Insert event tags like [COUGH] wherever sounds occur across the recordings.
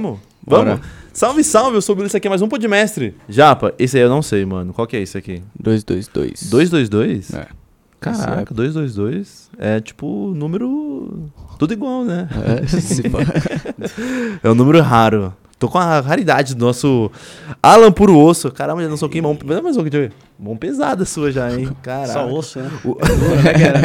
Vamos? Bora. Vamos? Salve, salve, eu sou o Bruno, isso aqui é mais um Podmestre. Japa, esse aí eu não sei, mano. Qual que é esse aqui? 222. 222? É. Caraca, 222 é tipo número. Tudo igual, né? [LAUGHS] É, se pá. É um número raro. Tô com a raridade do nosso Alan Puro Osso. Caramba, já não sou quem, mão, mas mão, mão pesada sua já, hein? Caraca. Só osso, né? O- É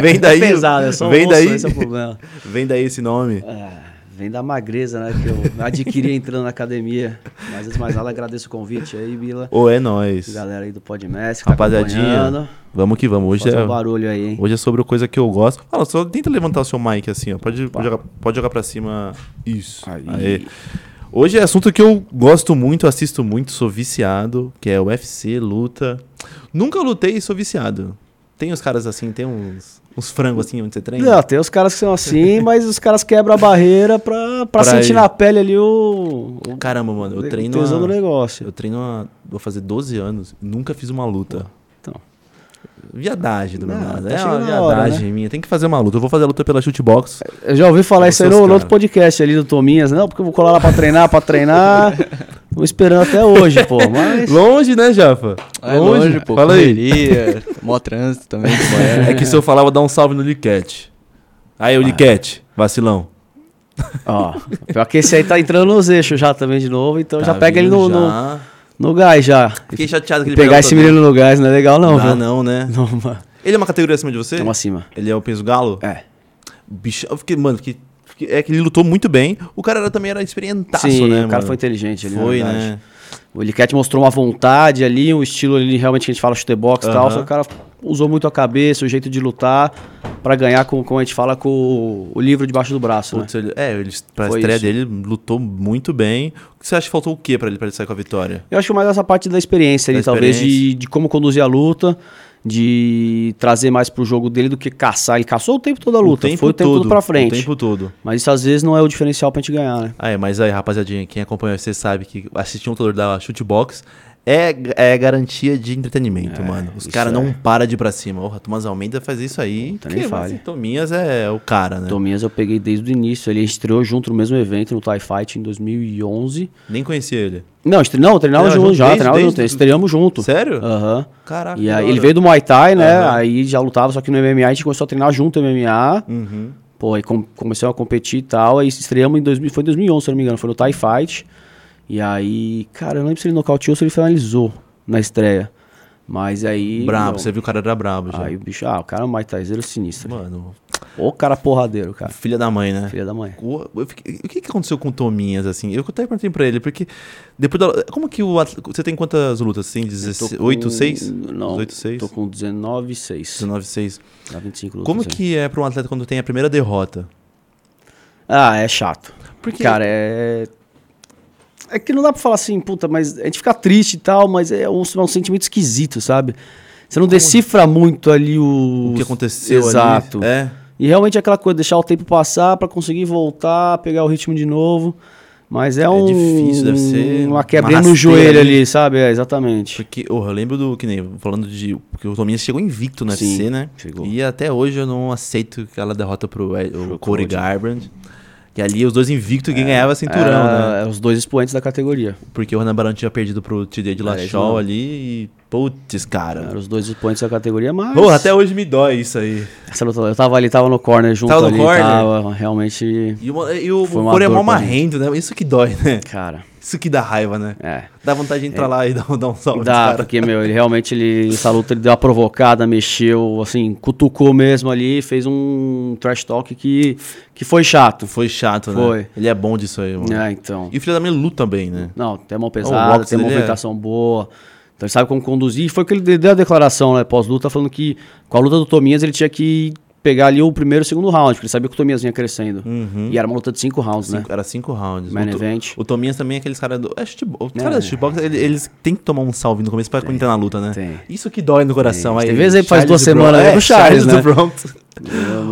[LAUGHS] vem daí. pesado, é só vem osso, daí. esse é o problema. Vem daí esse nome. Ah, vem da magreza, né? Que eu adquiri entrando na academia. Mas antes de mais nada, agradeço o convite aí, Bila. Ou é nós. Galera aí do Podmestre, que tá Rapaziadinha, acompanhando. Vamos que vamos. Hoje Faz um é, barulho aí, hein? hoje é sobre coisa que eu gosto. Fala, só tenta levantar o seu mic assim, ó. Pode, pode, jogar, pode jogar pra cima. Isso. Aí. Aê. Hoje é assunto que eu gosto muito, assisto muito, sou viciado, que é UFC, luta. Nunca lutei e sou viciado. Tem os caras assim, tem uns, uns frangos assim onde você treina? Não, tem os caras que são [LAUGHS] assim, mas os caras quebram a barreira pra, pra, Pra sentir ir. na pele ali o. o Caramba, mano, eu treino. O tesão do há- negócio. Eu treino há. Vou fazer 12 anos, nunca fiz uma luta. Então. Viadagem do meu Não, lado. tá é uma chegando a hora, viadagem minha. Tem que fazer uma luta. Eu vou fazer a luta pela shootbox. Eu já ouvi falar Olha isso aí seus no, no cara. outro podcast ali do Tominhas. Não, porque eu vou colar lá pra treinar, [LAUGHS] pra treinar. Tô esperando até hoje, pô. [LAUGHS] Mas. Longe, né, Jafa? Ah, É longe, pô. Fala aí. correria, mó trânsito também. de manhã. É que se eu falar, eu vou dar um salve no Liquete. Ah. Aí, o Liquete, vacilão. Ó, pior que esse aí tá entrando nos eixos já também de novo, então já Tá pega ele no, vindo no, já. Tá no gás já. Fiquei chateado que ele Pegar pegou esse todo. menino no gás não é legal não, Não, viu? dá não, né? [LAUGHS] Não, mano. Ele é uma categoria acima de você? Tamo acima. Ele é o peso galo? É. Bicho, eu fiquei, mano, fiquei, fiquei- é que ele lutou muito bem. O cara era, também era experientaço, Sim, né, o cara mano? foi inteligente ali, na Foi, verdade. né? O Eliquete mostrou uma vontade ali, um estilo ali realmente que a gente fala chutebox e tal. Aham. Só que o cara usou muito a cabeça, o jeito de lutar pra ganhar com, como a gente fala, com o, o livro debaixo do braço, né? Putz, ele, é, ele, pra Foi estreia isso. dele, lutou muito bem. O que você acha que faltou o quê pra ele, pra ele sair com a vitória? Eu acho que mais essa parte da experiência ali, Da talvez, experiência. de, de como conduzir a luta, de trazer mais pro jogo dele do que caçar. Ele caçou o tempo todo a luta, foi o tempo todo, pra frente. O tempo todo. Mas isso às vezes não é o diferencial pra gente ganhar, né? Ah, é, mas aí, rapaziadinha, quem acompanha você sabe que assistir um lutador da Shootbox é, é garantia de entretenimento, mano. Os isso caras é. não param de ir pra cima. Porra, Tomás Almeida faz isso aí. Puta, nem que, mas, fale. assim, Tominhas é o cara, né? Tominhas eu peguei desde o início, ele estreou junto no mesmo evento, no TIE Fight, em 2011. Nem conhecia ele. Não, estre... não treinava Treinava junto junto já, desde- treinava desde- junto, estreamos junto. Sério? Aham. Caraca. Ah, E da aí hora. ele veio do Muay Thai, né? Aham. Aí já lutava, só que no MMA a gente começou a treinar junto MMA. Uhum. Pô, aí com- começamos a competir e tal. Aí estreamos em 2000, foi em 2011, se eu não me engano, foi no TIE Fight. E aí, cara, eu não lembro se ele nocauteou ou se ele finalizou na estreia. Mas aí. Brabo, meu, você viu o cara era brabo já. Aí o bicho, ah, o cara é um Muay Thaizeiro sinistro. Mano, Ô cara porradeiro, cara. filha da mãe, né? Filha da mãe. O eu fiquei- o que, que aconteceu com o Tominhas, assim? Eu até perguntei pra ele, porque depois da. Como que o. atle- Você tem quantas lutas? assim? Você tem Tô com- 18, 6? Não, 18, 6? tô com 19, 6. 19, 6. Dá 25 lutas né? Como aí. que é pra um atleta quando tem a primeira derrota? Ah, é chato. Porque- Cara, é... É que não dá pra falar assim, puta, mas a gente fica triste e tal, mas é um, é um sentimento esquisito, sabe? Você não decifra muito ali o... O que aconteceu Exato. ali? É. E realmente é aquela coisa, deixar o tempo passar pra conseguir voltar, pegar o ritmo de novo. Mas é, um... difícil, deve ser Uma uma quebrinha no rasteira joelho ali. ali, sabe? É, exatamente. Porque, oh, eu lembro do. Que nem. Falando de. Porque o Tominhas chegou invicto no Sim, UFC, né? chegou. E até hoje eu não aceito aquela derrota pro eh, o Corey Garbrandt. E ali os dois invictos, É, quem ganhava cinturão, né? Era É, os dois expoentes da categoria. Porque o Renan Barão tinha perdido pro TD de Cara, isso Lachol É, não. ali e. Putz, cara. Eram os dois expoentes da categoria, mas... Porra, até hoje me dói isso aí. Essa luta- eu tava ali, tava no corner junto Tava no ali, corner? tava realmente... E, o- e o Foi uma Corey é dor mó pra mim. marrento, né? Isso que dói, né? Cara, Isso que dá raiva, né? é. Dá vontade de entrar lá e dar, [LAUGHS] um- dar um salve nos Dá, cara. porque, meu, ele realmente, ele, essa luta, ele deu uma provocada, mexeu, assim, cutucou mesmo ali, fez um trash talk que, que foi chato. Foi chato, né? Foi. Ele é bom disso aí, mano. É, então. E o filho da minha luta também, né? Não, tem mão o pesada, boxe tem dele é- movimentação boa. Então ele sabe como conduzir. E Foi que ele deu a declaração, né, pós-luta, falando que com a luta do Tominhas ele tinha que pegar ali o primeiro e o segundo round, porque ele sabia que o Tominhas vinha crescendo. E era uma luta de cinco rounds, né? Uhum. Cinco- Era cinco rounds. Main o, To- event. o Tominhas também é aqueles caras do. É, shootbo- os caras do shootbox, ele- eles têm que tomar um salve no começo pra entrar na luta, né? tem. Isso que dói no coração. Tem. Aí, Teve exemplo faz Charles duas do semanas Bronx- aí com o Charles, do né? Bronx.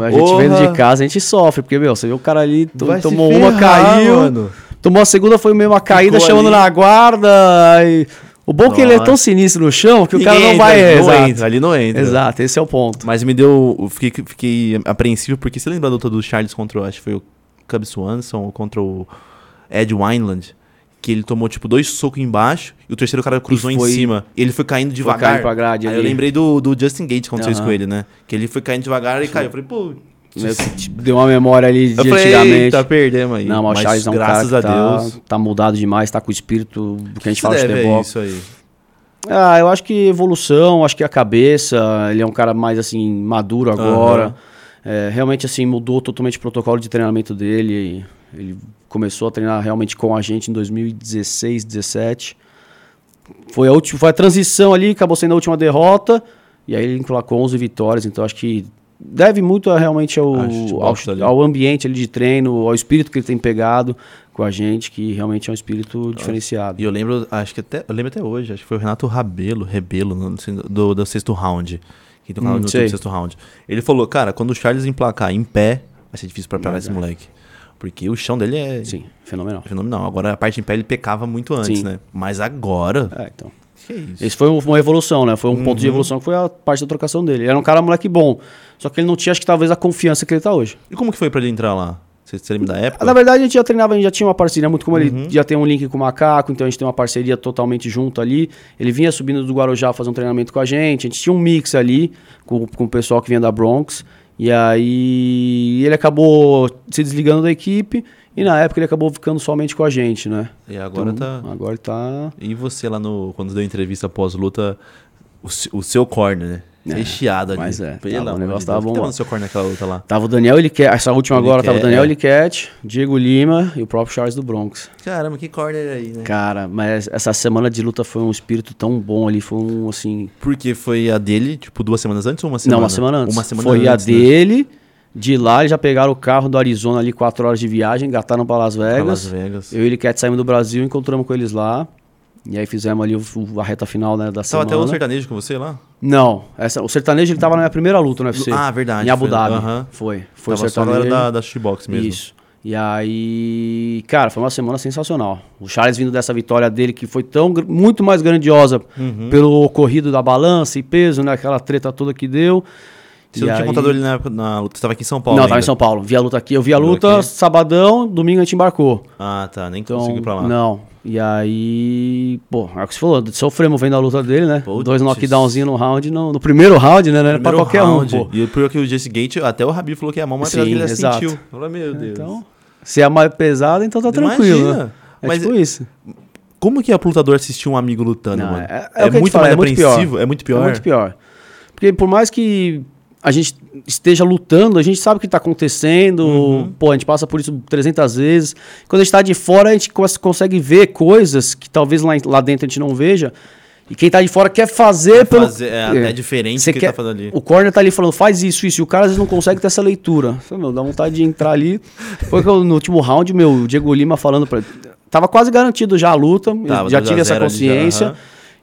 A gente Porra. vendo de casa, a gente sofre, porque, meu, você viu o cara ali, to- Vai se tomou uma, ferrar, caiu. mano. Tomou a segunda, foi meio uma caída, Ficou chamando ali. na guarda. e- O bom é que ele é Nossa. tão sinistro no chão que o cara não Ninguém vai. entra, exato. Não entra, ali não entra. Exato, esse é o ponto. Mas me deu. eu Fiquei, fiquei apreensivo, porque você lembra da luta do Charles contra o. Acho que foi o Cub Swanson ou contra o. Ed Wineland, que ele tomou, tipo, dois socos embaixo e o terceiro cara cruzou foi- em cima. E ele foi caindo devagar. caindo pra grade Aí ali. eu lembrei do, do Justin Gates que aconteceu isso Aham. com ele, né? Que ele foi caindo devagar e caiu. Eu falei, pô. Meio que te deu uma memória ali de Eu falei, antigamente. eita, perdemos aí. Não, mas o Charles é um graças cara que a tá, Deus. tá mudado demais, tá com o espírito do que a gente se fala de deve a futebol. isso aí. Ah, eu acho que evolução, acho que a cabeça, ele é um cara mais assim, maduro agora. Aham. É, realmente assim, mudou totalmente o protocolo de treinamento dele. Ele começou a treinar realmente com a gente em 2016, 17. Foi a, última, foi a transição ali, acabou sendo a última derrota. E aí ele emplacou 11 vitórias, então acho que deve muito a, realmente ao, Acho que ao, bosta ali. ao ambiente ali de treino, ao espírito que ele tem pegado com a gente, que realmente é um espírito diferenciado. E eu lembro, acho que até, eu lembro até hoje, acho que foi o Renato Rabelo, Rebelo, não sei, do, do sexto round. Que tem um canal Hum, no sei. YouTube, sexto round. Ele falou, cara, quando o Charles emplacar em pé, vai ser difícil pra parar esse moleque. Porque o chão dele é Sim, fenomenal. fenomenal. Agora a parte em pé ele pecava muito antes, Sim. né? Mas agora. É, então. Que isso? Uhum. Esse foi um- uma evolução, né? Foi um ponto de evolução que foi a parte da trocação dele. Ele era um cara moleque bom. Só que ele não tinha, acho que talvez, a confiança que ele tá hoje. E como que foi pra ele entrar lá? Você, você lembra da época? Na verdade, a gente já treinava, a gente já tinha uma parceria muito como Uhum. ele já tem um link com o Macaco, então a gente tem uma parceria totalmente junto ali. Ele vinha subindo do Guarujá fazer um treinamento com a gente, a gente tinha um mix ali com, com o pessoal que vinha da Bronx. E aí ele acabou se desligando da equipe e na época ele acabou ficando somente com a gente, né? E agora Então, tá. Agora ele tá E você lá no. Quando deu entrevista pós-luta, o, se- o seu corner, né? Recheado ali. mas é, Pelo tava- o amor de negócio Deus. tava O que bom tava lá. no seu corner naquela luta lá? Tava o Daniel Eliquete, essa última agora Eliquete, tava o Daniel é. Eliquete, Diego Lima e o próprio Charles do Bronx. Caramba, que corner aí, né? Cara, mas essa semana de luta foi um espírito tão bom ali, foi um assim. Porque foi a dele, tipo, duas semanas antes ou uma semana? Não, uma semana antes. Uma semana foi antes, né? a dele, de lá eles já pegaram o carro do Arizona ali, quatro horas de viagem, engataram pra Las Né? Vegas. Pra Las Vegas. Eu e Eliquete saímos do Brasil, encontramos com eles lá. E aí fizemos ali o- a reta final né, da Tava semana. até um sertanejo com você lá? Não, essa- o sertanejo ele tava na minha primeira luta no UFC. Ah, verdade, Em Abu foi. Dhabi. Aham. Foi. Foi Tava o só a sertanejo. galera da, da Shoebox mesmo. Isso. E aí, cara, foi uma semana sensacional. O Charles vindo dessa vitória dele, que foi tão gr- muito mais grandiosa Uhum. pelo ocorrido da balança e peso, né? Aquela treta toda que deu. Você E não tinha aí- contado ele na época na luta? Você tava aqui em São Paulo Não, ainda. tava em São Paulo. Vi a luta aqui. Eu vi a Viu luta aqui? sabadão, domingo a gente embarcou. Ah, tá. Nem Então, consegui ir pra lá. não. E aí, pô, é o que você falou, sofremos vendo a luta dele, né? Putz. Dois knockdownzinhos no round, no, no primeiro round, né? Não era pra Primeiro qualquer round. um, pô. E pior é que o Jesse Gate, até o Rabi falou que é a mão mais pesada Sim, que ele já exato. sentiu. Eu falei, meu Deus. Então, se é mais pesado, então tá tranquilo, Imagina. né? É Mas tipo isso. Como que é pro lutador assistir um amigo lutando, Não, mano? é- é o que a gente fala, é muito pior. É muito pior? É muito pior. Porque por mais que a gente esteja lutando, a gente sabe o que está acontecendo, Uhum. pô, a gente passa por isso 300 vezes. Quando a gente está de fora, a gente cons- consegue ver coisas que talvez lá, em- lá dentro a gente não veja. E quem tá de fora quer fazer pelo. Fazer- é até diferente Você do que quer- tá fazendo ali. O corner tá ali falando, faz isso, isso. E o cara às vezes não consegue ter essa leitura. Falei, Meu, dá vontade de entrar ali. Foi que eu, no último round, meu, o Diego Lima falando pra. Tava quase garantido já a luta. eu Tava, já 2 a tive essa 0 ali já, consciência. aham.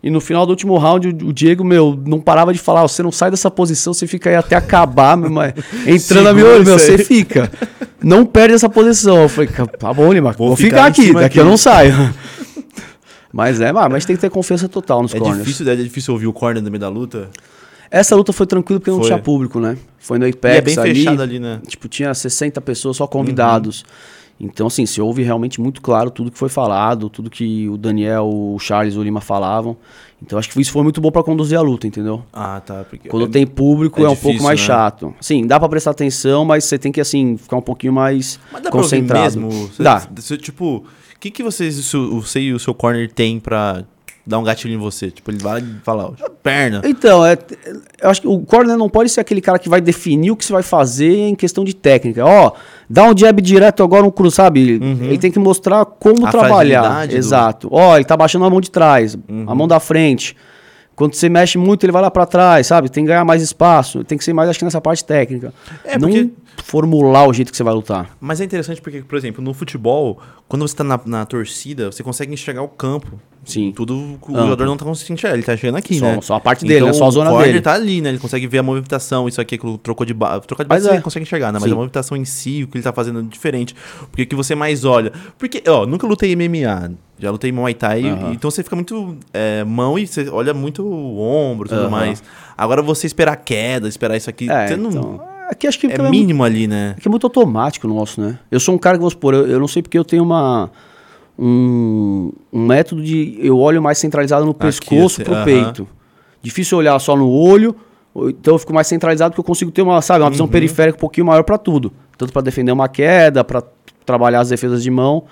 E no final do último round, o o Diego, meu, não parava de falar, "Ó, você não sai dessa posição, você fica aí até acabar, meu, [LAUGHS] mas entrando a meu, Segura olho, meu, isso você aí." fica. Não perde essa posição. Eu falei, "Ca- tá bom, Lima, vou, ficar, ficar em aqui, cima daqui eu aqui." não saio. [LAUGHS] Mas é, mas mas tem que ter confiança total nos É corners. difícil, é difícil ouvir o corner no meio da luta. Essa luta foi tranquila porque não Foi. tinha público, né? Foi no E Apex é bem ali. fechado ali, né? Tipo, tinha 60 pessoas só convidados. Então, assim, se ouve realmente muito claro tudo que foi falado, tudo que o Daniel, o Charles, o Lima falavam. Então, acho que isso foi muito bom pra conduzir a luta, entendeu? Ah, tá. Porque Quando tem público é é, um difícil, pouco mais né? chato. Sim, dá pra prestar atenção, mas você tem que, assim, ficar um pouquinho mais Mas dá concentrado. pra ouvir mesmo? Cê- Dá. cê- tipo, o que, que vocês, o seu, o seu, o seu corner tem pra dar um gatilho em você? Tipo, ele vai falar, ó, perna. Então, é, eu acho que o corner não pode ser aquele cara que vai definir o que você vai fazer em questão de técnica. Ó, dá um jab direto agora, um cruz, sabe? Ele tem que mostrar como Uhum. A trabalhar. fragilidade do- Uhum. Exato. Ó, ele tá baixando a mão de trás, a mão da frente. Quando você mexe muito, ele vai lá pra trás, sabe? Tem que ganhar mais espaço. Tem que ser mais, acho que nessa parte técnica. É, não porque- formular o jeito que você vai lutar. Mas é interessante porque, por exemplo, no futebol, quando você tá na, na torcida, você consegue enxergar o campo. Sim. Tudo que o Amplo. jogador não tá conseguindo enxergar, ele tá chegando aqui, Só- né? só a parte dele, né? Só a zona o corner dele. tá ali, né? Ele consegue ver a movimentação, isso aqui que ele trocou de base. Trocou de Mas base você é. consegue enxergar, né? Mas Sim. a movimentação em si, o que ele tá fazendo é diferente. Porque o que você mais olha. Porque, ó, nunca lutei MMA. Já lutei Muay Thai, Aham. então você fica muito é, mão e você olha muito o ombro e tudo Aham. mais. Agora você esperar a queda, esperar isso aqui, É, você não- então, aqui acho que é também mínimo ali, né? É que é muito automático o nosso, né? Eu sou um cara que, vamos supor, eu, eu não sei porque eu tenho uma. um, um método de. Eu olho mais centralizado no pescoço assim, pro aham. peito. Difícil olhar só no olho, ou- então eu fico mais centralizado porque eu consigo ter uma, sabe, uma visão periférica um pouquinho maior pra tudo. Tanto pra defender uma queda, pra trabalhar as defesas de mão.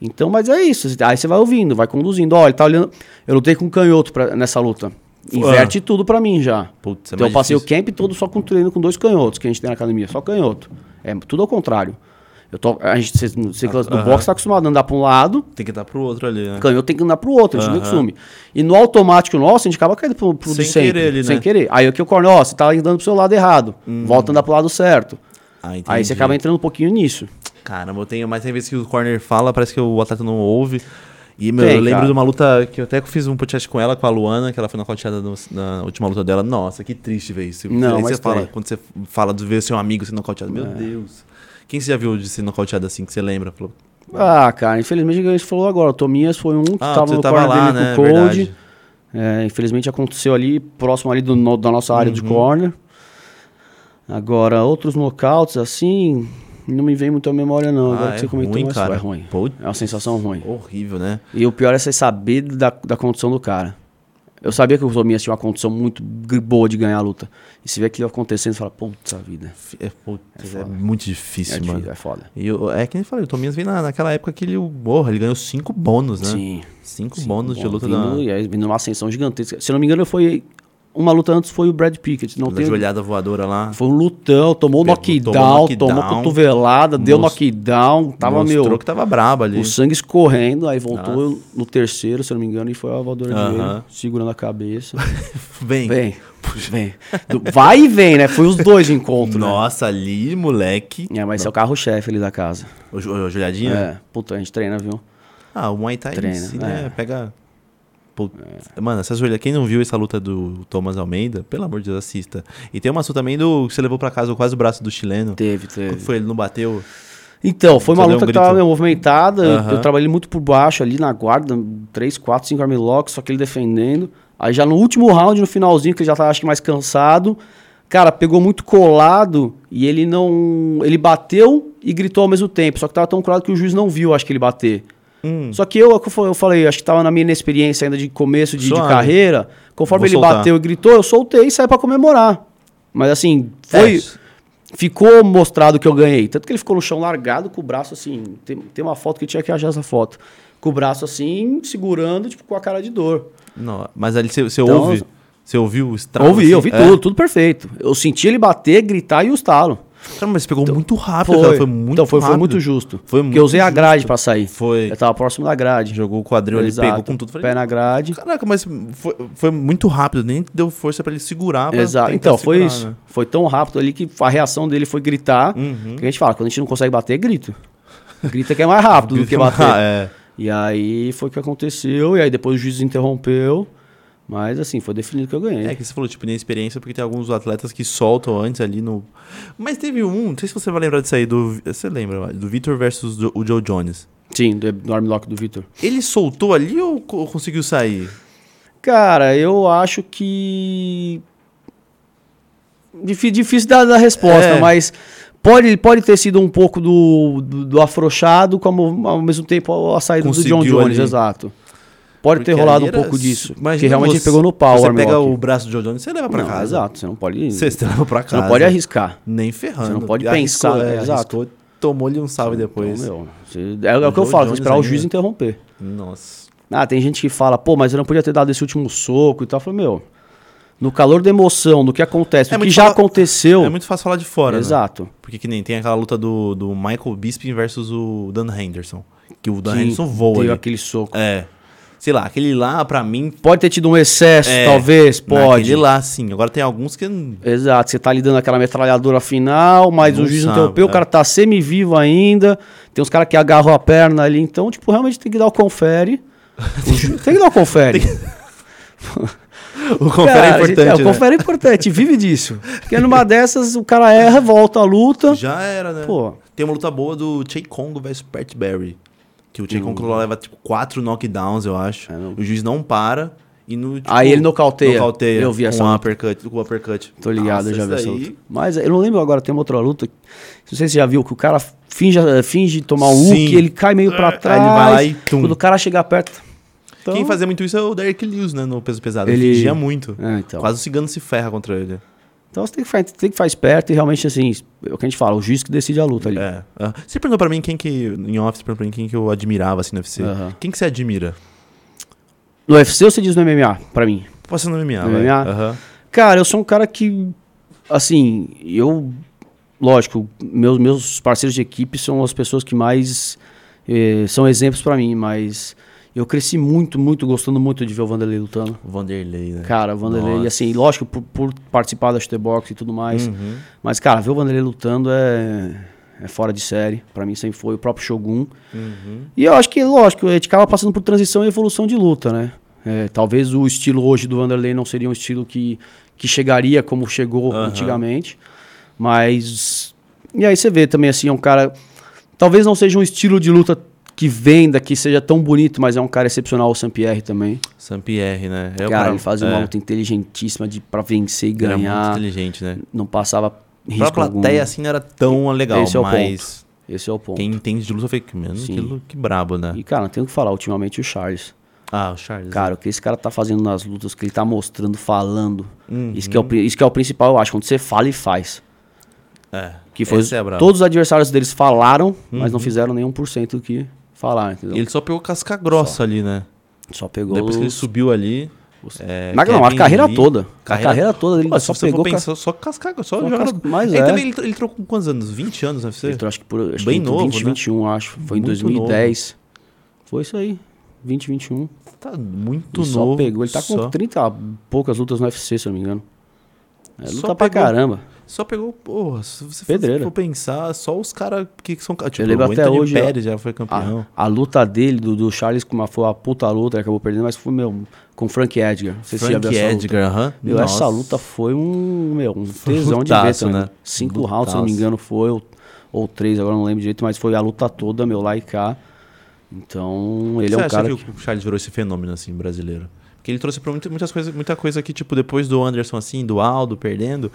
Então, mas é isso. Aí você vai ouvindo, vai conduzindo. Olha, ele tá olhando. Eu lutei com um canhoto pra- nessa luta. Inverte tudo pra mim já. Putz, é então mais eu passei difícil. o camp todo só com treino com dois canhotos que a gente tem na academia, só canhoto. É tudo ao contrário. Eu tô, a gente, cê, no ciclista do Aham. boxe tá acostumado a andar pra um lado, Tem que dar pro outro ali, né? canhoto tem que andar pro outro, a gente Aham. não assume. E no automático nosso, a gente acaba caindo pro, pro de Sem sempre, querer ali, Sem né? querer. Aí o que ocorre, ó, você tá andando pro seu lado errado, volta a andar pro lado certo. Ah, entendi. Aí você acaba entrando um pouquinho nisso. Caramba, eu tenho, mas tem vezes que o corner fala, parece que o atleta não ouve. E, meu, Tem, eu lembro cara. de uma luta que eu até fiz um podcast com ela, com a Luana, que ela foi nocauteada no, na última luta dela. Nossa, que triste ver isso. Não, Aí mas você fala, tem. É. quando você fala de ver seu amigo sendo nocauteado, meu Deus. Quem você já viu de ser nocauteado assim, que você lembra? Falou, Ah, cara, infelizmente a gente falou agora, o Tomias foi um que Ah, tava você no tava corner lá, dele né? com o Verdade. Cold. É, infelizmente aconteceu ali, próximo ali do no- da nossa área Uhum. de corner. Agora, outros knockouts assim, não me vem muito à memória não. Ah, agora é que você comentou, ruim, mas cara. é ruim. Putz. É uma sensação ruim. horrível, né? E o pior é você saber da, da condição do cara. Eu sabia que o Tomias tinha uma condição muito gr- boa de ganhar a luta. E se vê aquilo acontecendo, você fala, puta vida. F- É, putz, é, foda. muito É, difícil, difícil, mano. é foda. E eu- é que nem eu falei, o Tominhas veio na, naquela época que ele, porra, ele ganhou cinco bônus, né? Sim. Cinco Sim, bônus de bom, luta vindo, da, E aí, vindo numa ascensão gigantesca. Se eu não me engano, foi. Uma luta antes foi o Brad Pickett. Não da tem. joelhada voadora lá. Foi um lutão, tomou Pegou- knockdown, tomou tomou, knockdown, cotovelada, deu most- knockdown. Tava, Mostrou meu, que tava brabo ali. o sangue escorrendo. Aí voltou no terceiro, se eu não me engano, e foi a voadora de Aham. joelho, segurando a cabeça. [LAUGHS] Vem. vem, vem. Do- Vai e vem, né? Foi os dois encontros. né? Nossa, ali, moleque. É, mas esse é o carro-chefe ali da casa. O, jo- o joelhadinho? É, puta, a gente treina, viu? Ah, o Muay Thai em Treina, si, né? é. Pega. Pô, Mano, essas joelhadas. Quem não viu essa luta do Thomas Almeida, pelo amor de Deus, assista. E tem uma sua também do que você levou pra casa quase o braço do chileno. Teve, Quando teve. foi ele não bateu? Então, foi uma Só deu luta um que grito. tava meio movimentada. eu- Aham. Eu, trabalhei muito por baixo ali na guarda, 3, 4, 5 armlocks, só que ele defendendo. Aí já no último round, no finalzinho, que ele já tava acho que mais cansado, cara, pegou muito colado e ele não. Ele bateu e gritou ao mesmo tempo. Só que tava tão colado que o juiz não viu, acho que ele bater. Hum. Só que eu, eu falei, acho que tava na minha inexperiência ainda de começo de, de Suave. carreira. Conforme Vou ele soltar. bateu e gritou, eu soltei e saí pra comemorar. Mas assim, foi É. ficou mostrado que eu ganhei. Tanto que ele ficou no chão largado com o braço assim. Tem, tem uma foto que eu tinha que achar essa foto. Com o braço assim, segurando, tipo, com a cara de dor. Não, mas ali você, você Então- ouve. Você ouviu o estrago? ouvi, assim? ouvi É. tudo, tudo perfeito. Eu senti ele bater, gritar e o estalo. Caramba, É. mas você pegou muito rápido, cara. Foi muito então foi, foi rápido. muito justo. Foi Porque muito eu usei a grade pra sair. Foi. Eu tava próximo da grade. Jogou o quadril, ele Exato. pegou com tudo. Falei, Pé na grade. Caraca, mas foi, foi muito rápido, nem deu força pra ele segurar. pra Exato. tentar Então, foi segurar, isso. né? Uhum. Foi tão rápido ali que a reação dele foi gritar. Que a gente fala, quando a gente não consegue bater, grito. Grita que é mais rápido do que bater. Ah, [LAUGHS] é. E aí foi o que aconteceu, e aí depois o juiz interrompeu. Mas assim, foi definido que eu ganhei. É que você falou, tipo, nem experiência, porque tem alguns atletas que soltam antes ali no. Mas teve um, não sei se você vai lembrar disso aí, do. Você lembra, vai, do Victor versus do- o Joe Jones. Sim, do, do armlock do Vitor. Ele soltou ali ou co- conseguiu sair? Cara, eu acho que. Difí- difícil dar dar a resposta, É. mas pode, pode ter sido um pouco do, do, do afrouxado, como ao mesmo tempo a saída do Conseguiu John Jones, ali. exato. Pode Porque ter rolado ali um era- pouco disso. imagina que realmente você- ele pegou no pau Você o pega armlock. o braço do Joe Jones, você leva pra Não, casa. Exato, você não pode. Você [LAUGHS] Você se leva pra casa. não pode arriscar. Nem ferrando. Você não pode Arriscou, pensar, é, é, exato. arriscou, tomou-lhe um salve depois. Então, meu, você- é, é o que eu Joe falo, Jones você esperar o ainda. juiz interromper. Nossa. Ah, tem gente que fala, pô, mas eu não podia ter dado esse último soco e tal. Eu falo, meu, no calor da emoção, do que É acontece, do que muito já fala- aconteceu. É muito fácil falar de fora, né? Exato. Porque que nem tem aquela luta do, do Michael Bisping versus o Dan Henderson. Que o Dan Sim, Henderson voa deu ali. aquele soco. É. Sei lá, aquele lá, pra mim, Pode ter tido um excesso, É, talvez, pode. Aquele lá, sim. Agora tem alguns que. [LAUGHS] não- Exato, você tá lidando aquela metralhadora final, mas Não o juiz sabe, interrompeu, o é. cara tá semi-vivo ainda, tem uns caras que agarram a perna ali, então, tipo, realmente tem que dar o confere. [LAUGHS] O ju- tem que dar o confere. O confere é Cara, a gente- importante. é, né? o confere é importante, vive disso. Porque numa dessas, o cara erra, volta a luta. Já era, né? Pô. Tem uma luta boa do Che Kong versus Pat Barry. Que o Che Kong lá leva tipo quatro knockdowns, eu acho. Hum. É, não. O juiz não para. E no, tipo, Aí ele nocauteia. nocauteia Eu vi essa com o luta. uppercut, com o uppercut. Tô ligado, eu Nossa, já isso vi essa daí- luta. Mas eu não lembro agora, tem uma outra luta. Não sei se você já viu, que o cara finge, finge tomar um Sim. hook, ele cai meio pra trás. É, ele vai lá e tum. Quando o cara chegar perto. Quem Então- fazia muito isso é o Derek Lewis, né? No peso pesado. Ele, Ele- fingia muito. É, então. Quase o cigano se ferra contra ele. Então você tem que, fa- tem que fazer perto e realmente, assim, é o que a gente fala, o juiz que decide a luta ali. É. Ah, Você perguntou pra mim quem que. Em office, perguntou pra mim quem que eu admirava assim no UFC. Aham. Quem que você admira? No UFC ou você diz no MMA, pra mim? Pode ser no MMA, No vai. MMA? Aham. Cara, eu sou um cara que, assim, eu, lógico, meus, meus parceiros de equipe são as pessoas que mais eh, são exemplos pra mim, mas eu cresci muito, muito, gostando muito de ver o Vanderlei lutando. Vanderlei, né? Cara, o Vanderlei, Nossa. e assim, lógico, por, por participar da Shooterbox e tudo mais, Uhum. mas, cara, ver o Vanderlei lutando é, é fora de série, Pra mim sempre foi, o próprio Shogun. Uhum. E eu acho que, lógico, a gente acaba passando por transição e evolução de luta, né? É, talvez o estilo hoje do Vanderlei não seria um estilo que, que chegaria como chegou Aham. antigamente. Mas. E aí você vê também, assim, é um cara. Talvez não seja um estilo de luta que venda, que seja tão bonito, mas é um cara excepcional, o Sampierre também. Sampierre, né? É o cara, ele fazia é, uma luta inteligentíssima de, pra vencer e Ele era muito ganhar. inteligente, né? Não passava risco. pra plateia, algum. assim, não era tão legal, Esse é o mas Esse é o ponto. quem entende de luta, eu falei, que, mano, que, Sim. lu- que brabo, né? E, cara, não tenho o que falar, ultimamente o Charles. Ah, o Charles. né? Cara, o que esse cara tá fazendo nas lutas, o que ele tá mostrando, falando. Uhum. Isso, que é o, pri- isso que é o principal, eu acho, quando você fala e faz. É. Que foi Esse é brabo. todos os adversários deles falaram, mas não fizeram nenhum por cento do que falar, entendeu? E Ele só pegou casca grossa ali, né? só pegou. Depois que ele os- subiu ali. é, Mas não, a Kevin carreira Lee- toda. A carreira toda ele Pô, só se você pegou. for ca- pensar, só casca, só Só jogar. casca- mas ele é. também ele, ele trocou com quantos anos? 20 anos, deve Ele ser? entrou, acho que por acho Bem que entre novo, 20 né? 21, acho. Foi em Muito 2010. Foi isso aí. 2021. Tá muito e novo. um. só pegou. Ele tá com só, 30 e poucas lutas no UFC, se eu não me engano. É, luta Só pra pegou- caramba. só pegou, porra, se você for- Pedreira. for pensar, só os caras que que são. Tipo, lembro o até Anthony hoje, ó, Ah, Pérez já foi campeão. A, a luta dele, do, do Charles, como foi uma puta luta, ele acabou perdendo, mas foi, meu, com Frank Edgar. Não sei se você já viu Frank essa luta. Edgar, aham. Meu, essa Nossa. luta foi um, meu, um Foi um tesão lutaço, de ver também. né? Cinco Lutaço. rounds, se não me engano, foi, ou, ou três, agora não lembro direito, mas foi a luta toda, meu, lá e cá. Então, ele Você é um acha cara que, que- o Charles virou esse fenômeno assim brasileiro? Porque ele trouxe pra muito- muitas coisas, muita coisa que tipo depois do Anderson assim, do Aldo perdendo,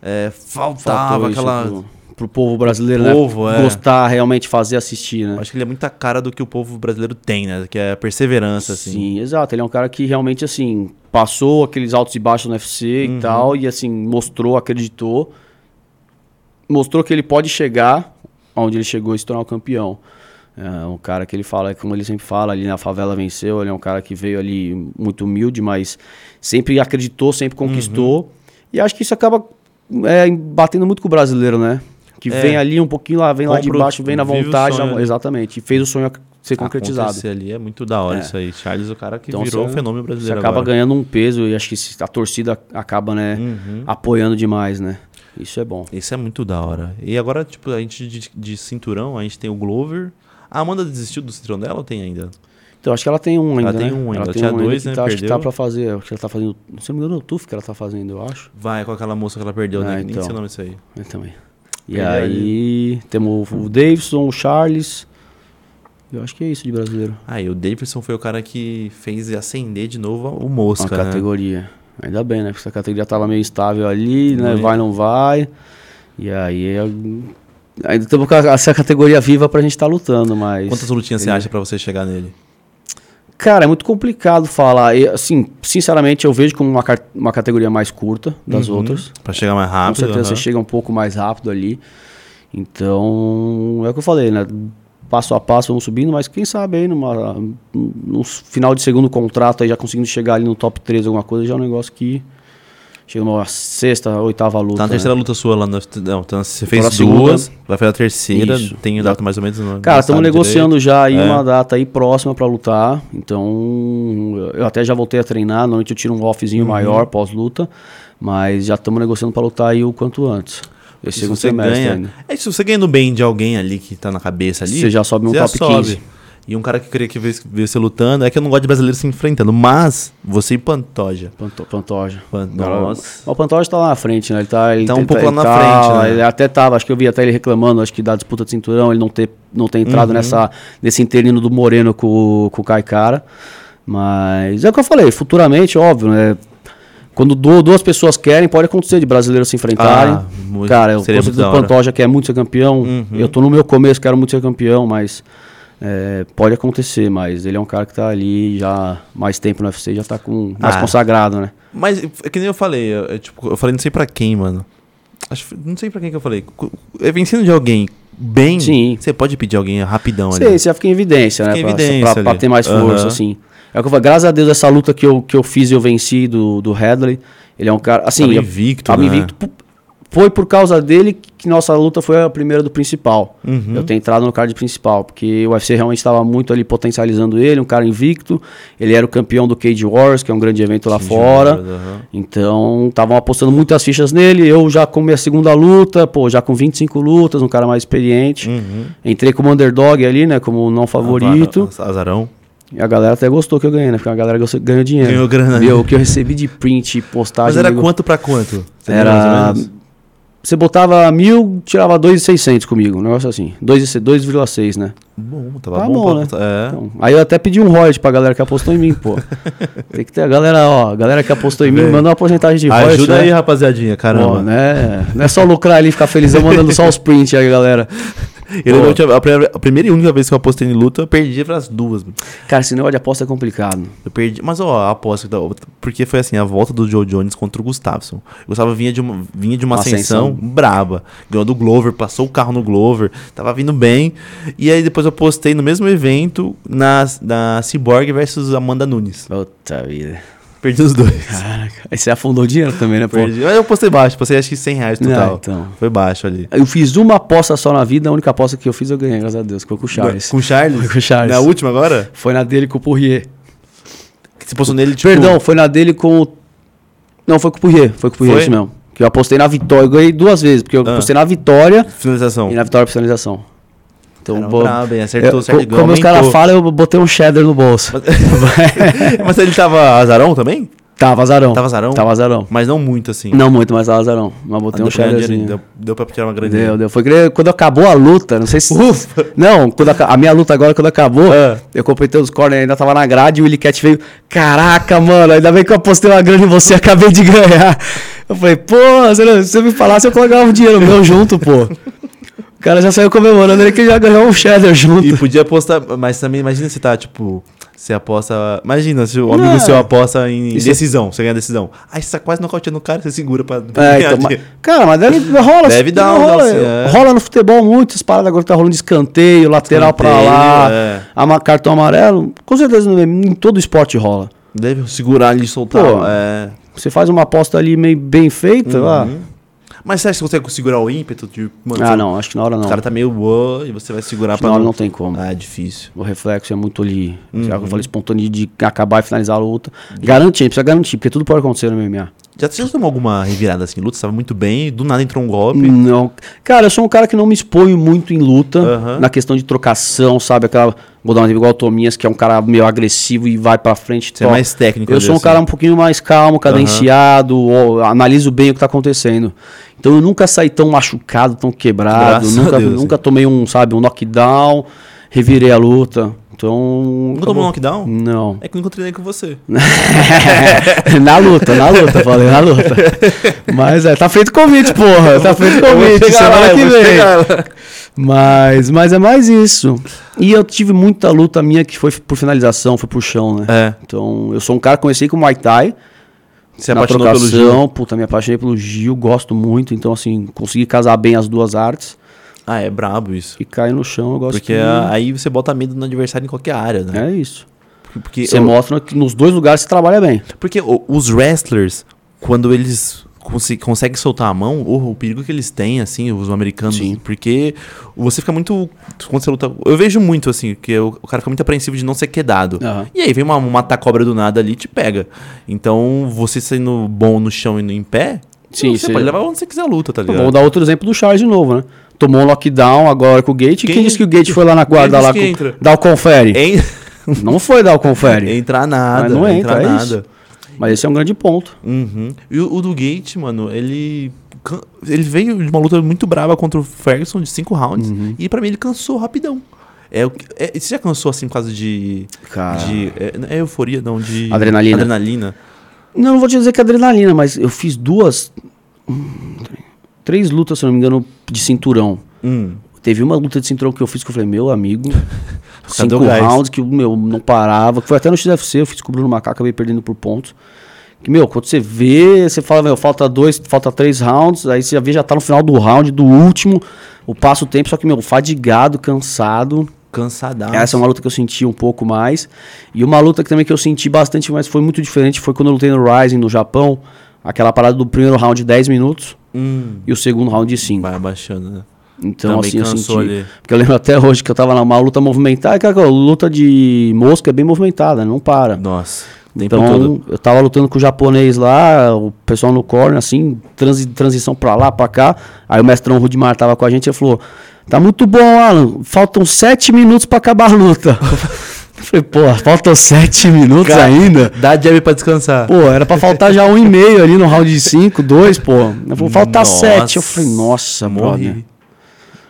é, faltava faltou isso tipo, aquela. Pro, pro povo brasileiro, Pro povo, né? é. Gostar, realmente fazer, assistir, né? Acho que ele é muita cara do que o povo brasileiro tem, né? Que é a perseverança assim. Sim, exato. Ele é um cara que realmente, assim, passou aqueles altos e baixos no UFC Uhum. e tal, e assim, mostrou, acreditou, mostrou que ele pode chegar onde ele chegou e se tornar o campeão. É um cara que ele fala, como ele sempre fala, ali na favela venceu, ele é um cara que veio ali muito humilde, mas sempre acreditou, sempre conquistou. Uhum. E acho que isso acaba é, batendo muito com o brasileiro, né? Que É. vem ali um pouquinho lá, vem lá de Compra o- baixo, vem na vive o vontade, na- sonho, né? exatamente. E fez o sonho ac- ser concretizado. Acontecer ali é muito da hora É. isso aí. Charles, o cara que Então, virou você- o fenômeno Você brasileiro acaba agora. Uhum. ganhando um peso e acho que se- a torcida acaba, né, apoiando demais, né? Isso é bom. Isso é muito da hora. E agora, tipo, a gente de, de cinturão, a gente tem o Glover. A Amanda desistiu do cinturão dela ou tem ainda? Então acho que ela tem um ainda. tem né? um ainda. Ela tem Tinha um ainda dois, que né? tá- acho que tá Perdeu. pra fazer. Acho que ela tá fazendo. Não sei se me engano, o TUF que ela tá fazendo, eu acho. Vai com aquela moça que ela perdeu, né? Ah, Que Nem então. sei o nome disso aí. Eu também. E Perdeu aí temos o Davidson, o Charles. Eu acho que é isso de brasileiro. Ah, e o Davidson foi o cara que fez acender de novo o Mosca, Uma né? categoria. Ainda bem, né? Porque essa categoria tava meio estável ali, né? Não é? Vai, não vai. E aí. é- Ainda estamos com a- essa categoria viva pra gente estar lutando, mas. Quantas lutinhas você Ele- acha pra você chegar nele? Cara, é muito complicado falar. E, assim, sinceramente, eu vejo como uma, car- uma categoria mais curta das Uhum. outras. Pra chegar mais Com rápido? certeza você aham. chega um pouco mais rápido ali. Então, é o que eu falei, né? Passo a passo vamos subindo, mas quem sabe aí numa, num final de segundo contrato aí já conseguindo chegar ali no top 3 alguma coisa, já é um negócio que chega numa sexta, oitava luta. Tá na né? terceira luta sua lá no... Não, então você fez Agora a duas, segunda. vai fazer a terceira, Isso. tem o data mais ou menos... não- Cara, não estamos sabe negociando direito. já aí É. uma data aí próxima pra lutar. Então, eu- eu até já voltei a treinar. Normalmente eu tiro um offzinho Uhum. maior pós-luta. Mas já estamos negociando pra lutar aí o quanto antes. Esse Se segundo você semestre ganha... ainda. É, se você ganha no bem de alguém ali que tá na cabeça ali... Você já sobe um você top 15. E um cara que queria que vê- vê você lutando... É que eu não gosto de brasileiro se enfrentando, mas você e Pantoja. Panto, Pantoja. Pan- Agora, Nossa. O Pantoja tá lá na frente, né? Ele tá, ele Tá um pouco ele lá na frente, né? Ele até tava, acho que eu vi até ele reclamando, acho que da disputa de Uhum. cinturão, ele não ter, não ter entrado nessa, nesse interino do Moreno com, o- com o Caicara. Mas é o que eu falei, futuramente, óbvio, né? Quando du- duas pessoas querem, pode acontecer de brasileiros se enfrentarem. Ah, muito. Cara, eu Seria consigo muito da do hora. Pantoja quer muito ser campeão. Uhum. Eu tô no meu começo, quero muito ser campeão, mas é, pode acontecer. Mas ele é um cara que tá ali já mais tempo no UFC, já tá com mais Ah. consagrado, né? Mas é que nem eu falei, eu, eu, tipo, eu falei não sei pra quem, mano. Acho, não sei pra quem que eu falei. Cu- É vencendo de alguém bem, Sim. você pode pedir alguém rapidão Sim, ali. você já fica em evidência, né? Fica em pra, evidência pra- pra ali. ter mais força, Aham. assim. É o que eu falo, graças a Deus, essa luta que eu, que eu fiz e eu venci do, do Hadley, ele é um cara. Assim, Tava eu- invicto, tava né? invicto. Pu- Foi por causa dele que nossa luta foi a primeira do principal. Uhum. Eu ter entrado no card principal, porque o UFC realmente estava muito ali potencializando ele, um cara invicto. Ele era o campeão do Cage Wars, que é um grande evento lá fora. aham. Então, estavam apostando muitas fichas nele. Eu já com minha segunda luta, pô, já com 25 lutas, um cara mais Hum. experiente. Uhum. Entrei como underdog ali, né? Como Ah, não favorito. Azar- Azarão. E a galera até gostou que eu ganhei, né? Porque a galera gostou- ganhou dinheiro. Ganhou grana. né? Viu? O que eu recebi de print, postagem. Mas era nego- quanto pra quanto? Você lembra Era. mais ou menos? Você botava mil, tirava 2,600 comigo, um negócio assim. 2,6, 2,6, né? Bom, tava Tá bom, bom, pra- É. Então, aí eu até pedi um royalty pra galera que apostou em mim, pô. Tem que ter a galera, ó, a galera que apostou em mim, Vem. manda uma porcentagem de royalty. Ajuda né? aí, rapaziadinha, caramba. Pô, né? Não é só lucrar ali e ficar felizão mandando só os prints aí, galera. Eu lembro Pô. a última- a, primeira, a primeira e única vez que eu apostei em luta, eu perdi pras duas. mano. Cara, esse negócio de aposta é complicado. Eu perdi. Mas, ó, a aposta. da outra- Porque foi assim, a volta do Joe Jones contra o Gustafsson. O Gustavo vinha de uma, vinha de uma Uma ascensão, braba. Ganhou do Glover, passou o carro no Glover. Tava vindo bem. E aí depois eu postei no mesmo evento na, na Cyborg versus Amanda Nunes. Puta vida. Perdi os dois. Caraca. Aí você afundou dinheiro também, né, pô? Perdi. Mas eu postei baixo, postei acho que 100 reais total. Ah, então. Foi baixo ali. Eu fiz uma aposta só na vida, a única aposta que eu fiz eu ganhei, graças a Deus, que foi com o Charles. Com o Charles? [LAUGHS] Com o Charles. Na última agora? Foi na dele com o Poirier. Que Você postou nele, tipo... Perdão, foi na dele com o... Não, foi com o Poirier, foi com o Poirier Foi? isso mesmo. Que eu apostei na vitória, eu ganhei duas vezes, porque eu Ah. apostei na vitória Finalização. e na vitória pra finalização. Então, Caramba, bo- brabo, hein? Acertou, eu- acertou. co- Como [LAUGHS] os caras falam, eu botei um cheddar no bolso. Mas ele tava azarão também? Tava azarão. Tava azarão? Tava azarão. Mas não muito assim. Ah, Não muito, mas tava azarão. Mas botei deu, um pra ganhar cheirozinho. dinheiro, então. deu, deu pra tirar uma grande. Deu, deu. Foi que nem quando acabou a luta, não sei se. Não, quando aca- a, minha luta agora, quando acabou, Ah. eu completei os corners, ainda tava na grade e o Willy Cat veio. Caraca, mano, ainda bem que eu apostei uma grana em você, [LAUGHS] acabei de ganhar. Eu falei, pô, se não- se você me falasse, eu colocava o dinheiro meu junto, pô. O cara já saiu comemorando, ele que já ganhou um cheddar junto. E podia apostar, mas também imagina se tá, tipo, você aposta. Imagina se o amigo Não. seu aposta em Isso. é decisão, você ganha decisão. Aí você tá quase nocauteando o cara, você segura pra. pra É, ganhar [LAUGHS] então, mas- dinheiro. cara, mas deve, rola. Deve dar um rola, negocinho, é. rola no futebol muitas paradas agora que tá rolando de escanteio, lateral pra Escanteio, lá, é. ama- cartão amarelo. Com certeza no- em todo esporte rola. Deve segurar ali e soltar. Pô. é. Você faz uma aposta ali meio bem Uhum. feita, lá. Mas você acha que você consegue segurar o ímpeto? de mano, Ah, você- não, acho que na hora não. O cara tá meio uó, e você vai segurar acho que na hora não tem como. Ah, é Uhum. difícil. O reflexo é muito ali. Será que eu falei espontâneo de acabar e finalizar a luta? Garantir, precisa garantir, porque tudo pode acontecer no MMA. Já você já tomou alguma revirada assim? Luta, você tava muito bem, do nada entrou um golpe. Não. Cara, eu sou um cara que não me exponho muito em luta, Aham. na questão de trocação, sabe? Aquela. Vou dar um exemplo igual o Tominhas, que é um cara meio agressivo e vai pra frente. Você é toca. mais técnico, Eu ali, sou um assim. cara um pouquinho mais calmo, cadenciado, ó, analiso bem o que tá acontecendo. Então eu nunca saí tão machucado, tão quebrado, Graças a nunca, Deus, hein? nunca tomei um, sabe, um knockdown, revirei a luta. Então. Nunca tomou um acabou. knockdown? Não. [LAUGHS] É que eu nunca treinei com você. Né? na luta, na luta, falei, na luta. Mas é, tá feito convite, porra. Tá feito Eu vou convite, chegar lá, semana eu que vou chegar vem. lá. Mas, mas é mais isso. E eu tive muita luta minha que foi por finalização, foi por chão, né? É. Então, eu sou um cara que conheci com Muay Thai. Você é na apaixonou pelo trocação, Gil. Puta, me apaixonei pelo Gil, gosto muito. Então, assim, consegui casar bem as duas artes. Ah, é brabo isso. E cair no chão, eu gosto Porque de- ah, aí você bota medo no adversário em qualquer área, né? É isso. Porque, Você eu- mostra que nos dois lugares você trabalha bem. porque o- os wrestlers, quando eles conse- conseguem soltar a mão, o, o perigo que eles têm, assim, os americanos. Sim. Porque você fica muito. Quando você luta. Eu vejo muito, assim, que o, o cara fica muito apreensivo de não ser quedado. Aham. E aí vem uma matar cobra do nada ali e te pega. Então, você sendo bom no chão e no em pé. Sim, você você- pode levar onde você quiser a luta, tá ligado? Vamos dar outro exemplo do Charles de novo, né? Tomou um lockdown agora com o Gate. Quem, Quem- disse que o Gate foi lá na guarda disse lá que com... entra? Dá o [LAUGHS] confere. Hein? Não foi dar o confere. Entrar nada, Mas não entra, entrar é nada. isso. Mas esse é um grande ponto. Uhum. E o, o do Gate, mano, ele. can- Uhum. Ele veio de uma luta muito brava contra o Ferguson de cinco rounds. E pra mim ele cansou rapidão. É, o que- é, você já cansou assim por causa de. Cara. de é, não é euforia, não, de. Ah. Adrenalina. Adrenalina. Não, não vou te dizer que é adrenalina, mas eu fiz duas. hum, Três lutas, se eu não me engano, de cinturão. Hum. Teve uma luta de cinturão que eu fiz que eu falei, [LAUGHS] meu amigo, Cadê o cinco Tá gás? rounds que meu, não parava. que Foi até no XFC, eu fiz com o Bruno Macaco, acabei perdendo por pontos. Que, meu, quando você vê, você fala, meu, falta dois, falta três rounds, aí você já vê, já tá no final do round, do último, o passo o tempo, só que, meu, fadigado, cansado. Cansadaço. Essa é uma luta que eu senti um pouco mais. E uma luta que também que eu senti bastante, mas foi muito diferente, foi quando eu lutei no Rising, no Japão. Aquela parada do primeiro round de 10 minutos Hum. e o segundo round de 5. Vai abaixando, né? Então, Também assim, eu senti. cansou ali. Porque eu lembro até hoje que eu tava numa luta movimentada. Cara, aquela luta de mosca é bem movimentada, não para. Nossa. o Tempo todo. Então, eu tava lutando com o japonês lá, o pessoal no corner, assim, transi- transição pra lá, pra cá. Aí o mestrão Rudimar tava com a gente e falou: Tá muito bom, Alan, faltam sete minutos pra acabar a luta. [LAUGHS] eu falei: Pô, faltam sete minutos Cara, ainda? Dá jab pra descansar. Pô, era pra faltar já um e meio ali no round de cinco, dois, pô. Ele falou: Falta sete. Eu falei: Nossa, morre. brother.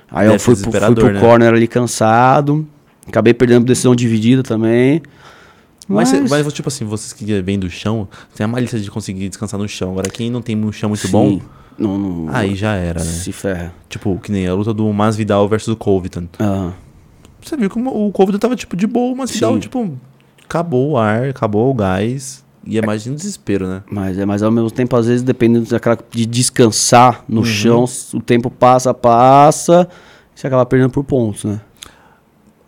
Aí Deve eu fui, ser pro- fui desesperador, pro né? corner ali cansado. Acabei perdendo por decisão dividida também. Mas, Mas- cê- mas, tipo assim, vocês que vêm do chão, tem a malícia de conseguir descansar no chão. Agora, quem não tem um chão muito Sim, bom, Não, não- aí já era, né? se ferra. Tipo, que nem a luta do Masvidal versus o Covington. Ah, Você viu que o Covington tava, tipo, de boa, o Masvidal, Sim. tipo, acabou o ar, acabou o gás. E é imagina o desespero, né? mas, é, mas ao mesmo tempo, às vezes, dependendo daquela de descansar Uhum. no chão, o tempo passa, passa, você acaba perdendo por pontos, né?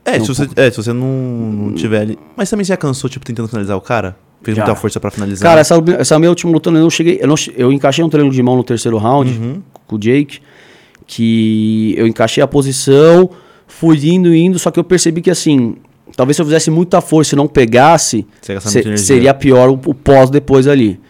É, É um se você, é, se você não, não tiver ali. Mas também você já cansou, tipo, tentando finalizar o cara? Fez Já. muita força pra finalizar. Cara, essa, essa minha última luta eu não cheguei. Eu, não che- eu encaixei um treino de mão no terceiro round com o Jake. Que eu encaixei a posição, fui indo, indo, só que eu percebi que assim, talvez se eu fizesse muita força e não pegasse, Você ia gastar se- muita energia. seria pior o, o pós depois ali.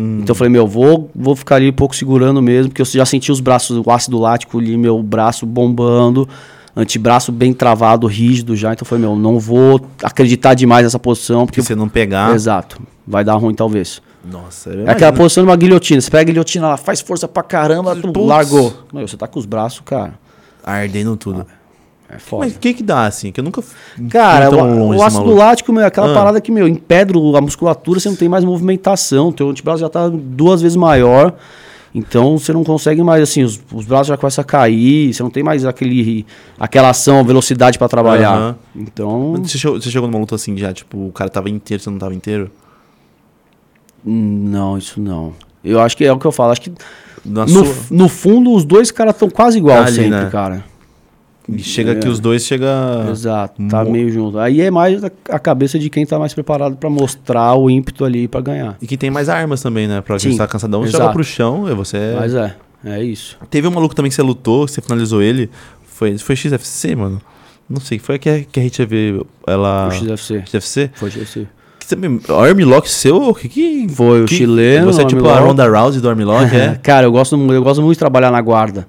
Então eu falei, meu, vou, vou ficar ali um pouco segurando mesmo, porque eu já senti os braços, o ácido lático ali, meu braço bombando, antebraço bem travado, rígido já. Então eu falei, meu, não vou acreditar demais nessa posição, porque. Se você não Ah. pegar. Exato, vai dar ruim talvez. Nossa, É aquela posição de uma guilhotina. Você pega a guilhotina lá, faz força pra caramba, tu Putz. largou. Meu, você tá com os braços, cara. Ardendo tudo. É foda. Mas o que que dá, assim? Que eu nunca. fui cara, tão o, longe o desse ácido maluco. lático, meu, é aquela Ah. parada que, meu, empedra o- a musculatura, você não tem mais movimentação. Teu antebraço já tá duas vezes maior. Então você não consegue mais, assim, os, os braços já começam a cair, você não tem mais aquele, aquela ação, velocidade pra trabalhar. Aham. Então. Mas Você chegou, você chegou numa luta assim já, tipo, o cara tava inteiro, você não tava inteiro? Não, isso não. Eu acho que é o que eu falo. Acho que Na no, sua- no fundo os dois caras estão quase igual Tá ali, sempre, né? cara. E chega É. que os dois chega. Exato, tá Mo- meio junto. Aí é mais a- a cabeça de quem tá mais preparado pra mostrar o ímpeto ali pra ganhar. E que tem mais armas também, né? Pra quem Sim, tá cansadão, joga exato. pro chão e você. Mas é, é isso. Teve um maluco também que você lutou, que você finalizou ele. Foi, foi XFC, mano? Não sei, foi que a, que a RTV, ela... O XFC. XFC? Foi o XFC. Que também, o Armlock seu, o que que... Foi o que- chileno, Você é o tipo a armlock. Ronda Rousey do Armlock, é? [LAUGHS] Cara, eu gosto, mu- eu gosto muito de trabalhar na guarda.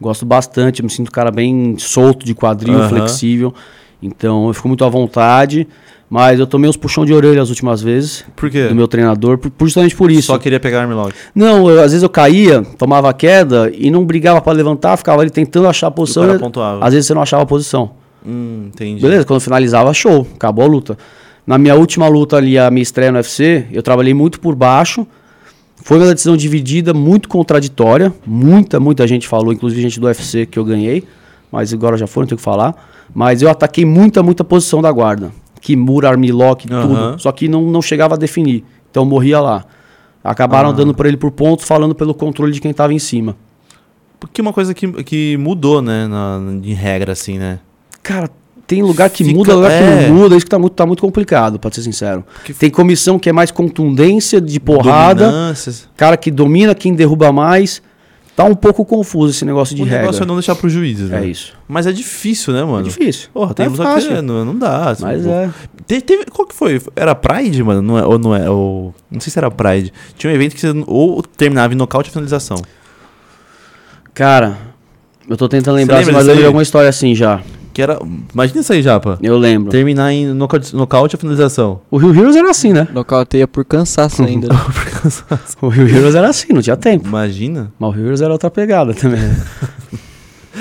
Gosto bastante, me sinto um cara bem solto de quadril, Aham. flexível. Então eu fico muito à vontade. Mas eu tomei uns puxão de orelha as últimas vezes Por quê? do meu treinador, por- por- justamente por isso. Só queria pegar Armlock. Não, eu- às vezes eu caía, tomava a queda e não brigava pra levantar, ficava ali tentando achar a posição. cara e pontuava. Às vezes você não achava a posição. Hum, entendi. Beleza, quando finalizava, show, acabou a luta. Na minha última luta ali, a minha estreia no UFC, eu trabalhei muito por baixo. Foi uma decisão dividida, muito contraditória. Muita, muita gente falou, inclusive gente do UFC que eu ganhei. Mas agora já foi, não tenho o que falar. Mas eu ataquei muita, muita posição da guarda. Kimura, Armlock, Aham. tudo. Só que não, não chegava a definir. Então morria lá. Ah. Acabaram dando pra ele por pontos, falando pelo controle de quem tava em cima. Porque é uma coisa que, que mudou, né, na, de regra, assim, né? Cara, tem lugar que Fica- muda, lugar é. que não muda. Isso que tá muito, tá muito complicado, pra ser sincero. Porque Tem comissão que é mais contundência de porrada, Dominâncias. cara que domina, quem derruba mais. Tá um pouco confuso esse negócio de O regra. negócio é não deixar pro juízes, né? É isso. Mas é difícil, né, mano? É difícil. Porra, Não é temos fácil. aqui, não, não dá. assim, Mas pô. é. Te- teve- qual que foi? Era Pride, mano? Não é, ou não é? Ou, não sei se era Pride. Tinha um evento que você ou terminava em nocaute ou finalização. Cara, eu tô tentando lembrar, lembra mas eu disso lembro de aí? alguma história assim já. Que era. Imagina isso aí, Japa. Eu lembro. Terminar em nocaute, nocaute ou finalização. [LAUGHS] O Rio Heroes era assim, né? Nocauteia por cansaço ainda. né? O Rio Heroes era assim, não tinha tempo. Imagina. [LAUGHS] Mas o Rio Heroes era outra pegada também. né?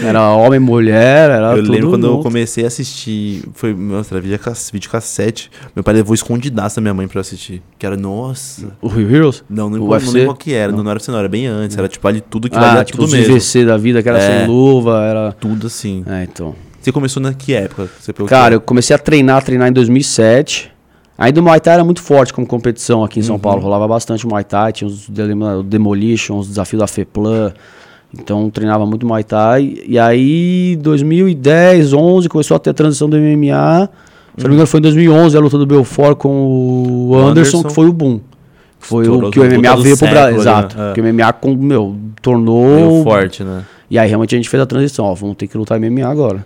Era homem, mulher, era eu Tá todo lembro quando eu mundo. comecei a assistir, foi nossa, era videocass- videocassete, meu pai levou escondidaço da minha mãe pra eu assistir. Que era, nossa. O Rio Heroes? Não, não, O lembro- não UFC? lembro qual que era, não, não era cenoura, era bem antes, era tipo ali tudo que valia Ah, tipo tudo os mesmo. IVC da vida, que era É. sem luva, era... Tudo assim. É, então... Você começou na que época? Você pegou Cara, eu comecei a treinar, treinar em 2007. Ainda o Muay Thai era muito forte como competição aqui em Uhum. São Paulo. Rolava bastante Muay Thai, tinha os Delema- o Demolition, os desafios da FEPLAN. Então treinava muito Muay Thai. E aí, 2010, 11, começou a ter a transição do MMA. Se não me engano, foi em 2011 a luta do Belfort com o O Anderson, Anderson. que foi o boom. Que Foi Estourou o que o a luta MMA do veio pro século, Brasil. né? Exato. É. Que o MMA, com- meu, tornou Meio forte, né? e aí realmente a gente fez a transição, ó, vamos ter que lutar MMA agora.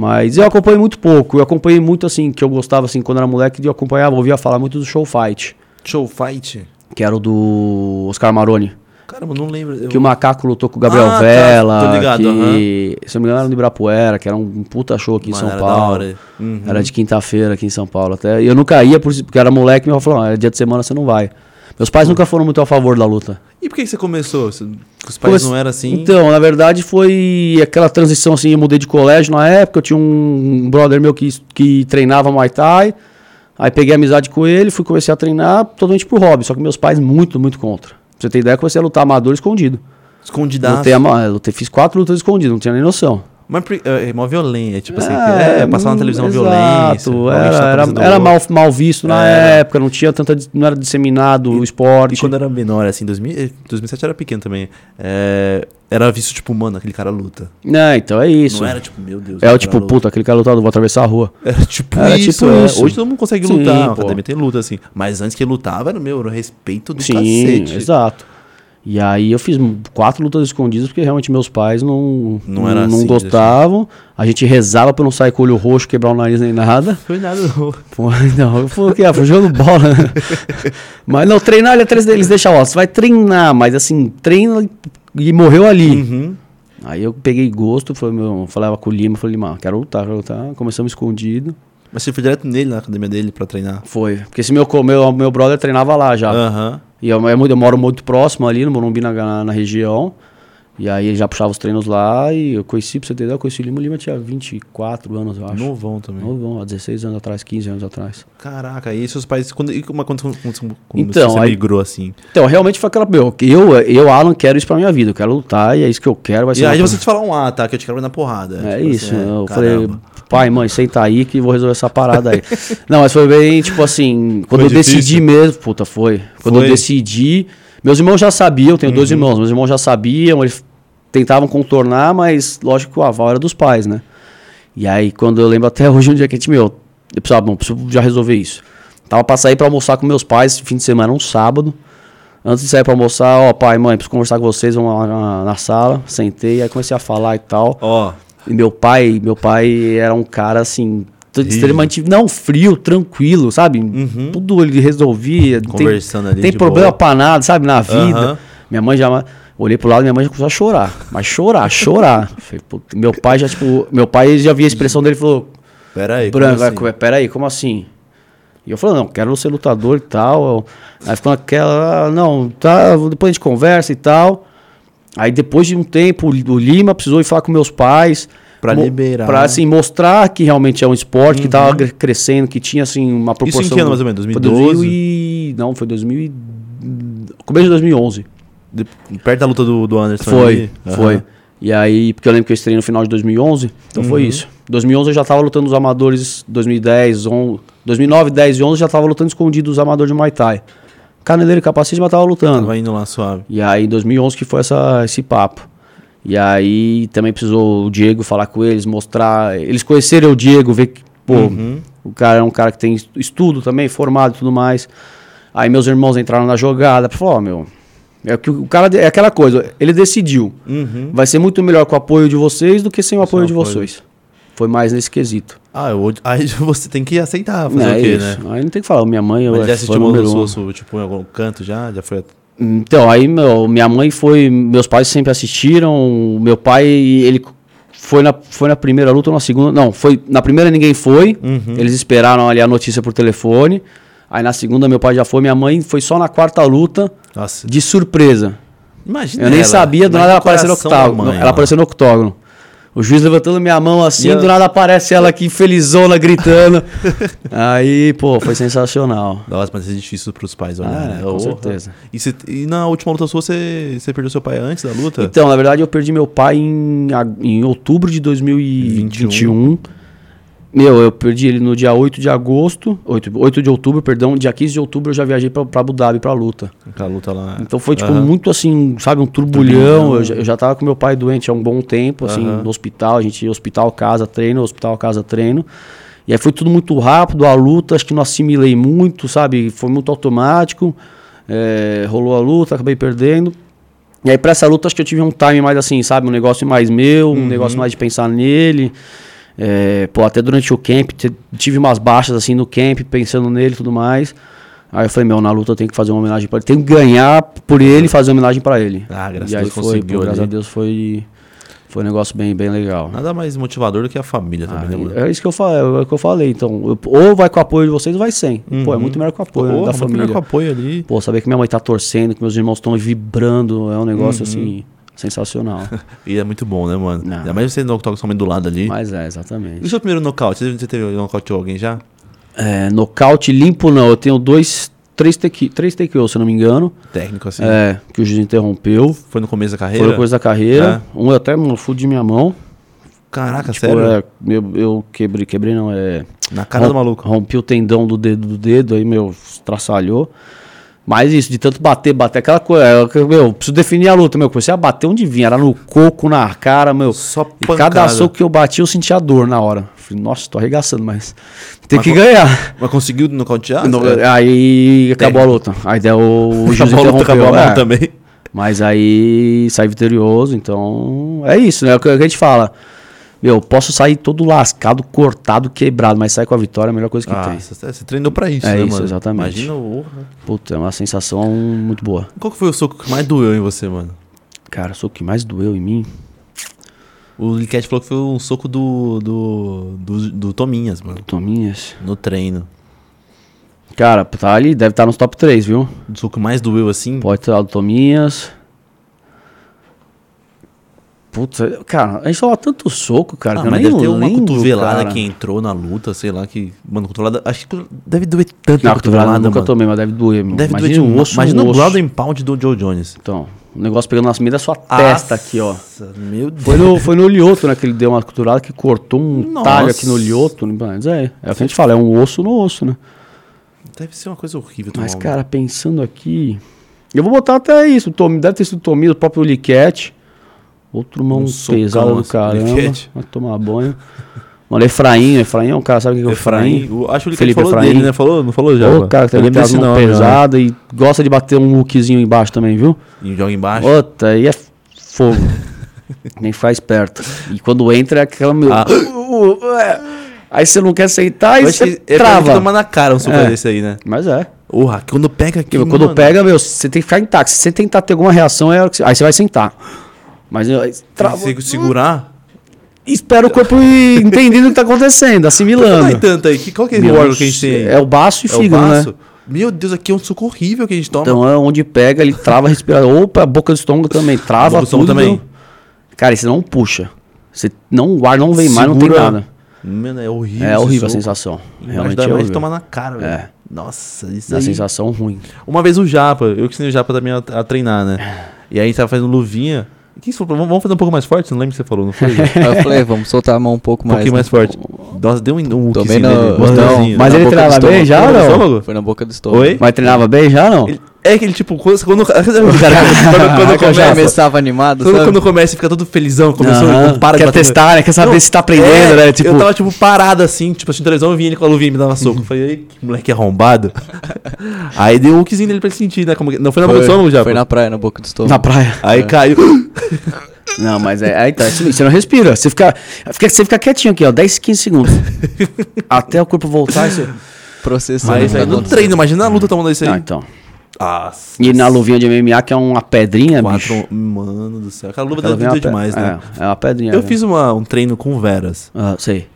Mas eu acompanhei muito pouco, eu acompanhei muito assim, que eu gostava assim, quando era moleque, eu acompanhava, ouvia falar muito do Show Fight, Show Fight? que era o do Oscar Maroni. Caramba, eu não lembro. Eu... Que o Macaco lutou com o Gabriel Ah, tá, Vela, tô ligado, que, se não me engano era no Ibirapuera, que era um puta show aqui em Mano, São era da Paulo. hora. Uhum. Era de quinta-feira aqui em São Paulo até. E eu nunca ia, por- porque eu era moleque, meu avô falou, "Ah, dia de semana você não vai. Meus Uhum. pais nunca foram muito a favor da luta. E por que que você começou? Você- Os pais Comece- não eram assim? Então, na verdade, foi aquela transição assim, eu mudei de colégio na época, eu tinha um brother meu que, que treinava Muay Thai, aí peguei amizade com ele, fui comecei a treinar totalmente por hobby, só que meus pais muito, muito contra. Pra você ter ideia, eu comecei a lutar amador escondido. Escondidaço. Lutei, ama- lutei, fiz quatro lutas escondidas, não tinha nem noção. Mas por- é, é mó violência. Tipo assim, é, passar na televisão violência. exato, Era, realmente na era, cabeça do era outro. mal, mal visto na Era. época, não tinha tanta. dis- não era disseminado o É. E esporte. quando era menor, assim, 2000, eh, 2007 era pequeno também. é, era visto, tipo, mano, aquele cara luta. Não, então é isso. Não era tipo, meu Deus. é o cara tipo, luta. puta, aquele cara lutado, vou atravessar a rua. Era tipo Era isso. tipo é. isso. Hoje todo mundo consegue Sim, lutar. pô. Na academia tem luta, assim. Mas antes que lutava, era, meu, era o respeito do Sim, cacete. exato. E aí eu fiz m- quatro lutas escondidas porque realmente meus pais não Não era assim, gostavam. A gente rezava pra eu não sair com o olho roxo, quebrar o nariz [LAUGHS] nem nada. Foi nada. não. Pô, não, eu falei o quê? Ah, foi jogo de bola. [LAUGHS] né? mas não, treinar, é ele- eles deixam, ó, você vai treinar, mas assim, treina e e morreu ali. Uhum. Aí eu peguei gosto, falei, meu, eu falava com o Lima, falei, Lima, quero lutar, quero lutar. Começamos escondido. Mas você foi direto nele, na academia dele, pra treinar. Foi, porque esse meu, co- meu, meu brother treinava lá já. Aham. E eu, eu, eu moro muito próximo ali, no Morumbi, na, na, na região. E aí ele já puxava os treinos lá e eu conheci, pra você ter ideia, eu conheci o Lima. O Lima tinha 24 anos, eu acho. Novão também. Novão, há 16 anos atrás, 15 anos atrás. Caraca, e seus pais. Quando, e como, quando, quando, quando Então, você aí- migrou assim? Então, realmente foi aquela... Meu, eu, eu, Alan, quero isso pra minha vida. Eu quero lutar e é isso que eu quero. Vai ser E uma aí coisa- você te falar um ah, tá? Que eu te quero na porrada. É Tipo isso, assim, é, eu caramba. falei, pai, mãe, senta aí que vou resolver essa parada aí. [LAUGHS] não, mas foi bem, tipo assim, quando eu difícil? decidi mesmo, puta, foi. Quando Foi? Uhum. eu decidi, meus irmãos já sabiam, eu tenho dois irmãos, meus irmãos já sabiam, eles tentavam contornar, mas lógico que o aval era dos pais, né? E aí, quando eu lembro até [LAUGHS] hoje, um dia que a gente, meu, eu precisava, bom, preciso já resolver isso. Tava pra sair pra almoçar com meus pais, fim de semana, um sábado. Antes de sair pra almoçar, ó, pai, mãe, preciso conversar com vocês, vamos lá na, na sala. Sentei, aí comecei a falar e tal. Ó, E meu pai, meu pai era um cara assim, t- Rígido. extremamente, não, frio, tranquilo, sabe? Uhum. Tudo ele resolvia, não tem, Conversando ali tem de problema boa. pra nada, sabe, na vida. Aham. Minha mãe já olhei pro lado, minha mãe já começou a chorar, mas chorar, [LAUGHS] chorar. Falei, "Puta", meu pai já tipo, meu pai já via a expressão dele e falou: pera aí. como Branco, assim? é, peraí, como assim? E eu falei, não, quero ser lutador e tal. Aí ficou aquela, "Ah, não, tá, depois a gente conversa e tal. Aí depois de um tempo, o Li- o Lima precisou ir falar com meus pais. Pra mo- liberar. né? Uhum. Pra, assim, mostrar que realmente é um esporte, que tava cre- crescendo, que tinha, assim, uma proporção... Isso em que ano, mais ou menos? Foi 2012? 2000 e... Não, foi 2000 e... Começo de 2011. De- perto da luta do, do Anderson. Foi, ali? Aham. foi. E aí, porque eu lembro que eu estrei no final de 2011, então foi Uhum. isso. 2011 eu já tava lutando os amadores, 2010, 11, 2009, 10 e 11 eu já tava lutando escondido os amadores de Muay Thai. Caneleiro e capacete, mas tava lutando. Tava indo lá suave. E aí, em 2011 que foi essa, esse papo. E aí, também precisou o Diego falar com eles, mostrar... Eles conhecerem o Diego, ver que, pô, Uhum. o cara é um cara que tem est- estudo também, formado e tudo mais. Aí, meus irmãos entraram na jogada, falaram, ó, meu... É, que o cara, de- é aquela coisa, ele decidiu. Uhum. Vai ser muito melhor com o apoio de vocês do que sem o apoio de apoio. vocês. Foi mais nesse quesito. Ah, eu, [LAUGHS] aí você tem que aceitar fazer Não, o é quê, isso. né? Aí não tem o que falar, minha mãe eu Mas já acho que foi assistiu o uma número luta um. sua, tipo, em algum canto já? Já foi. Então, aí meu, minha mãe foi, meus pais sempre assistiram, meu pai, ele foi na, foi na primeira luta ou na segunda, não, foi na primeira ninguém foi, Uhum. eles esperaram ali a notícia por telefone, aí na segunda meu pai já foi, minha mãe foi só na quarta luta, Nossa. de surpresa. Imagina. Eu nem ela. sabia, do Imagina nada ela o apareceu no coração da octógono. mãe, ela lá. apareceu no octógono. O juiz levantando minha mão assim, E do ela- nada aparece ela aqui felizona, gritando. Aí, pô, foi sensacional. Nossa, mas é difícil pros pais Ah, olharem, né? com Porra. certeza. E, cê- e na última luta sua, você você perdeu seu pai antes da luta? Então, na verdade, eu perdi meu pai em, ag- em outubro de 2021. Meu, eu perdi ele no dia 8 de agosto, 8, 8 de outubro, perdão, dia 15 de outubro eu já viajei pra, pra Abu Dhabi pra luta. Aquela luta lá. Então foi, tipo, Aham. né? muito assim, sabe, um turbulhão. Eu já, eu já tava com meu pai doente há um bom tempo, assim, Aham. no hospital. A gente ia hospital, casa, treino, hospital, casa, treino. E aí foi tudo muito rápido, a luta, acho que não assimilei muito, sabe? Foi muito automático. É, rolou a luta, acabei perdendo. E aí, pra essa luta, acho que eu tive um time mais assim, sabe? Um negócio mais meu, Uhum. um negócio mais de pensar nele. É, pô, até durante o camp, te- tive umas baixas assim no camp, pensando nele e tudo mais. Aí eu falei, meu, na luta eu tenho que fazer uma homenagem pra ele. Tenho que ganhar por ele e fazer uma homenagem pra ele. Ah, graças e a aí Deus foi, conseguiu Pô, graças ali. a Deus foi, foi um negócio bem, bem legal. Nada mais motivador do que a família também, né, mano? Aí, é isso que eu falei, é o que eu falei. Então, eu- ou vai com o apoio de vocês ou vai sem. Pô, é muito melhor com o apoio né, Porra, da Uhum. muito melhor família. com apoio ali. Pô, saber que minha mãe tá torcendo, que meus irmãos estão vibrando, é um negócio Uhum. assim [LAUGHS] sensacional. E é muito bom, né, mano? Não. Ainda mais você no toca somente do lado ali. Mas é, E o exatamente. seu primeiro nocaute? Você você teve um nocaute de alguém já? É, nocaute limpo não, eu tenho dois, três TQ, três TQO, se eu não me engano, Técnico assim? é, que o juiz interrompeu. Foi no começo da carreira? Foi coisa da carreira. Um eu até no fundo de minha mão. Caraca, Tipo, É. sério? é, eu, eu quebrei, quebrei não, é... Na cara do Rom- maluco. Rompi o tendão do dedo do dedo, aí, meu, traçalhou. Mas isso, de tanto bater, bater aquela coisa. é, que, Meu, preciso definir a luta, meu. Comecei a bater onde vinha, era no coco, na cara, meu. Só E pancada. cada soco que eu bati, eu sentia dor na hora. Falei, nossa, tô arregaçando, mas tem Mas que qual- ganhar. Mas conseguiu nocautear? Não, Sério? aí acabou a luta. Aí deu o [LAUGHS] juiz Acabou a luta, interrompeu, acabou a mão é. também. Mas aí sai vitorioso, então é isso, né? É o que a gente fala. Meu, posso sair todo lascado, cortado, quebrado, mas sair com a vitória é a melhor coisa que Ah, tem. você você treinou pra isso, É né, isso, mano? exatamente. Imagina o... porra. Puta, é uma sensação muito boa. Qual que foi o soco que mais doeu em você, mano? Cara, sou o que mais doeu em mim. O Liquete falou que foi um soco do, do, do, do Tominhas, mano. Tominhas. No treino. Cara, tá ali, deve estar nos top 3, viu? O soco que mais doeu assim? Pode estar do Tominhas. Puta, cara, a gente toma tanto soco, cara, Ah, que eu mas nem deve ter uma lembro, cotovelada cara. que entrou na luta, sei lá, que. Mano, cotovelada. Acho que deve doer tanto Não, cotovelada eu nunca mano. tomei, mas deve doer, meu. Deve imagina doer um demais. osso, Imagina um o osso. Ground Pound do Joe Jones. Então, o negócio pegando nas meio da sua Ah, testa aqui, ó. Nossa, Meu Deus. Foi no, foi no Lioto, né? Que ele deu uma cotovelada que cortou um Nossa. talho aqui no Lioto. né, Mas é, é o que a gente fala, é um osso no osso, né? Deve ser uma coisa horrível tomar Mas, um- cara, pensando aqui. Eu vou botar até isso. o Tomi, deve ter sido o Tomi, o próprio Liquete. Outro mão Um socão, pesado do assim, caramba. Liquete. Vai tomar banho. Mano, Efraim, Efraim é um cara, sabe o que é o Efraim? Efraim. o- Acho que ele Felipe falou Efraim. dele, né? Falou? Não falou já? Ô, mano? cara, que Eu tem lembro aquelas desse mãos nome, né? pesadas e gosta de bater um lookzinho embaixo também, viu? E joga embaixo. Puta, aí é [LAUGHS] fogo. Nem faz perto. E quando entra é aquela meu. [LAUGHS] Ah. Aí você não quer sentar Eu e acho que você é pra ele trava. tomar na cara um soco É. desse aí, né? Mas é. Porra, quando pega aqui. Porque quando mano, pega, meu, você tem que ficar intacto. Se você tentar ter alguma reação, é a hora que você... aí você vai sentar. Mas eu- aí trava. Se se segurar. Espera o [LAUGHS] corpo ir entendendo o que tá acontecendo, Não é assimilando. tanto aí. que- Qual que é o Meu, órgão que a gente tem aí? É o baço e É o fígado, baço? né? Meu Deus, aqui é um soco horrível que a gente toma. Então é onde pega, ele trava a respiração. Opa, a boca do estômago também. Trava Boca do estômago tudo. também. meu. Cara, e você não puxa. Você não, o ar não vem mais, não tem Segura. nada. Mano, é horrível. É esse horrível a soco. sensação. Embaixo Realmente da é mão, a gente horrível. toma na cara, velho. É. Nossa, isso Dá aí. sensação ruim. Uma vez o Japa, eu que ensinei o Japa também a, a treinar, né? E aí a gente tava fazendo luvinha. O que você falou? Vamos fazer um pouco mais forte? Não lembro o que você falou, não foi? [LAUGHS] Japa? Aí eu falei, vamos soltar a mão um pouco Um mais. pouquinho mais né? forte. Nossa, deu um, um Tomei hookzinho no- nele, no- gostosinho. Então, na Mas ele boca do treinava bem estômago. já ou No não? estômago? Foi na boca do estômago. Oi? Mas treinava bem já ou não? Ele- É aquele tipo, quando, quando, [LAUGHS] quando, cara, quando, quando Quando começa. Ah, começava animado, Quando, sabe? quando começa e fica todo felizão, começou, Aham. não para de Quer bater. testar, né? Quer saber Não, se tá aprendendo, é, né? Tipo, Eu tava, tipo, parado assim, tipo, assistindo televisão, eu vinha ele com a luvinha e me dava soco. Eu Falei, "Ei, que moleque arrombado. Aí deu um quizinho nele pra ele sentir, né? Como que- Não foi na Foi- produção, já? Foi na praia, na boca do estômago. na praia. Aí caiu. [LAUGHS] Não, mas é. Aí tá, isso mesmo, você não respira. Você fica, fica- você fica quietinho aqui, ó, 10, [LAUGHS] 15 segundos. Até o corpo voltar e você. Processando. Mas aí no treino, imagina a luta tomando isso Não, aí. então. Nossa. E na luvinha de MMA, que é uma pedrinha, bicho. Quatro... Mano do céu. Aquela luva Aquela deve luvinha é uma doer demais, pe- né? É, é uma pedrinha. Eu fiz uma- um treino com o Veras. Ah, sei.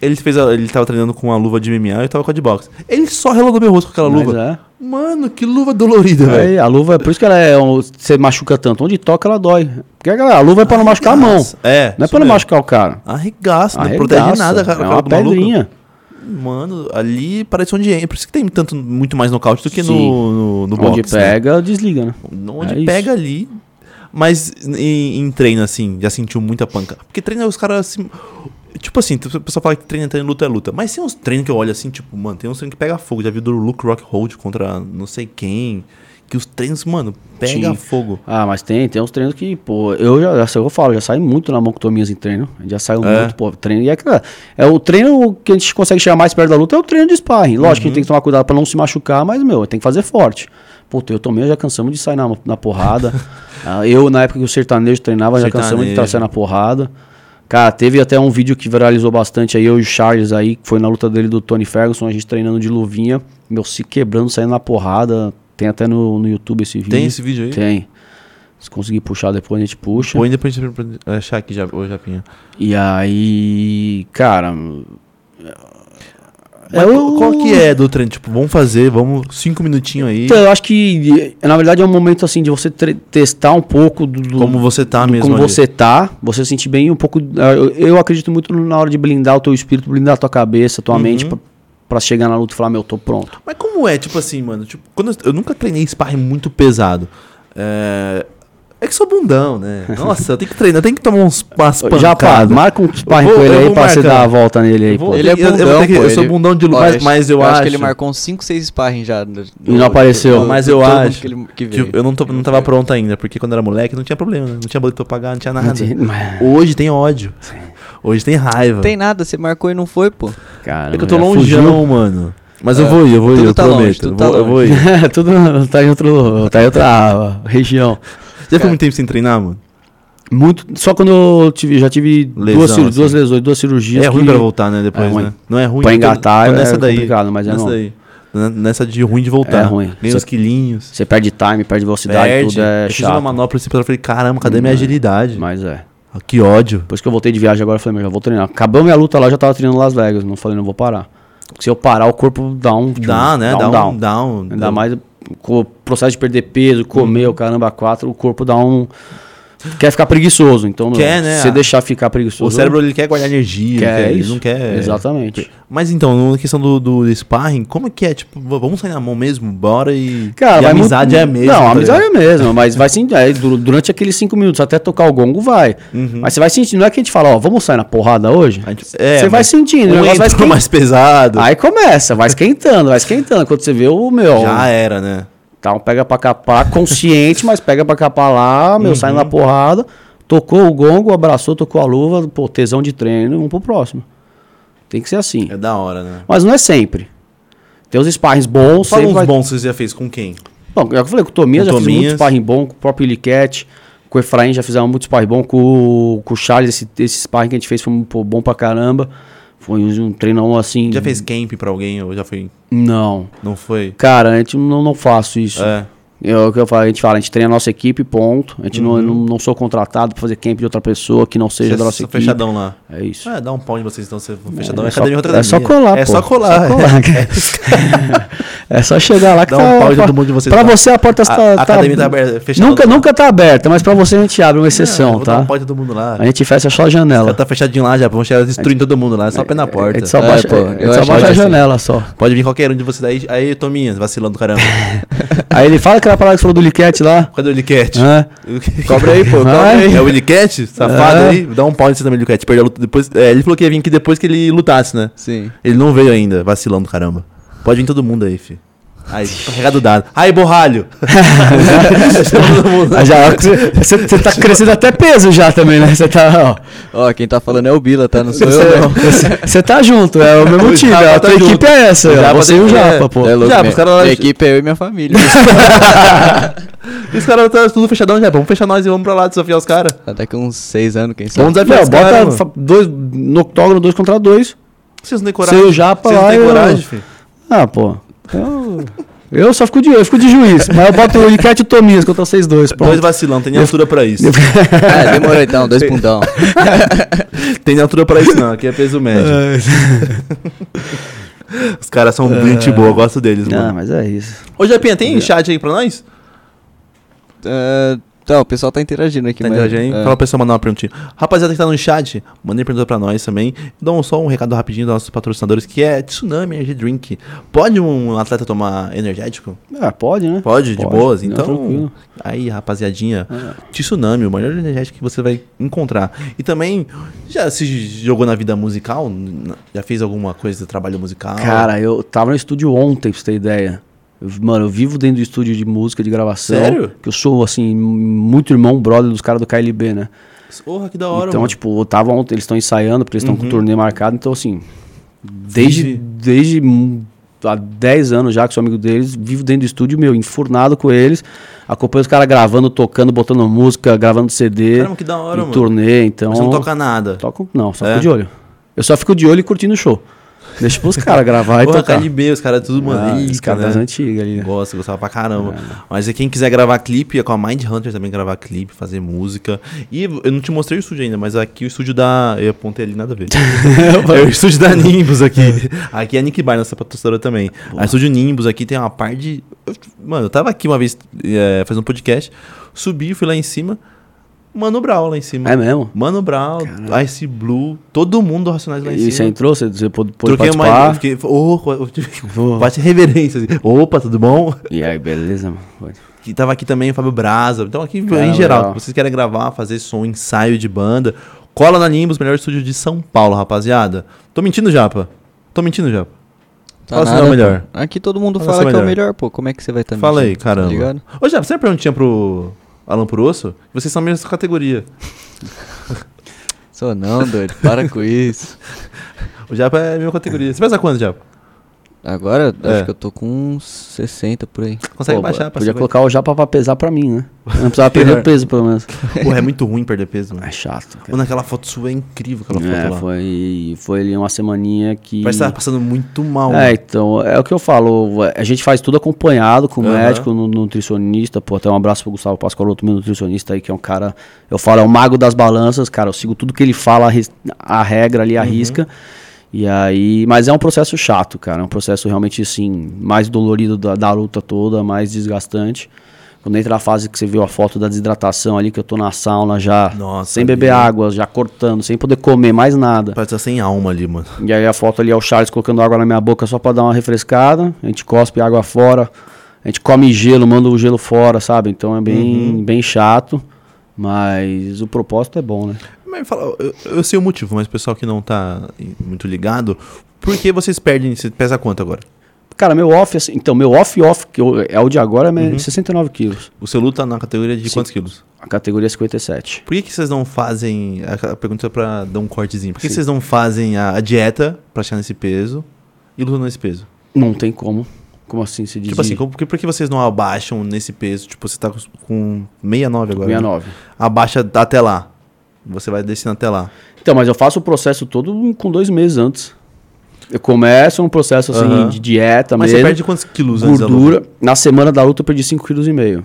Ele fez a- ele tava treinando com uma luva de MMA e eu tava com a de boxe. Ele só relou no meu rosto com aquela Mas luva. [LAUGHS] é. Mano, que luva dolorida, velho. Aí, a luva, é por isso que ela é. um- Você machuca tanto. Onde toca, ela dói. Porque a galera- a luva é pra não machucar a mão. Ah, Nossa, É. Não é isso pra não mesmo. machucar o cara. Arregaça, não Arregaça. protege nada, cara. É cara uma do maluco. pedrinha. Mano, ali parece onde é. Por isso que tem tanto, muito mais nocaute do que Sim. no, no, no Onde boxe. né? pega, desliga, né? Onde É isso. pega ali. Mas em, em treino, assim, já sentiu muita panca. Porque treino, os caras assim. Tipo assim, o pessoal fala que treino é treino, luta é luta. Mas tem uns treinos que eu olho assim, tipo, mano, tem uns treinos que pega fogo. Já vi do Luke Rockhold contra não sei quem. Que os treinos, mano, pega Sim. fogo. Ah, mas tem, tem uns treinos que, pô, eu já, já sei, eu falo, já saí muito na mão com Tominhas em treino. Já saiu É. muito, pô, treino. E é, que, né, é o treino que a gente consegue chegar mais perto da luta, é o treino de sparring. Lógico Uhum. que a gente tem que tomar cuidado pra não se machucar, mas, meu, tem que fazer forte. Pô, eu também já cansamos de sair na, [LAUGHS] na porrada. Ah, eu, na época que o sertanejo treinava, já cansamos de Sertanejo. sair na porrada. Cara, teve até um vídeo que viralizou bastante aí, eu e o Charles aí, que foi na luta dele do Tony Ferguson, a gente treinando de luvinha, meu, se quebrando, saindo na porrada. Tem até no, no YouTube esse vídeo. Tem esse vídeo aí? Tem. Se conseguir puxar depois, a gente puxa. Põe depois pra gente achar aqui, já, ô Japinha. E aí, cara. Mas Qual que é do treino? Tipo, vamos fazer, vamos cinco minutinhos aí. Então, eu acho que, na verdade, é um momento assim de você tre- testar um pouco do, do- como você tá mesmo. como ali. você tá, você sentir bem um pouco. Eu, eu acredito muito na hora de blindar o teu espírito, blindar a tua cabeça, Uhum. a tua mente, pra, pra chegar na luta e falar, meu, tô pronto. Mas como é, tipo assim, mano? Tipo, quando eu, eu nunca treinei sparring muito pesado. É, é que sou bundão, né? Nossa, eu tenho que treinar, eu tenho que tomar uns, umas pancadas. Já, pá, marca um sparring vou- com ele eu aí vou pra você marcar. dar a volta nele aí, Eu vou- pô. Ele Ele é eu- eu vou bundão, ter que- pô, eu sou ele- bundão de luta, Olha, mas- mas eu que ele acho- marcou uns 5, 6 sparring já. não apareceu. Mas eu acho Que, ele, que Tipo, veio. eu não, tô- não tava pronto ainda, porque quando eu era moleque não tinha problema, né? não tinha boleto pra pagar, não tinha nada. [LAUGHS] Mas- Hoje tem ódio. Hoje tem raiva. Tem nada, você marcou e não [LAUGHS] foi, pô. Cara, É que eu tô já fugiu. longeão, mano. Mas eu É, vou ir, eu vou ir, tudo eu tá prometo. longe, tudo eu, tá vou, eu vou ir. [LAUGHS] Tudo tá em, outro, tá em outra região. Já É. ficou muito tempo sem treinar, mano? Muito, só quando eu tive, já tive Lesão, duas, cir- assim. duas lesões, duas cirurgias. É ruim que- pra voltar, né? Depois, É ruim. né? Não é ruim. Pra quando- engatar quando é complicado, mas é nessa não. daí. N- Nessa de ruim de voltar. É ruim. Ganha Você- uns quilinhos. Você perde time, perde velocidade, Perde. tudo é eu fiz uma chato. manopla assim, eu falei, caramba, cadê minha Hum, é. agilidade? Mas é. Ah, Que ódio. Depois que eu voltei de viagem agora, eu falei, meu, já vou treinar. Acabou minha luta lá, eu já tava treinando em Las Vegas. Não falei, não vou parar. Porque se eu parar, o corpo dá um. Dá, né? Dá um down. Ainda mais com o processo de perder peso, Uhum. comer, o caramba, quatro, o corpo dá um. Quer ficar preguiçoso. Então, meu, Quer, né? se você deixar ficar preguiçoso. O cérebro ele quer guardar energia, quer ele, quer, ele isso. não quer. Exatamente. Mas então, na questão do, do sparring, como é que é? Tipo, v- vamos sair na mão mesmo, bora e. Cara, e a vai amizade muito- é a mesma. Não, a tá amizade ligado? é a mesma, mas vai sim. aí du- durante aqueles cinco minutos, até tocar o gongo, vai. Mas você vai sentindo. Não é que a gente fala, ó, vamos sair na porrada hoje? A gente- Você Uhum. é, vai mas sentindo, o Um negócio vai entrou esquentando. mais pesado. Aí começa, vai esquentando, vai esquentando. Quando você vê o meu. Já era, né? Tá um pega pra capar, consciente, mas pega pra capar lá, Uhum. meu, saindo na porrada. Tocou o gongo, abraçou, tocou a luva, pô, tesão de treino, um pro próximo. Tem que ser assim. É da hora, né? Mas não é sempre. Tem os sparrings bons, Fala sempre uns vai- bons que você já fez com quem? Bom, já que eu falei com o Tominhas, Com já fiz Tominhas. muito sparring bom, com o próprio Iliquete, com o Efraim já fizemos muito sparring bom, com, o- com o Charles, esse, esse sparring que a gente fez foi um- pô, bom pra caramba. Foi um, um treinão assim. Já fez camp pra alguém ou já foi. Não. Não foi? Cara, a gente não, não faço isso. É. Eu, o que eu falo, a gente fala, a gente treina a nossa equipe, ponto. A gente não, não, não sou contratado pra fazer camp de outra pessoa que não seja Uhum. Vocês da nossa são equipe. fechadão lá. É isso. É, dá um pau em vocês então, você fechadão é, É só- academia outra é só academia. colar, É pô. só colar. É só colar, [LAUGHS] É só chegar lá que Dá um tá, pau em pra- todo mundo de vocês Pra lá. você a porta A- está a academia tá aberta, fechada. Nunca, nunca tá aberta, mas pra você a gente abre uma exceção, Vou dar tá? um pau em todo mundo lá. A gente fecha só a janela. Tá fechadinho lá já, vão chegar destruindo todo mundo lá, só pé na A porta. gente só É, baixa, pô, a gente eu só acho baixa a ótimo. janela só. Pode vir qualquer um de vocês daí. Aí, Tominhas, vacilando do [LAUGHS] caramba. Aí ele fala aquela parada que você falou do Liquete lá. né? Cadê o Liquete? Hã? Cobra aí, pô, cobra Vai. aí. É o Liquete? Safado É. aí. Dá um pau nesse também, Liquete. Perdeu a luta depois. é, ele falou que ia vir aqui depois que ele lutasse, né? Sim. Ele não veio ainda, vacilão do caramba. Pode vir todo mundo aí, fi. Aí, carregado dado. Aí, borralho! todo mundo. Ah, já, você, você tá crescendo até peso já também, né? Você tá, ó. Ó, quem tá falando é o Bila, tá? [LAUGHS] Não sou Você, eu, não. você tá junto, é o mesmo O time. Japa A tá tua junto. equipe é essa, O ó, Japa você tem- e o Japa, é, pô. É louco, Já, minha, os caras lá- minha equipe é eu e minha família. E os caras estão tudo fechadão já. Vamos fechar nós e vamos pra lá desafiar os caras. Tá Daqui uns seis anos, quem sabe. Vamos desafiar Não, os caras. bota mano. fa- dois, no octógono, dois contra dois. Vocês não têm Seu coragem. Japa Vocês não lá têm eu- coragem, fi. Ah, pô. Eu, Eu só fico de, eu fico de juiz, mas eu boto o Enquete e o Tominhas, contra vocês dois. Dois Pronto. vacilão, tem nem altura pra isso. É, demorou então, dois pundão. Tem nem altura pra isso, não. Aqui é peso médio. Os caras são gente boa, eu gosto deles, Não, mano. mas é isso. Ô, Japinha, tem chat aí pra nós? É, Então, o pessoal tá interagindo aqui, Tá mas- interagindo aí? é. Fala pra pessoa mandar uma perguntinha. Rapaziada que tá no chat, mandem pergunta pra nós também. Dá um- só um recado rapidinho dos nossos patrocinadores, que é Tsunami Energy Drink. Pode um atleta tomar energético? Ah, pode, né? Pode, de Pode. boas. Não, Então, tranquilo. Ah. aí, rapaziadinha, Tsunami, o melhor energético que você vai encontrar. E também, já se jogou na vida musical? N- Já fez alguma coisa de trabalho musical? Cara, eu tava no estúdio ontem, pra você ter ideia. Eu- mano, eu vivo dentro do estúdio de música, de gravação. Sério? Que eu sou, assim, muito irmão, brother dos caras do KLB, né? Porra, que da hora, então, mano. Uhum. tipo, eu tava ontem, eles estão ensaiando, porque eles estão com o turnê marcado. Então, assim, desde, Entendi. desde hum, há 10 anos já que sou amigo deles, vivo dentro do estúdio, meu, enfurnado com eles. Acompanho os caras gravando, tocando, botando música, gravando CD. Caramba, que da hora, em mano. turnê, então... Mas você não toca nada. Toco, não, só É? fico de olho. Eu só fico de olho e curtindo o show. Deixa pros caras [LAUGHS] gravar e Porra, tocar. KLB, os caras tudo, mano. Ah, Ih, os caras né? das antigas ali, [LAUGHS] né? Gosto, gostava pra caramba. Mas e quem quiser gravar clipe, é com a Mind Hunter também gravar clipe, fazer música. E eu não te mostrei o estúdio ainda, mas aqui o estúdio da. Eu apontei ali nada [LAUGHS] a ver. [LAUGHS] é o estúdio da Nimbus aqui. aqui é a Nick Bar, nossa patrocinadora também. A estúdio Nimbus aqui tem uma parte de. eu- Mano, eu tava aqui uma vez é, fazendo um podcast, subi, fui lá em cima. Mano Brown lá em cima. É mesmo? Mano Brown, Ice Blue, todo mundo do Racionais lá em E cima. você entrou, você, você pôde, pôde Troquei uma ideia, participar. fiquei, oh, eu tive- Vou. bate reverência. assim, Opa, tudo bom? [LAUGHS] E aí, beleza, mano? Foi. Que tava aqui também o Fábio Braza. Então, aqui Cara, em geral, legal. vocês querem gravar, fazer som, ensaio de banda, cola na Nimbus, melhor estúdio de São Paulo, rapaziada. Tô mentindo, Japa? Tô mentindo, Japa? Tá Fala se nada, não é o melhor. pô. Aqui todo mundo Fala fala, se é o que é o melhor. melhor, pô. Como é que você vai estar Fala aí, ligado? caramba. Ô, Japa, você tem uma perguntinha pro Alan Purosso? Vocês são a mesma categoria. Sou não, doido. Para com isso. O Japa é a mesma categoria. Você pesa quanto, Japa? [LAUGHS] Agora, É. acho que eu tô com uns 60 por aí. Consegue Pô, baixar pra Podia 50? colocar o japa pra pesar pra mim, né? Eu não [LAUGHS] precisava perder o peso, pelo menos. Porra, é muito ruim perder peso, [LAUGHS] mano. É chato, cara. Mano, aquela foto sua é incrível, aquela foto É, lá. foi, foi ali uma semaninha que... Parece que tava passando muito mal. É, então, é o que eu falo, a gente faz tudo acompanhado com o Aham. médico, no, nutricionista, pô, até um abraço pro Gustavo Pascoaloto, meu nutricionista aí, que é um cara, eu falo, é o mago das balanças, cara, eu sigo tudo que ele fala, a res- a regra ali, a Uhum. risca, e aí, mas é um processo chato, cara, é um processo realmente, assim, mais dolorido da, da luta toda, mais desgastante, quando entra a fase que você viu a foto da desidratação ali, que eu tô na sauna já, Nossa, sem beber meu. água, já cortando, sem poder comer mais nada. Parece que tá sem alma ali, mano. E aí a foto ali é o Charles colocando água na minha boca só pra dar uma refrescada. A gente cospe água fora. A gente come gelo, manda o gelo fora, sabe? Então é Uhum. bem, bem chato. Mas o propósito é bom, né? Mas fala, eu, eu sei o motivo, mas o pessoal que não tá muito ligado, por que vocês perdem? Você pesa quanto agora? Cara, meu off, assim, então, meu off-off, que eu- é o de agora, é me- Uhum. 69 quilos. O seu Lu tá na categoria de Sim. quantos quilos? A categoria é 57. Por que, que vocês não fazem. A a pergunta é pra dar um cortezinho. Por que, vocês não fazem a, a dieta pra chegar nesse peso e lutam nesse peso? Não tem como. Como assim se diz? Tipo assim, como- por que, por que vocês não abaixam nesse peso? Tipo, você tá com, com 69 agora. né? 69. Abaixa até lá. Você vai descendo até lá. Então, mas eu faço o processo todo com dois meses antes. Eu começo um processo assim Aham. de dieta Mas mesmo. você perde quantos quilos antes da luta? gordura. Na semana da luta eu perdi 5,5 kg.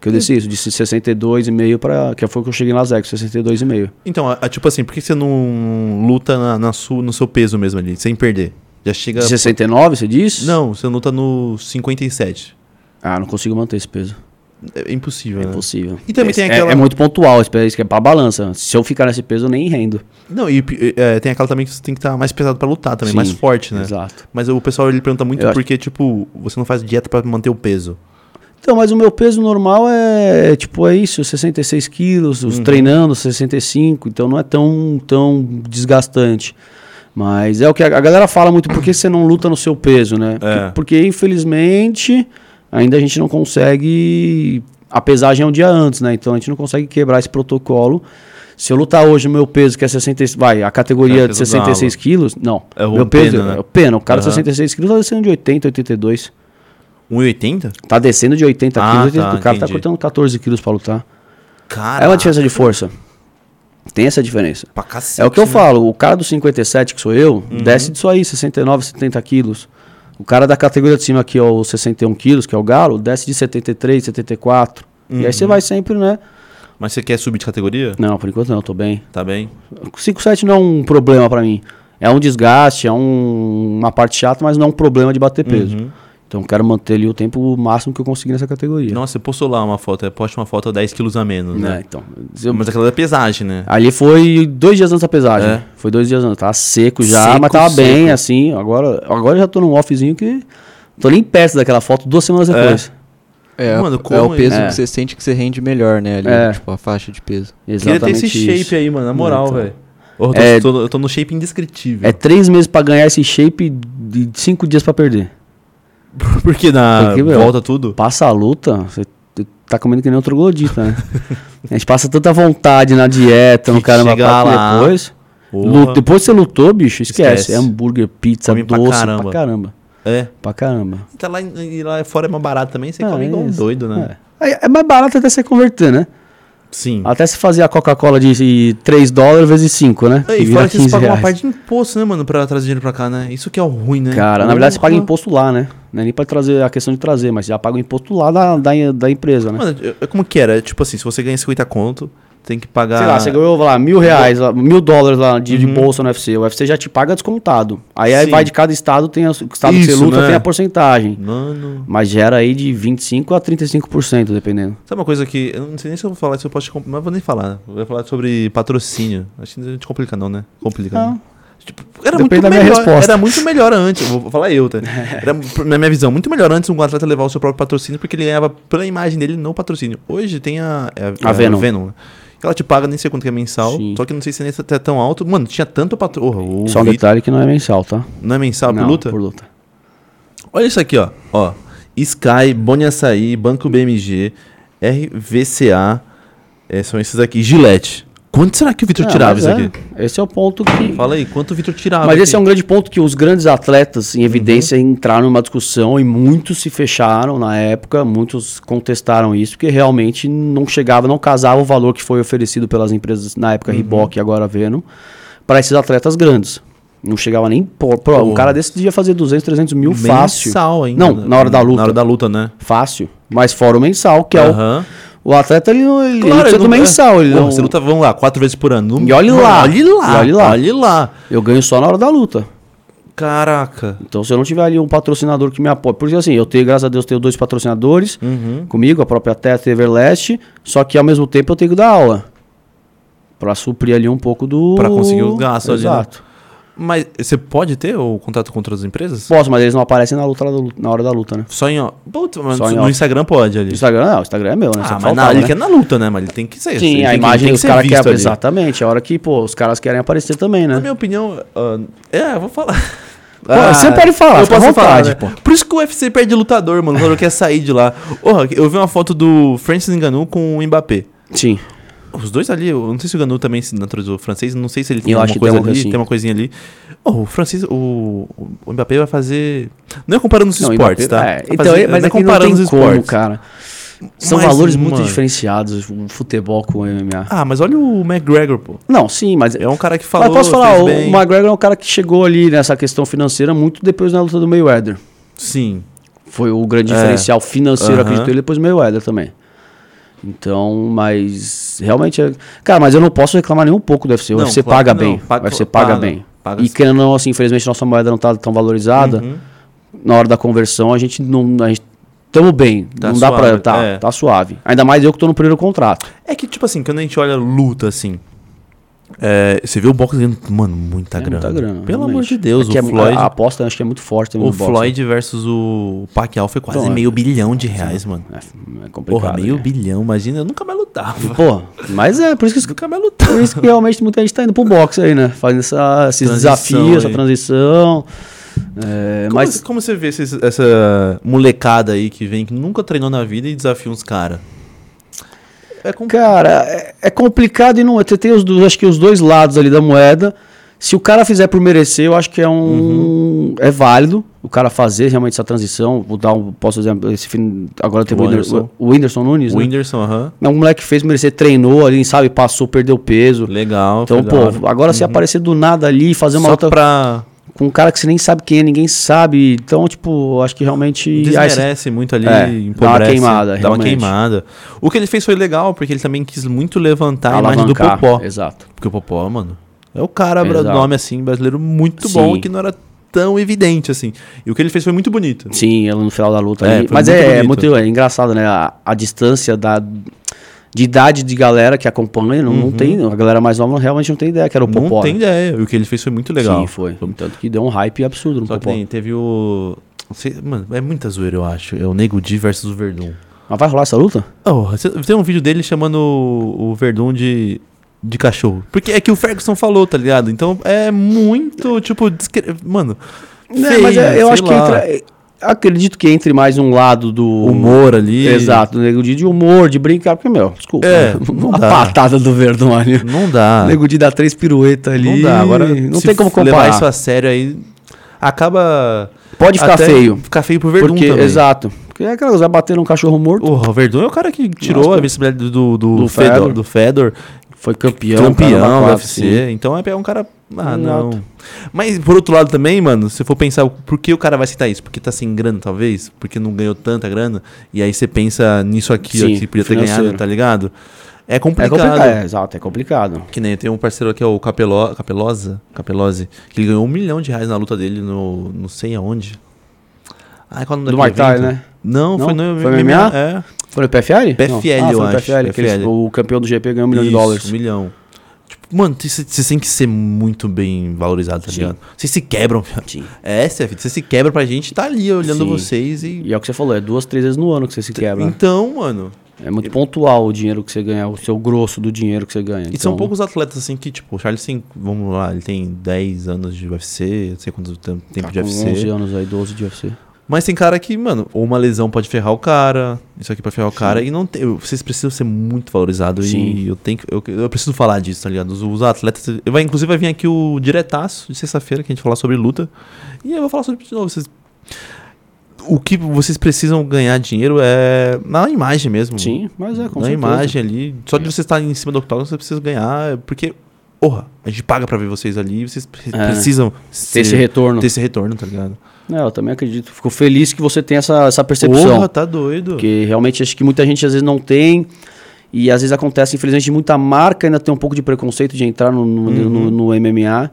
Que eu desci isso, de 62,5 para que foi o que eu cheguei em Las Vegas, 62,5. Então, a- a- tipo assim, por que você não luta na, na sua, no seu peso mesmo ali, sem perder? Já chega. De 69, você diz? Não, você luta no 57. Ah, não consigo manter esse peso. É impossível, É né? impossível. E também tem É- aquela- É, muito pontual, isso é isso que é pra balança. Se eu ficar nesse peso, eu nem rendo. Não, e pi- é, tem aquela também que você tem que estar mais pesado pra lutar também, Sim, mais forte, né? Exato. Mas o pessoal ele pergunta muito Eu acho- porque, tipo, você não faz dieta pra manter o peso. Então, mas o meu peso normal é, tipo, é isso, 66 quilos, Uhum. os treinando 65, então não é tão, tão desgastante. Mas é o que a, a galera fala muito, por que você não luta no seu peso, né? É. Porque, porque, infelizmente, ainda a gente não consegue, a pesagem é um dia antes, né? Então a gente não consegue quebrar esse protocolo. Se eu lutar hoje o meu peso, que é 66, vai, a categoria É, de peso 66 da quilos, não. É o meu peso pena, né? é o pena, o cara de Aham. 66 quilos tá descendo de 80, 82. 1,80? Tá descendo de 80 Ah, quilos, 80, tá, o entendi. cara Ah, tá. tá cortando 14 quilos pra lutar. Cara, É uma diferença de força. Tem essa diferença. pra cacete. É o que né? eu Uhum. falo, o cara do 57, que sou eu, desce disso aí, 69, 70 quilos. O cara da categoria de cima, que é o 61 quilos, que é o Galo, desce de 73, 74. E aí você Uhum. vai sempre, né? Mas você quer subir de categoria? Não, por enquanto não, tô bem. Tá bem? 5-7 não é um problema pra mim. É um desgaste, é um- uma parte chata, mas não é um problema de bater peso. Uhum. Então eu quero manter ali o tempo máximo que eu conseguir nessa categoria. Nossa, você postou lá uma foto, é, poste uma foto 10 quilos a menos, né? né? Então, eu- Mas aquela da pesagem, né? Ali foi dois dias antes da pesagem. É. Foi dois dias antes. Tava seco já, Seco, mas tava bem, seco. assim. Agora, agora eu já tô num offzinho que. Tô nem perto daquela foto duas semanas É. depois. É, Mano, é como o peso é? que você sente que você rende melhor, né? Ali, É. Tipo, a faixa de peso. Queria ter Exatamente. esse shape isso. aí, mano, na moral, Então. velho. Eu, tô- É- tô- eu tô no shape indescritível. É três meses pra ganhar esse shape de cinco dias pra perder. [LAUGHS] Porque na Porque, meu, volta tudo. Passa a luta, você tá comendo que nem um [LAUGHS] troglodita, né? a gente passa tanta vontade na dieta, no Que caramba, chega quatro lá, depois. Porra. lu- depois que você lutou, bicho, esquece. Esquece. É hambúrguer, pizza, Come pra doce, caramba. pra caramba. É. Pra caramba. Tá lá, em- e lá fora é mais barato também, você Ah, come é igual um isso. doido, né? É. É- é mais barato até você converter, né? Sim. Até se fazer a Coca-Cola de 3 dólares vezes 5, né? E vira fora que vocês 15 pagam uma reais. parte de imposto, né, mano, pra trazer dinheiro pra cá, né? Isso que é o ruim, né? Cara, na verdade você Porra. paga imposto lá, né? Não é nem pra trazer a questão de trazer, mas já paga o imposto lá da, da, da empresa, né? Mano, eu- eu- como que era? É Tipo assim, se você ganha 50 conto, tem que pagar. Sei lá, você ganhou lá Uhum. mil reais, lá, mil dólares lá de, de bolsa no UFC. O UFC já te paga descontado. Aí, aí Sim. vai de cada estado, tem a, o estado que Isso, você luta né? tem a porcentagem. Mano. Mas gera aí de 25% a 35%, dependendo. Sabe uma coisa que. Eu não sei nem se eu vou falar isso, eu posso te comp- Mas vou nem falar. né? Eu vou falar sobre patrocínio. Acho que a gente complica, não, né? Complica. Não. né? Tipo, era Depende muito da minha melhor. resposta. Era muito melhor antes. eu Vou falar [LAUGHS] eu, tá? Era, na minha visão, muito melhor antes um atleta levar o seu próprio patrocínio, porque ele ganhava pela imagem dele no patrocínio. Hoje tem a. é A Venom. né? Que Ela te paga nem sei quanto que é mensal. Sim. Só que não sei se nem se é tão alto. Mano, tinha tanto patrocínio. Só um detalhe que não é mensal, tá? Não é mensal, não, piluta? Por luta. Olha isso aqui, ó. ó. Sky, Boni Açaí, Banco BMG, RVCA. é, são esses aqui. Gillette. Quanto será que o Vitor Ah, tirava mas isso é. aqui? Esse é o ponto que, Fala aí, quanto o Vitor tirava? Mas esse é aqui? um grande ponto que os grandes atletas, em evidência, entraram numa discussão e muitos se fecharam na época, muitos contestaram isso, porque realmente não chegava, não casava o valor que foi oferecido pelas empresas na época Reebok e agora Venom, para esses atletas grandes. Não chegava nem. Pô, pô, um Pô. cara desse devia fazer 200, 300 mil é um fácil. Mensal ainda. Não, na hora da luta. Na hora da luta, né? Fácil. Mas fora o mensal, que é o. Aham. O atleta, ele não, ele não precisa ele tá- do mensal. Ele Porra, não, tá- Você luta, vamos lá, quatro vezes por ano. E olhe Mano, lá, Olhe lá. e olhe lá. Olhe lá. Eu ganho só na hora da luta. Caraca. Então, se eu não tiver ali um patrocinador que me apoie. Porque assim, eu tenho, graças a Deus, tenho dois patrocinadores Uhum. comigo, a própria Teta e Everlast. Só que ao mesmo tempo eu tenho que dar aula. Pra suprir ali um pouco do. Pra conseguir o gasto ali, né? Exato. Mas você pode ter o contato com outras empresas? Posso, mas eles não aparecem na, luta, na hora da luta, né? Só em. ó- Puta, mas Só em no ó- Instagram pode ali. O Instagram não, o Instagram é meu, né? Só Ah, mas faltava, na, ele né? quer na luta, né? Mas ele tem que ser. ele Sim, tem a que- imagem tem que dos ser caras visto querem. ali. Exatamente, a hora que, pô, os caras querem aparecer também, Na né? minha opinião, ah, é, eu vou [LAUGHS] falar. você pode Ah, falar, eu fica posso à vontade, falar, né? Por isso que o UFC perde lutador, mano. O lutador quer sair de lá. Porra, eu vi uma foto do Francis Ngannou com o Mbappé. Sim. Os dois ali, eu não sei se o Ngannou também se naturalizou francês, não sei se ele tem Eu alguma acho que um coisa tem uma ali, coisinha. tem uma coisinha ali. Oh, o francês, o, o Mbappé vai fazer... Não é comparando os Não, esportes, Mbappé- tá? é, Vai então, fazer- é, mas é que não tem como, cara. São Mas, valores muito mano- diferenciados, o futebol com o MMA. Ah, mas olha o McGregor, pô. Não, sim, mas. É um cara que falou, mas posso falar, fez o bem. McGregor é um cara que chegou ali nessa questão financeira muito depois na luta do Mayweather. Sim. Foi o grande É. diferencial financeiro, Aham. acredito, e depois do Mayweather também. Então, mas realmente. É... Cara, mas eu não posso reclamar nem um pouco do UFC. O Não, UFC claro paga que não. bem. Paga- o UFC paga, paga, bem. paga e sim. Uhum. querendo ou não, assim, infelizmente nossa moeda não está tão valorizada. Na hora da conversão, a gente não. A gente... Tamo bem, Tá não dá pra. suave, Tá, é. tá suave. Ainda mais eu que tô no primeiro contrato. É que, tipo assim, quando a gente olha luta, assim. é, você vê o boxe ganhando, mano, muita, É grana. muita grana. Pelo realmente. amor de Deus, É o que é- Floyd. A, a aposta acho que é muito forte também o no boxe, Floyd versus o Pacquiao foi quase Então, é. meio bilhão de reais, mano. É, é complicado. Porra, meio né? bilhão, imagina, eu nunca mais lutava. Pô, mas é, por isso [LAUGHS] que, Nunca mais lutava. [LAUGHS] por isso que realmente muita gente tá indo pro boxe aí, né? Fazendo essa, esses Transição desafios, essa aí. transição. É, Como, mas, como você vê esses- essa molecada aí que vem, que nunca treinou na vida e desafia uns caras? É com... cara, é, é complicado e não. Você tem os dois, acho que os dois lados ali da moeda. Se o cara fizer por merecer, eu acho que é Uhum. um. É válido o cara fazer realmente essa transição. Vou dar um. Posso dizer, esse fim, agora teve o Whindersson, Whindersson. o Whindersson Nunes, O né? Whindersson, aham. É um moleque que fez merecer, treinou ali, sabe? Passou, perdeu peso. Legal. Então, foi da hora. Uhum. pô, agora se aparecer do nada ali e fazer uma Só outra. pra com um cara que você nem sabe quem é, ninguém sabe. Então, tipo, acho que realmente. Ah, Desmerece muito ali, É, dá uma empobrece. queimada, Dá uma realmente. queimada. O que ele fez foi legal, porque ele também quis muito levantar a imagem do alavancar, Popó. Exato. Porque o Popó, mano, é o cara, bra- Exato. nome assim, brasileiro muito Sim. bom e que não era tão evidente assim. E o que ele fez foi muito bonito. Sim, ela no final da luta. É, ali. foi Mas muito é, é bonito. muito é engraçado, né? A, a distância da. De idade de galera que acompanha, não, não tem. A galera mais nova realmente não tem ideia que era o Uhum. não Popó. né? tem ideia. E o que ele fez foi muito legal. Sim, foi. Tanto que deu um hype absurdo no Só que Popó. nem teve o. não sei- Mano, é muita zoeira, eu acho. É o Nego Di versus o Verdun. Mas vai rolar essa luta? Oh, cê- tem um vídeo dele chamando o, o Verdun de, de cachorro. Porque é que o Ferguson falou, tá ligado? Então é muito, tipo, descre... mano. Não, mas feio, é- eu sei acho que lá. entra. Acredito que entre mais um lado do. Humor ali. Exato, do Nego Di de humor, de brincar, porque, meu, desculpa. [LAUGHS] É, né? não a dá. patada do Verdão ali. Não dá. O Nego Di dá três piruetas ali. Não dá. Agora, Ah. não se tem como f- levar comparar. isso a sério aí, acaba. Pode ficar até feio. Ficar feio pro Verdun porque, também. exato. Porque é aquela coisa, vai bater num cachorro morto. O Verdun é o cara que tirou Nossa, a visibilidade do, do, do do Fedor, Fedor. do Fedor, Foi campeão. campeão caramba, do quatro, UFC. Então é pegar um cara. Ah, não. assim. Exato. Mas por outro lado também, mano, se for pensar o- por que o cara vai aceitar isso? Porque tá sem grana, talvez? Porque não ganhou tanta grana? E aí você pensa nisso aqui, ó, Sim, que podia ter financeiro. ganhado, tá ligado? É sim. É complicado. complicado. É, exato, é complicado. Que nem tem um parceiro aqui, é o Capelo, Capelosa, Capelose, que ele ganhou um milhão de reais na luta dele no. não sei aonde. Ah, qual é o nome daquele Do Muay Thai, evento? né? Não, Não? foi no Foi MMA? É. Foi no PFL? PFL, Não. Ah, eu foi no acho, PFL, que eles- PFL. o campeão do GP ganhou um milhão de Isso, dólares. Um milhão. Tipo, mano, você tem que ser muito bem valorizado, tá Sim. ligado? Vocês se quebram, [LAUGHS] viado. Sim. É, Essa é a vida. Você se quebra pra gente, tá ali olhando Sim. vocês e. E é o que você falou, é duas, três vezes no ano que você se quebra. né? Então, mano. É muito pontual o dinheiro que você ganha, o seu grosso do dinheiro que você ganha. Então, E são poucos atletas assim que, tipo, o Charles tem, vamos lá, ele tem 10 anos de UFC, não sei quanto tem- tempo de de UFC. 11 tá anos aí, 12 de UFC. Mas tem cara que, mano, ou uma lesão pode ferrar o cara, isso aqui pode ferrar o cara, e não tem. Vocês precisam ser muito valorizados Sim. e eu tenho que- eu, eu preciso falar disso, tá ligado? Os, os atletas. Vai, inclusive vai vir aqui o diretaço de sexta-feira, que a gente falar sobre luta. E eu vou falar sobre isso de novo. Vocês, o que vocês precisam ganhar dinheiro é na imagem mesmo. Sim, mas é, com na certeza. imagem ali. Só de você estar em cima do octógono, você precisa ganhar, é porque. Porra, a gente paga pra ver vocês ali, vocês pre- É. precisam Ter esse ser- retorno. ter esse retorno, tá ligado? É, eu também acredito. Fico feliz que você tenha essa, essa percepção. Porra, tá doido. Porque realmente acho que muita gente às vezes não tem. E às vezes acontece, infelizmente, muita marca ainda tem um pouco de preconceito de entrar no, no, Uhum. no- no MMA,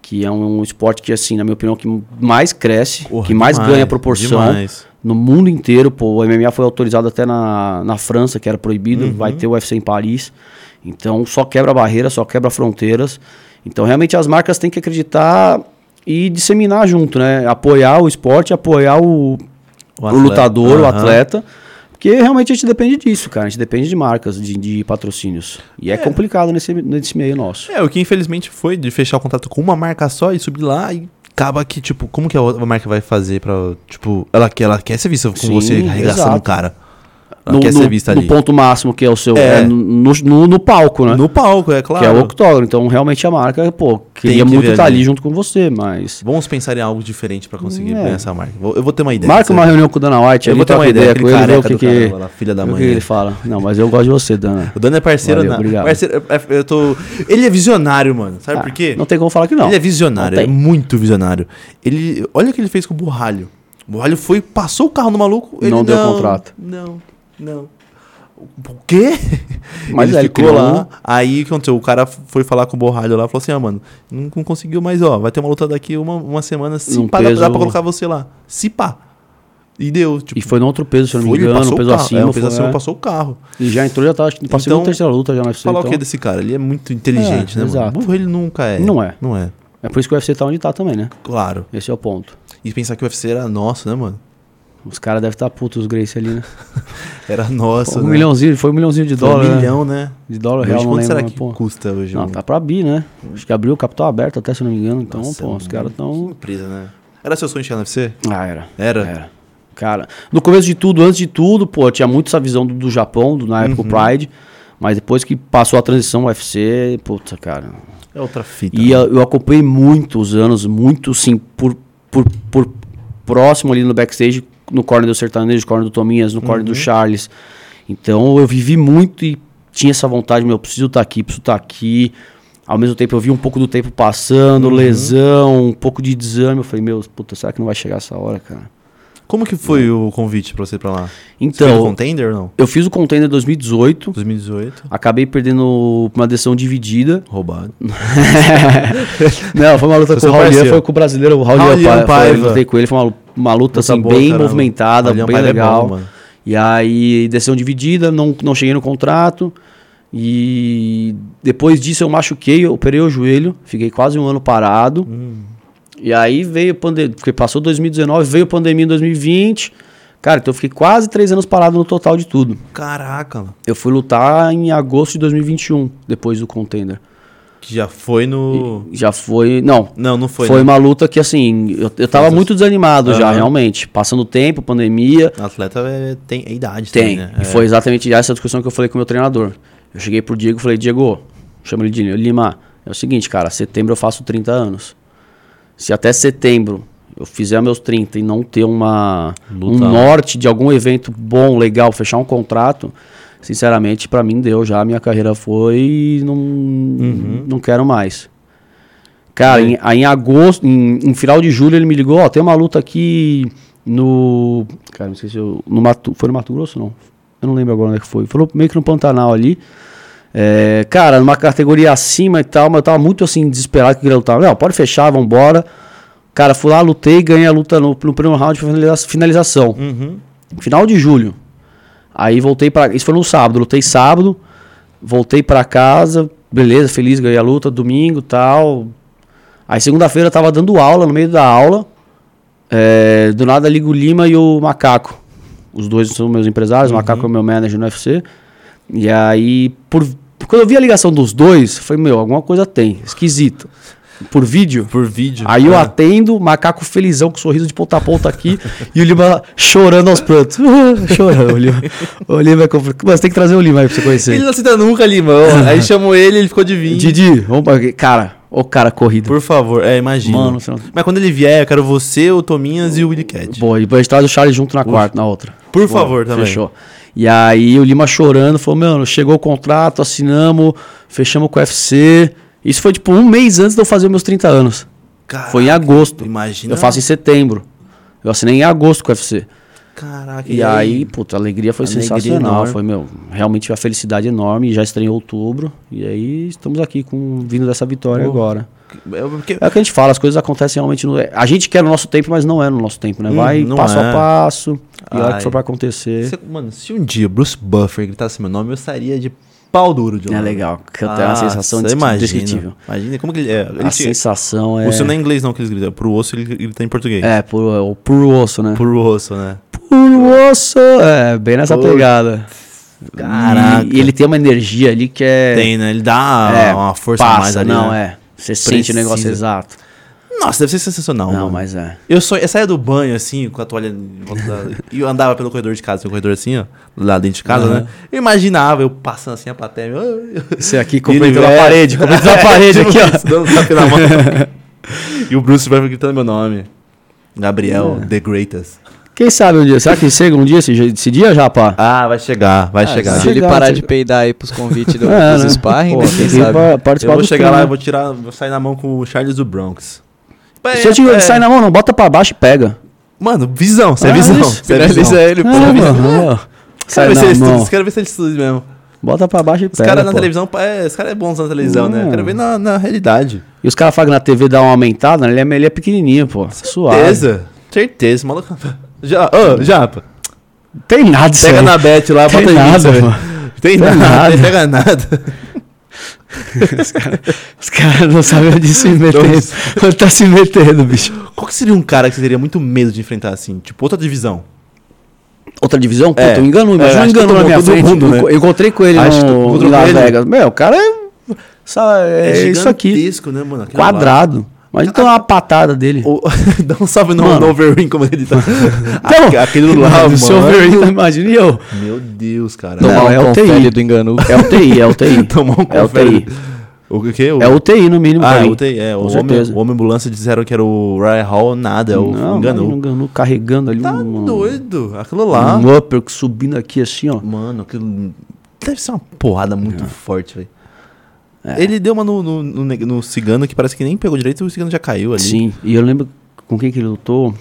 que é um esporte que, assim, na minha opinião, que mais cresce, Porra, que mais demais, ganha proporção. demais. No mundo inteiro, pô, o MMA foi autorizado até na, na França, que era Uhum. proibido, vai ter o UFC em Paris. Então só quebra barreiras, só quebra fronteiras. Então realmente as marcas têm que acreditar e disseminar junto, né? Apoiar o esporte, apoiar o, o, atleta. lutador, o Aham. atleta. Porque realmente a gente depende disso, cara. A gente depende de marcas, de, de patrocínios. E é, complicado nesse, nesse meio nosso. É, o que infelizmente foi de fechar o contrato com uma marca só e subir lá e acaba que, tipo, como que a outra marca vai fazer pra, tipo, ela, quer- ela quer ser vista com Sim, você arregaçando exato. o cara. Ela No, quer ser no- vista no ali. ponto máximo que é o seu. É. é no, no- no palco, né? No palco, é claro. Que é o octógono. Então, realmente, a marca, pô, queria que muito ver estar ali. ali junto com você, mas... Vamos pensar em algo diferente pra conseguir É. ganhar essa marca. Vou- eu vou ter uma ideia. Marca sabe? uma reunião com o Dana White, Eu ali, vou ter uma troca ideia, aquele com ele, vê o careca que, do que, caramba lá, filha da o que mãe. ele fala. Não, mas eu gosto de você, Dana. O Dano é parceiro, Valeu, na- obrigado. parceiro- é- é- eu tô- Ele é visionário, mano. Sabe Ah, por quê? Não tem como falar que não. Ele é visionário, Não é tem. muito visionário. Ele, olha o que ele fez com o Borralho. O Borralho foi, passou o carro no maluco, ele não Não deu contrato. Não, não. O quê? [LAUGHS] Mas ele é, ele ficou criou lá. Aí o que aconteceu? O cara foi falar com o Borralho lá, falou assim: "Ah, mano, não, não conseguiu mais, ó, vai ter uma luta daqui uma, uma semana, se Um pá, dá- dá peso- pra colocar você lá. Se pá. E deu, tipo, E foi no outro peso, se eu não me foi, ele engano, passou um o peso carro. acima. é, um peso foi, acima, né? passou o carro. E já entrou, já tá, acho que passou Então, então, terceira luta já no UFC. Falar o então. que desse cara? Ele é muito inteligente, É, né, mano? exato. Burro ele nunca é. Não é. Não é. É por isso que o UFC tá onde tá também, né? Claro. Esse é o ponto. E pensar que o UFC era nosso, né, mano? Os caras devem estar putos, os Gracie ali, né? Era nosso. um né? milhãozinho, foi um milhãozinho de Foi um dólar. né? milhão, né? De dólar Hoje, real, não quanto lembro, será mas, que pô. custa hoje? Não, um- tá pra abrir, né? Acho que abriu o capital aberto até, se eu não me engano. Então, Nossa, é pô, os mano. caras tão. Surpresa, né? Era seu sonho chegar no UFC? Ah, era. Era? Era. Cara, no começo de tudo, antes de tudo, pô, eu tinha muito essa visão do, do Japão, do, na época o Pride. Mas depois que passou a transição UFC, puta, cara. É outra fita. E eu, eu acompanhei muitos anos, muito sim, por, por, por próximo ali no backstage, no corner do Sertanejo, no corner do Tominhas, no corner Uhum. do Charles. tá Então eu vivi muito e tinha essa vontade, meu, eu preciso estar aqui, preciso estar aqui. Ao mesmo tempo eu vi um pouco do tempo passando, Uhum. lesão, um pouco de desânimo. Eu falei, meu, puta, será que não vai chegar essa hora, cara? Como que foi o convite pra você ir pra lá? Você fez o Então, contender ou não? eu fiz o contender em 2018, 2018. acabei perdendo uma decisão dividida. Roubado. [LAUGHS] Não, foi uma luta Foi com seu o Raulian, parceiro. foi com o brasileiro, o Raulian Raulian Paiva. Paiva. Eu lutei com ele, foi uma, uma luta assim, boa, bem caramba. movimentada, Olhão bem Pai é bom, legal. mano. E aí, decisão dividida, não, não cheguei no contrato. E depois disso eu machuquei, eu operei o joelho, fiquei quase um ano parado. Hum, E aí veio pandemia, porque passou 2019, veio pandemia em 2020. Cara, então eu fiquei quase três anos parado no total de tudo. Caraca, mano. Eu fui lutar em agosto de 2021, depois do contender. Que já foi no. Já foi. Não, Não, não foi. foi, né? uma luta que, assim, eu, eu tava Mas- muito desanimado já, Aham. realmente. Passando o tempo, pandemia. Atleta é- tem é idade também, Tem. né? E É. foi exatamente essa discussão que eu falei com o meu treinador. Eu cheguei pro Diego e falei, Diego, chama ele de Lima, é o seguinte, cara, setembro eu faço 30 anos. Se até setembro eu fizer meus 30 e não ter uma, um Luta. norte de algum evento bom, legal, fechar um contrato, sinceramente, pra mim deu já, minha carreira foi não, não quero mais. Cara, em, aí em agosto, em, em final de julho, ele me ligou, ó, tem uma luta aqui no. Cara, me esqueci, o- no Mato, foi no Mato Grosso, não? Eu não lembro agora onde é que foi. Falou meio que no Pantanal ali. É, cara, numa categoria acima e tal, mas eu tava muito assim, desesperado que eu queria lutar. Não, pode fechar, vambora. Cara, fui lá, lutei, ganhei a luta no, no primeiro round, foi finaliza- finalização. Uhum. Final de julho. Aí voltei pra. Isso foi no sábado, lutei sábado, voltei pra casa, beleza, feliz, ganhei a luta, domingo tal. Aí segunda-feira eu tava dando aula, no meio da aula. é, do nada liga o Lima e o Macaco. Os dois são meus empresários, o Macaco é meu manager no UFC. E aí, por, quando eu vi a ligação dos dois, eu falei, meu, alguma coisa tem, esquisito. Por vídeo, Por vídeo. Aí eu É. atendo, macaco felizão, com sorriso de ponta a ponta aqui, [LAUGHS] e o Lima chorando aos prantos. [LAUGHS] chorando, o Lima. O Lima é complicado. Mas tem que trazer o Lima aí pra você conhecer. Ele não cita nunca ali, [LAUGHS] mano. Aí chamou ele, ele ficou de vinho. Didi, vamos pra... Cara, ô cara corrido. Por favor, é, imagina. Mano, final... Mas quando ele vier, eu quero você, o Tominhas e o Willy Cat. Boa, e a gente traz o Charles junto na quarta, na outra. Por Boa, favor, tá também. Fechou. E aí o Lima chorando, falou, mano, chegou o contrato, assinamos, fechamos com o UFC. Isso foi tipo um mês antes de eu fazer meus 30 anos. Caraca, Foi em agosto. Imagina. Eu faço em setembro. Eu assinei em agosto com o UFC. Caraca, E aí, puta, a alegria foi Alegria sensacional. enorme. Foi, meu, realmente uma felicidade enorme. Já estreou em outubro. E aí estamos aqui com vindo dessa vitória Porra. agora. É porque- É o que a gente fala, as coisas acontecem realmente no. A gente quer no nosso tempo, mas não é no nosso tempo, né? Hum, Vai não passo é. a passo. E a hora Ai. que for pra acontecer. Você- mano, se um dia Bruce Buffer gritasse meu nome, eu sairia de pau duro de lá. É legal. Que eu tenho uma Ah, sensação você indescri- imagina. indescritível. Imagina como que ele. É, A ele te- sensação é. O seu não é inglês, não, que eles gritam. Pro osso ele grita em português. É, por, o puro osso, né? Pro osso, né? Puro osso! É, bem nessa Putz, pegada. caraca. E, e ele tem uma energia ali que é. Tem, né? Ele dá é, uma força a passa, mais ali. Não, né? é. Você sente o negócio Precisa. exato. Nossa, deve ser sensacional. Não, mano. mas é. Eu, só, eu saía do banho, assim, com a toalha em volta da- E eu andava pelo corredor de casa, tem um corredor assim, ó, lá dentro de casa, né? Eu imaginava, eu passando assim a plateia. Eu, [LAUGHS] eu, Você aqui Ele- completando [LAUGHS] a é. parede, completando a parede tipo aqui, isso, ó. dando um tapa na mão. [LAUGHS] e o Bruce vai gritando meu nome. Gabriel, É. The Greatest. Quem sabe um dia? Será que chega um dia esse, esse dia, Japa? Ah, vai chegar, vai Ah, chegar. Se ele Chegar, parar chegar. de peidar aí pros convites do, É, dos né? sparring, Pô, né, tem quem que ir sabe? pra participar Eu vou do chegar lá, filme. né? eu vou tirar, vou sair na mão com o Charles do Bronx. Se eu te É, sai na mão, não, bota pra baixo e pega. Mano, visão, você é Ah, visão. isso. Você é visão. Finaliza ele, pô. Ah, mano, ó. Sai Quero ver se na ele estuda, mão. isso, quero ver se ele estuda mesmo. Bota pra baixo e Os caras pega. na pô. televisão, é, os caras é bons na televisão, né? Hum. Quero ver na, na realidade. E os caras falam que na TV dá uma aumentada, né? ele é, ele é pequenininho, pô. Suave. Certeza. Certeza, maluco. [LAUGHS] Já, ô, Japa. Tem nada isso Pega aí. na bet lá, Tem bota em mim, nada, sabe? mano. [LAUGHS] Tem, Tem nada, nada. Não pega nada. [LAUGHS] Os caras não sabem onde se meter. Onde tá se metendo, bicho. Qual que seria um cara que você teria muito medo de enfrentar assim? Tipo, outra divisão. Outra divisão? Puta, É. eu engano, É, imagina um acho que engano todo- na minha todo frente. mundo, né? Eu encontrei com ele Acho que todo no, mundo em Las com ele. Vegas. Meu, o cara é, sa- é isso aqui, gigantesco, né, mano? Aquilo lá. quadrado. Mas é então uma patada dele. O- [LAUGHS] Dá um salve no, Mano. no Overeem, como ele [LAUGHS] tá. Então, Aque- Aquele lá, [LAUGHS] mano. O seu tá, Overeem, imagina e eu. Meu Deus, cara. [LAUGHS] Não, Tomar é um o TI. confere do [LAUGHS] engano. É UTI, é UTI. Tomar um é UTI. confere. O que? O... É UTI no mínimo Ah, pra é mim. UTI, é. Com O homem, certeza. o homem ambulância disseram que era o Ryan Hall, nada. É o Não, enganou. não enganou, carregando ali Tá um, doido. Aquilo lá. um upper que subindo aqui assim, ó. É. Mano, aquilo. Deve ser uma porrada muito forte, velho. Ele deu uma no, no, no neg- no cigano que parece que nem pegou direito e o cigano já caiu ali. Sim, e eu lembro com quem que ele lutou.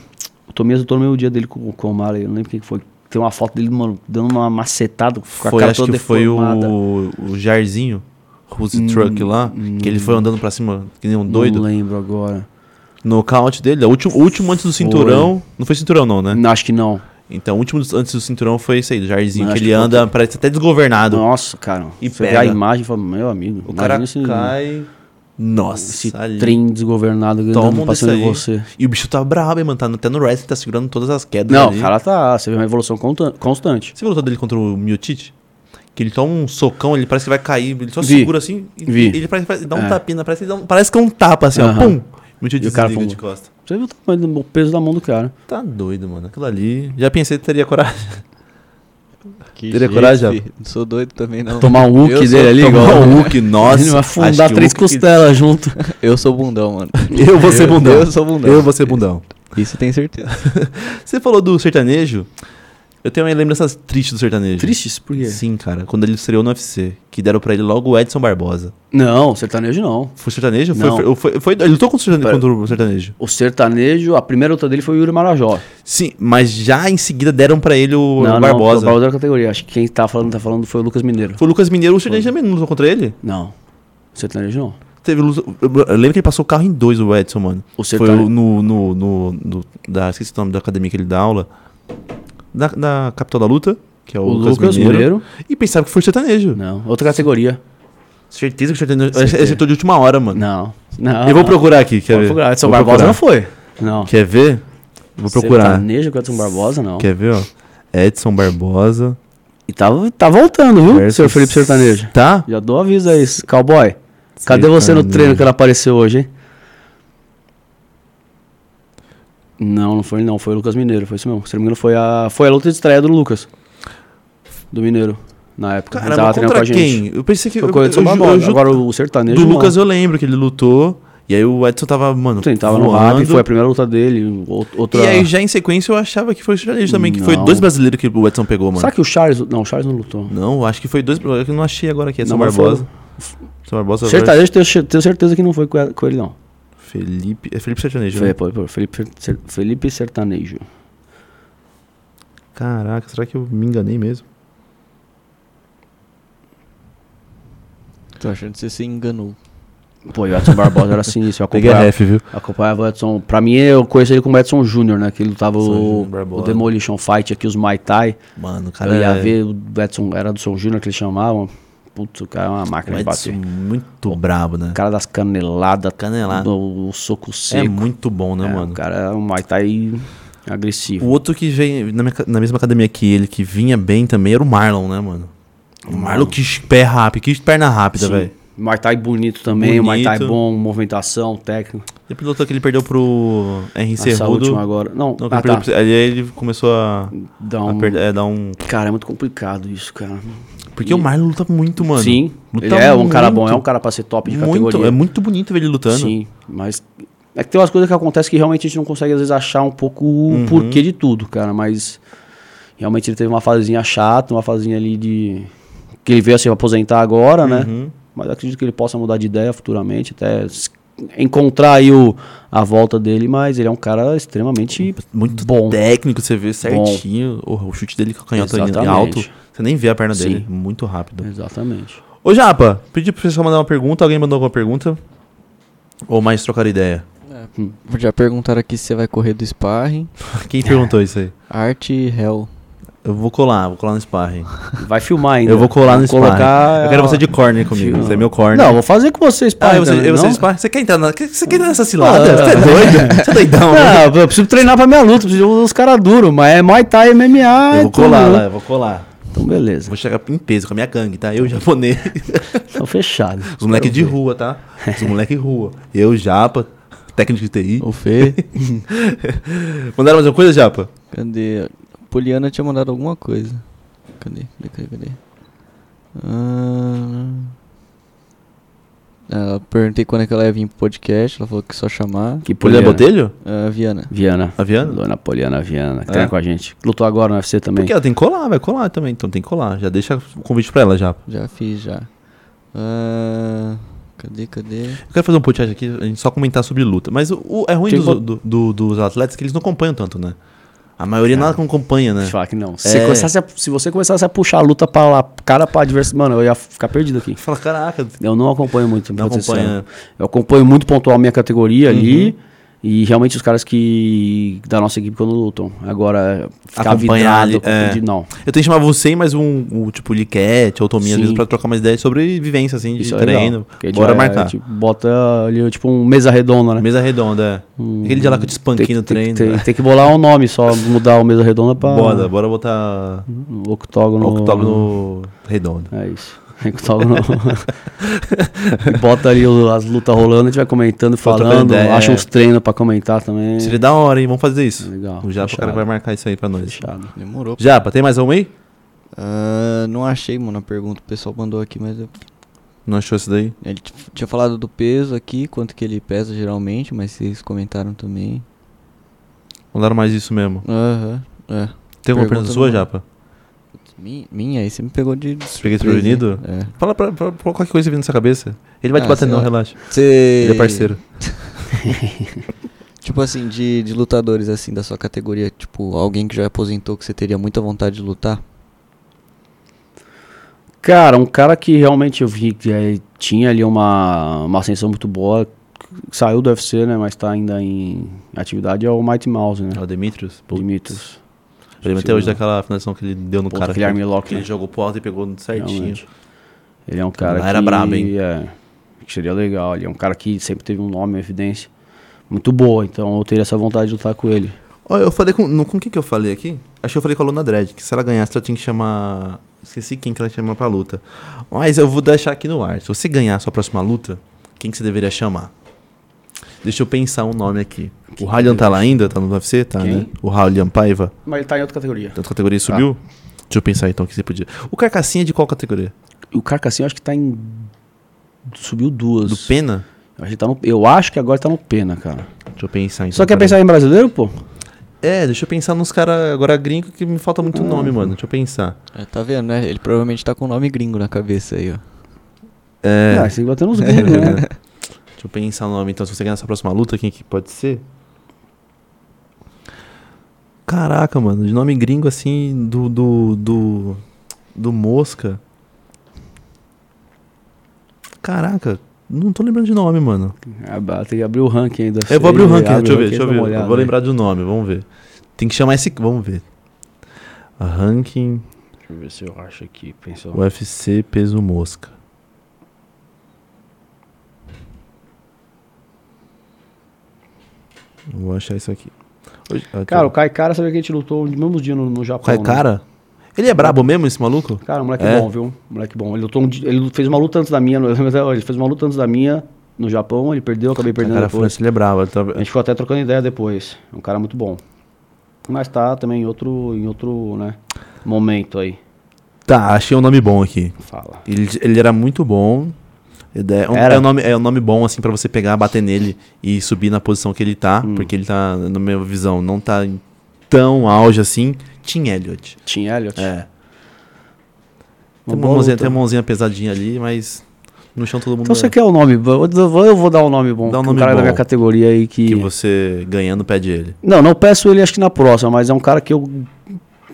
O Tomias lutou no mesmo dia dele com, com o Mara, eu não lembro quem que foi. Tem uma foto dele mano, dando uma macetada com a Foi, cara acho toda que foi deformada. Hum, o, o Jairzinho, Rose Truck lá, que ele foi andando pra cima, que nem um doido. Não lembro agora. Nocaute dele, é o último, o último antes do cinturão. Não foi cinturão, não, né? Não, Acho que não. Então, o último dos- antes do cinturão foi esse aí, do Jairzinho, Acho que que ele foi anda, parece até desgovernado. Nossa, cara. E você vê pega. a imagem e fala, meu amigo, o cara imagina esse, cai. Nossa, esse ali. trem desgovernado Toma andando um desse passando em aí. você. E o bicho tá brabo, hein, mano? Tá no- até no wrestling, tá segurando todas as quedas Não, ali. o cara tá. Você vê uma evolução conta- constante. Você viu a luta dele contra o Miotite? Que ele toma um socão, ele parece que vai cair, ele só Vi. segura assim e Vi. ele parece, parece- dá um É. tapinha, parece, que dá um- parece que é um tapa assim, ó. Aham. Pum! Miotite E o cara desliga de pula. costa. Você vê o tamanho do- o peso da mão do cara. Tá doido, mano. Aquilo ali. Já pensei que teria coragem. Que Teria coragem, filho. Não sou doido também, não. Tomar um Eu sou- Hulk dele ali, Tomar igual. um [LAUGHS] Hulk, nossa. Ele vai acho afundar que o três Hulk- costelas junto. Eu sou bundão, [LAUGHS] mano. [LAUGHS] Eu vou é ser bundão. Eu sou né? bundão. Eu vou ser bundão. Isso tem certeza. [LAUGHS] Você falou do sertanejo. Eu tenho uma lembrança triste do sertanejo. Tristes? Por quê? Sim, cara. Quando ele estreou no UFC, que deram pra ele logo o Edson Barbosa. Não, sertanejo não. Foi sertanejo? Foi, Não. foi, foi- foi- ele lutou contra o sertanejo, Pera. contra o sertanejo. O sertanejo, a primeira luta dele foi o Yuri Marajó. Sim, mas já em seguida deram pra ele o, o Não, Barbosa. o Barbosa era categoria. Acho que quem tá falando, tá falando foi o Lucas Mineiro. Foi o Lucas Mineiro, o sertanejo também não lutou contra ele. Não. O sertanejo não. Teve luta- eu lembro que ele passou o carro em dois, o Edson, mano. O Foi sertanejo. o- no, no, no, no- da, esqueci o nome da academia que ele dá aula. Da, da Capital da Luta, que é o, O Lucas, Lucas Mineiro. Mineiro. E pensava que foi o sertanejo. Não. Outra categoria. Certeza que o sertanejo Certeza. acertou de última hora, mano. Não. Não. Eu vou procurar aqui, quer ver? Pode procurar. Edson Vou Barbosa procurar. não foi. Não. Quer ver? Vou procurar. Sertanejo com Edson Barbosa, não. Quer ver, ó? Edson Barbosa. E tá, tá voltando, viu, versus- seu Felipe Sertanejo? Tá? Já dou aviso aí, cowboy. Cadê você no Sertanejo. treino que ela apareceu hoje, hein? Não, não foi ele não, foi o Lucas Mineiro, foi isso mesmo. Se não me engano, foi a, foi a luta de estreia do Lucas. Do Mineiro, na época. ele Caramba, tava treinando né, com contra a gente. quem? Eu pensei que... Foi eu- com o Edson eu ju- eu Barbosa. ju- Agora o sertanejo. Do não. Lucas eu lembro que ele lutou. E aí o Edson tava, mano, Sim, tava no voando. rádio, foi a primeira luta dele. ou- Outra... E aí já em sequência eu achava que foi o sertanejo também, que foi Não. dois brasileiros que o Edson pegou, mano. Será que o Charles. Não, o Charles não lutou. Não, acho que foi dois... Eu não achei agora aqui, é Edson Não, mas foi- Barbosa. Edson Barbosa... Sertanejo, tenho, che- tenho certeza que não foi com a- com ele, não. versus Felipe... É Felipe Sertanejo, né? Fe- pô, pô, Felipe, Ser- Felipe Sertanejo. Caraca, será que eu me enganei mesmo? Tô achando que você se enganou. Pô, e o Edson Barbosa era sinistro. [LAUGHS] Eu Peguei a acompanhava, ref, viu? acompanhava o Edson. Pra mim, eu conheço ele como Edson Júnior, né? Que ele lutava Edson o, Júnior Barbosa. o Demolition Fight aqui, os Muay Thai. Mano, o cara Eu ia é... ver, o Edson era do seu Júnior que eles chamavam. Putz, o cara é uma máquina O de um Edson bater. muito brabo, né? O cara das caneladas, Canelada. do, o soco É seco. muito bom, né, É, mano? O cara é um Muay Thai O agressivo. outro que vem na, minha ca- na mesma academia que ele, que vinha bem também, era o Marlon, né, mano? O Marlon, que pé rápido, que perna rápida, Sim. velho. Muay Thai bonito também, o Muay Thai Bonito. bom, movimentação, técnica. Depois lutou que ele perdeu pro RC Essa última Rudo. agora. Não, Não, que ah, ele perdeu tá. pro- Aí ele começou a, Dá a um- perder- é, dar um. Cara, é muito complicado isso, cara. Porque o Marlon luta muito, mano. Sim, Luta ele é um cara bom, muito. é um cara pra ser top de Muito, categoria. é muito bonito ver ele lutando. Sim, mas é que tem umas coisas que acontecem que realmente a gente não consegue às vezes achar um pouco Uhum. o porquê de tudo, cara, mas realmente ele teve uma fasezinha chata, uma fasezinha ali de que ele veio a se aposentar agora, Uhum. né? Mas eu acredito que ele possa mudar de ideia futuramente, até s- encontrar aí o, a volta dele, mas ele é um cara extremamente Muito Bom. técnico, você vê certinho. O, o chute dele com a canhota é Exatamente. alto. Você nem vê a perna Sim. dele. Muito rápido. Exatamente. Ô Japa, pedi pro pessoal mandar uma pergunta. Alguém mandou alguma pergunta? Ou mais trocar ideia? [LAUGHS] Já perguntaram aqui se você vai correr do sparring. Quem perguntou isso aí? Arte Hell. Eu vou colar, vou colar no sparring. Vai filmar ainda. Eu vou colar no sparring. colocar Eu quero você de corner comigo. Filma. Você é meu corner. Não, vou fazer com vocês, Ah, pai. você, também, eu, você, não? é sparring? você quer entrar na, que- você quer entrar nessa cilada? Ah, Você é [LAUGHS] doido? Você é doidão, né? Não, eu preciso treinar pra minha luta, preciso usar os caras duros, mas é Muay Thai, MMA. Eu é vou tudo, colar né? lá, eu vou colar. Então beleza, Vou chegar em peso com a minha gangue, tá? Eu, japonês. tá fechado. Os moleque de rua, tá? Os moleque rua. Eu, japa, técnico de TI. O Fê. Mandaram mais alguma coisa, japa? Cadê? Poliana tinha mandado alguma coisa. Cadê? Cadê? Cadê? cadê? Ah, ah, eu perguntei quando é que ela ia vir pro podcast. Ela falou que só chamar. Que Poliana Poliana. Botelho? Ah, Viana. Viana. Aviano? Dona Poliana Viana, que É? treina com a gente. Lutou agora no UFC também. Porque ela tem que colar, vai colar também. Então tem que colar. Já deixa o convite pra ela, japa. Já fiz já. Ah, Cadê, cadê? Eu quero fazer um podcast aqui, a gente só comentar sobre luta. Mas o, o- é ruim Tinha dos, que bot- do- do- dos atletas que eles não acompanham tanto, né? A É. maioria nada não acompanha, né? Te falar que não. Se, É. você começasse a- se você começasse a puxar a luta pra lá, cara pra adversário, mano, eu ia ficar perdido aqui. Fala, caraca, Eu não acompanho muito. Não pra ser acompanha. sincero. Eu acompanho muito pontual minha categoria Uhum. ali. E realmente os caras que. da nossa equipe quando lutam. Agora, ficar Acompanhar ali, vidrado, é. acompanhar de- não. Eu tenho que chamar você e mais um, um tipo Liquete ou Tominha, às Sim. vezes, pra trocar umas ideias sobre vivência, assim, de Isso é legal, treino. porque a gente Bora vai- marcar. a gente bota ali, tipo, um mesa redonda, tipo, né? Hum. Mesa redonda, é. Aquele dia lá que eu te tem, espanquei no tem- treino. né? Tem, tem que bolar um nome só, mudar o mesa redonda pra. [LAUGHS] Bora, bora botar um Octógono. octógono redondo. É isso. [LAUGHS] Octógono. e bota ali o- as lutas rolando, a gente vai comentando, Falta falando. ideia. Acha uns treinos pra comentar também. Seria da hora, hein? Vamos fazer isso. Legal. O Japa, o cara É. Fechado. que vai marcar isso aí pra nós. Fechado. Demorou. Japa, tem mais alguma aí? Ah, não achei, mano, a pergunta. O pessoal mandou aqui, mas eu- Não achou isso daí? ele t- tinha falado do peso aqui, quanto que ele pesa geralmente, mas vocês comentaram também. Mandaram mais isso mesmo. Aham, é. Tem alguma pergunta Pergunta sua, não. Japa? Mi- Minha, aí você me pegou de. Peguei surpresa, hein? desprevenido? É. Fala pra, pra- pra qualquer coisa que vem na sua cabeça. Ele vai te Ah, bater, sei não, lá. relaxa. Você. Ele é parceiro. Tipo assim, de, de lutadores assim da sua categoria, tipo, alguém que já aposentou que você teria muita vontade de lutar? Cara, um cara que realmente eu vi que eh, tinha ali uma, uma ascensão muito boa, que saiu do UFC, né? Mas tá ainda em atividade, é o Mighty Mouse, né? É o Demetrius? Pô, Dimitrios. Eu lembro até hoje daquela finalização que ele deu no Pô, cara. do Guilherme que- Locke, que ele né? jogou pro alto e pegou certinho. Realmente. Ele é um cara Lá era que... brabo, hein? É, que seria legal. Ele é um cara que sempre teve um nome, uma evidência muito boa. Então eu teria essa vontade de lutar com ele. Olha, eu falei com. não, Com quem que eu falei aqui? Acho que eu falei com a Luna Dredd, que se ela ganhasse, ela tinha que chamar. Esqueci quem que ela chama pra luta. Mas eu vou deixar aqui no ar. Se você ganhar a sua próxima luta, quem que você deveria chamar? Deixa eu pensar um nome aqui. o Ralian tá lá ainda? Tá no UFC? Tá, Quem? né? O Ralian Paiva. Mas ele tá em outra categoria. Tanto Então categoria subiu? Ah. Deixa eu pensar então o que você podia. O Carcassinha é de qual categoria? O Carcassinho eu acho que tá em... Subiu duas. Do Pena? Eu acho que, tá no- eu acho que agora tá no Pena, cara. Deixa eu pensar então. Só quer peraí. pensar em brasileiro, pô? É, deixa eu pensar nos caras agora gringo que me falta muito nome, mano. Deixa eu pensar. É, tá vendo, né? Ele provavelmente tá com o nome gringo na cabeça aí, ó. É. [LAUGHS] Ah, você tem que bater nos gringos, né? Deixa eu pensar o nome. Então, se você ganhar essa próxima luta, quem que pode ser? Caraca, mano. De nome gringo, assim, do... Do, do, do Mosca. Caraca. Não tô lembrando de nome, mano. Ah, bah, tem que abrir o ranking ainda. Eu vou abrir o ranking. Deixa eu ver, deixa eu ver. Eu vou lembrar do nome, vamos ver. Tem que chamar esse... Vamos ver. Ranking Deixa eu ver se eu acho aqui, pessoal. UFC peso mosca. Vou achar isso aqui. Hoje- ah, Cara, o tá. Kaikara sabia que a gente lutou no mesmo dia no, no o Japão. Kai né? cara? Ele é brabo mesmo, esse maluco? Cara, um moleque É. bom, viu? Um Moleque bom. Ele, lutou um dia- ele fez uma luta antes da minha. [LAUGHS] no- eu lembro até hoje, Ele fez uma luta antes da minha no Japão. Ele perdeu, eu acabei perdendo cara, depois. França, ele é brabo. ele tá- A gente ficou até trocando ideia depois. É um cara muito bom. Mas tá também em outro, em outro né, momento aí. Tá, achei um nome bom aqui. Fala. Ele, ele era muito bom. Ele É um, Era. é um nome, é um nome bom, assim, pra você pegar, bater nele e subir na posição que ele tá. Hum. Porque ele tá, na minha visão, não tá em tão auge assim. Tim Elliott. Tim Elliott. É. Uma Tem uma, boa mãozinha, luta. tem uma mãozinha pesadinha ali, mas no chão todo mundo Então você é- quer o nome? bom? Eu vou- eu vou dar um nome bom. Dá um que nome cara bom. da minha categoria aí que você ganhando pede ele. Não, não peço ele acho que na próxima, mas é um cara que eu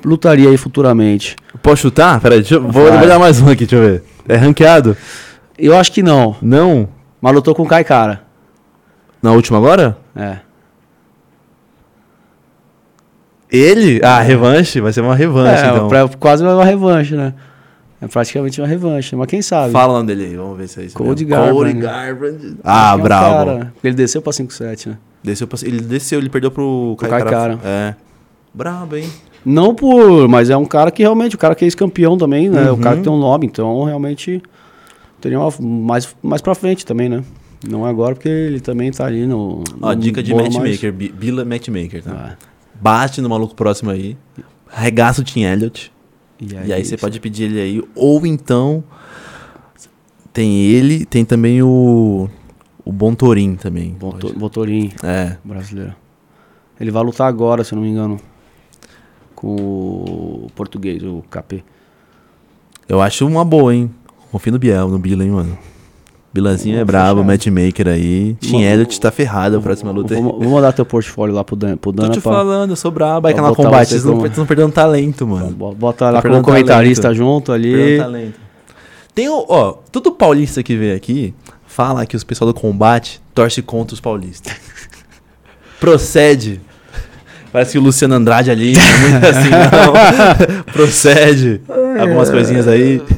lutaria aí futuramente. Posso chutar? Peraí, deixa eu, vou, Vai. vou dar mais um aqui, deixa eu ver. É ranqueado? Eu acho que não, Não. mas lutou com o Kai Cara. Na última agora? É. Ele? Ah, revanche? Vai ser uma revanche, é então. pra- quase uma revanche, né? É praticamente uma revanche, mas quem sabe? Fala o nome dele aí, vamos ver se é isso Cody mesmo. Cody Garbrandt. Garbrandt. Acho Ah, que é um bravo. cara. Ele desceu pra 5-7, né? Desceu pra- Ele desceu, ele perdeu pro Pro Kaikara. Kaikara. É. Brabo, hein? Não por, mas é um cara que realmente, o cara que é ex-campeão também, né? O cara Uhum. que tem um nome, então realmente teria uma mais mais para frente também, né? Não agora porque ele também tá ali no, Ó, no dica de bolo mais- matchmaker, Bi- Bila Matchmaker, tá? Ah, Bate no maluco próximo aí, arregaça o Tim Elliott. e é aí, E aí você pode pedir ele aí, ou então tem ele, tem também o o Bontorin também. Boto- Botorim. É. brasileiro. Ele vai lutar agora, se eu não me engano. Com o português, o KP. Eu acho uma boa, hein? Confio no Biel, no Bila, hein, mano. Bilazinho é brabo, matchmaker aí. Team Elliot tá ferrado a próxima luta. Vou, aí. Então vou mandar teu portfólio lá pro Dan- pro Tô Dana. te pra- falando, eu sou brabo. Aí Pra canal botar combate, você vocês não como- vocês não perderam talento, mano. Tá bo- Bota lá como perdendo comentarista talento. junto ali. Perdeu talento. Tem o, ó, todo paulista que vem aqui fala que os pessoal do combate torce contra os [LAUGHS] paulistas. Procede. Parece que o Luciano Andrade ali, não é [LAUGHS] muito assim, não. Procede. Algumas coisinhas aí. [LAUGHS]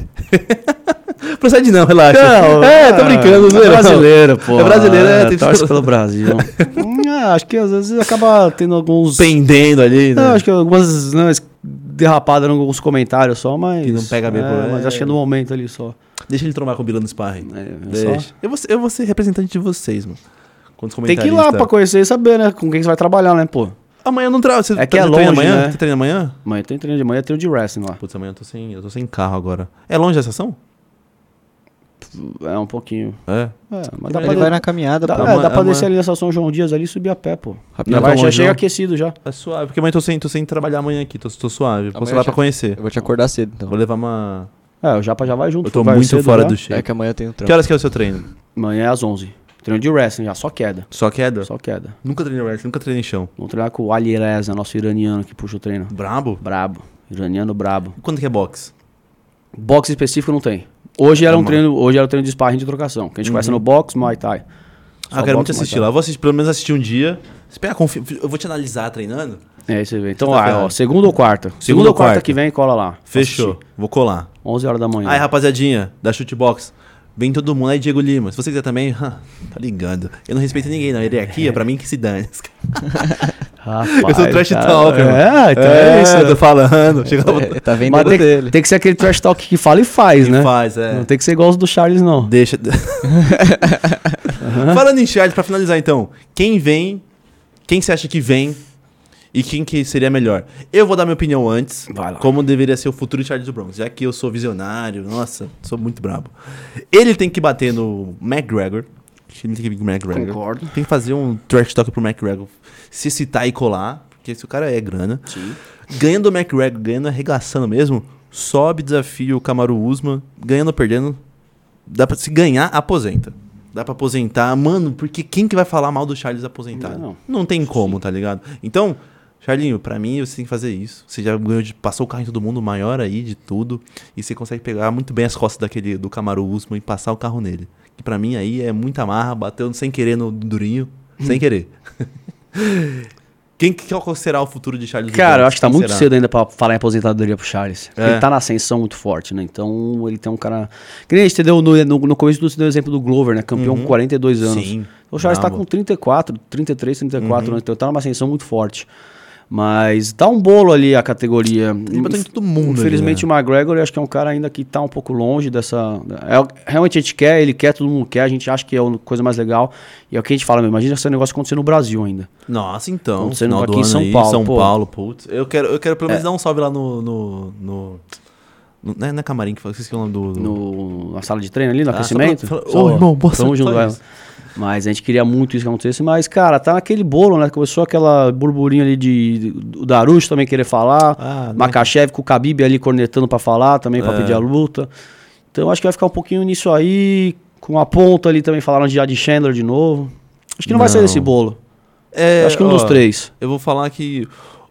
Procede não, relaxa. é, tô brincando, é zoeira. brasileiro, pô. É brasileiro, é, tem tem que- torce pelo Brasil. Hum, [LAUGHS] é, acho que às vezes acaba tendo alguns... Pendendo ali, né? Não, acho que algumas né, derrapadas em alguns comentários só, mas... Que não pega bem é, por- Mas é. acho que é no momento ali só. Deixa ele trombar com o Bila no Sparring. É, é Deixa. só. Eu vou, ser- eu vou ser representante de vocês, mano. Quantos Tem que ir lá pra conhecer e saber, né? Com quem você vai trabalhar, né, pô? Amanhã eu não trabalho. Você É que é você longe, treina amanhã? né? Você treina amanhã? Amanhã tem treino de manhã, tem o de wrestling lá. Putz, amanhã eu tô sem, eu tô sem carro agora. É longe a estação? É um pouquinho. É. É, mas dá Ele pra, vai na caminhada, dá, pô. amanhã- é, dá pra amanhã. descer ali na estação João Dias ali e subir a pé, pô. Rapidão. Já, Não vai- tão já longe, chega não. aquecido já. É suave, porque amanhã eu tô sem, tô sem trabalhar amanhã aqui, tô, tô suave. Posso ir Amanhã lá já- pra conhecer. Eu vou te acordar cedo, então. Vou levar uma. É, o Japa já vai junto. Eu tô vai muito cedo fora já. do É shape. que amanhã eu tenho Que trampo. horas que é o seu treino? Amanhã é às 11. Treino de wrestling já, só queda. Só queda? Só queda. Nunca treinei wrestling, nunca treinei chão. Vamos treinar com o Ali Reza, nosso iraniano que puxa o treino. Brabo? Brabo. Iraniano brabo. E Quando que é boxe? Boxe específico não tem. Hoje era um Vamos lá. treino, hoje era o treino de sparring de trocação. Que a gente começa no box, Muay Thai. Uhum. ah, eu quero muito assistir lá. Eu vou assistir, pelo menos assistir um dia. Espera, confio. Eu vou te analisar treinando. É, isso aí. Então, Você tá ah, ó, ferrado. segunda ou quarta? Segunda, ou ou quarta, quarta. que vem, cola lá. Fechou. Vou colar. 11 horas da manhã. Aí, rapaziadinha, da Chutebox. Vem todo mundo aí, Diego Lima. Se você quiser também, [LAUGHS] tá ligando. Eu não respeito ninguém, não. Ele é aqui, é pra mim que se dane. Rapaz, Eu sou trash cara. talker, mano. É, então é, isso. eu tô falando. Chega lá, [LAUGHS] É, tá Mas vendendo tem, dele. tem que ser aquele trash talk que fala e faz, né? faz, é. Não tem que ser igual os do Charles, não. Deixa. Falando em Charles, pra finalizar então, quem vem, quem você acha que vem e quem que seria melhor? Eu vou dar minha opinião antes, Vai lá. como deveria ser o futuro Charles do Bronx, já que eu sou visionário, nossa, sou muito brabo. Ele tem que bater no McGregor. acho que Ele tem que vir com o McGregor. Concordo. Tem que fazer um trash talk pro McGregor. Se citar e colar, porque se o cara é grana. Sim. Ganhando o McGregor, ganhando, arregaçando mesmo, sobe, desafia o Kamaru Usman, ganhando ou perdendo, dá pra se ganhar, aposenta. Dá pra aposentar, mano, porque quem que vai falar mal do Charles aposentado? Não. Não, tem como, tá ligado? Então, Charlinho, pra mim, você tem que fazer isso. Você já ganhou de- passou o carrinho do mundo maior aí de tudo, e você consegue pegar muito bem as costas daquele do Kamaru Usman e passar o carro nele. Que pra mim aí é muita marra, bateu sem querer no durinho, Hum. sem querer. Quem que qual será o futuro de Charles? Cara, eu Dodds? acho que tá Quem muito será? cedo ainda pra falar em aposentadoria pro Charles. É. Ele tá na ascensão muito forte, né? Então ele tem um cara. Que nem a gente deu no, no, no começo do você deu o exemplo do Glover, né? Campeão com 42 anos. Uhum. Sim, O Charles tá brabo. Uhum. com 34, 33, 34 anos, então tá numa ascensão muito forte. Mas tá um bolo ali a categoria. Ele bateu em todo mundo ali, né? Infelizmente o McGregor, eu acho que é um cara ainda que tá um pouco longe dessa. é o- realmente a gente quer, ele quer, todo mundo quer, a gente acha que é a coisa mais legal. E é o que a gente fala mesmo. Imagina esse negócio acontecer no Brasil ainda. Nossa, então. Acontecendo final aqui do em ano São Paulo, São pô. É. Paulo, putz. Eu quero, eu quero pelo menos dar um salve lá no. no, no, no não, é, não é camarim que fala, esqueci o nome do. do- no, na sala de treino ali, no Ah, aquecimento. só pra- fala- Ô, irmão, boa tamo sorte, junto, só é. isso. Mas a gente queria muito isso que acontecesse, mas, cara, tá naquele bolo, né? Começou aquela burburinho ali de do Darucho também querer falar, Ah, né? É. Makachev com o Khabib ali cornetando pra falar também, pra pedir a luta. Então acho que vai ficar um pouquinho nisso aí, com a ponta ali também falaram de Adi Chandler de novo. Acho que não, vai sair Não. desse bolo. É, acho que um ó, dos três. Eu vou falar que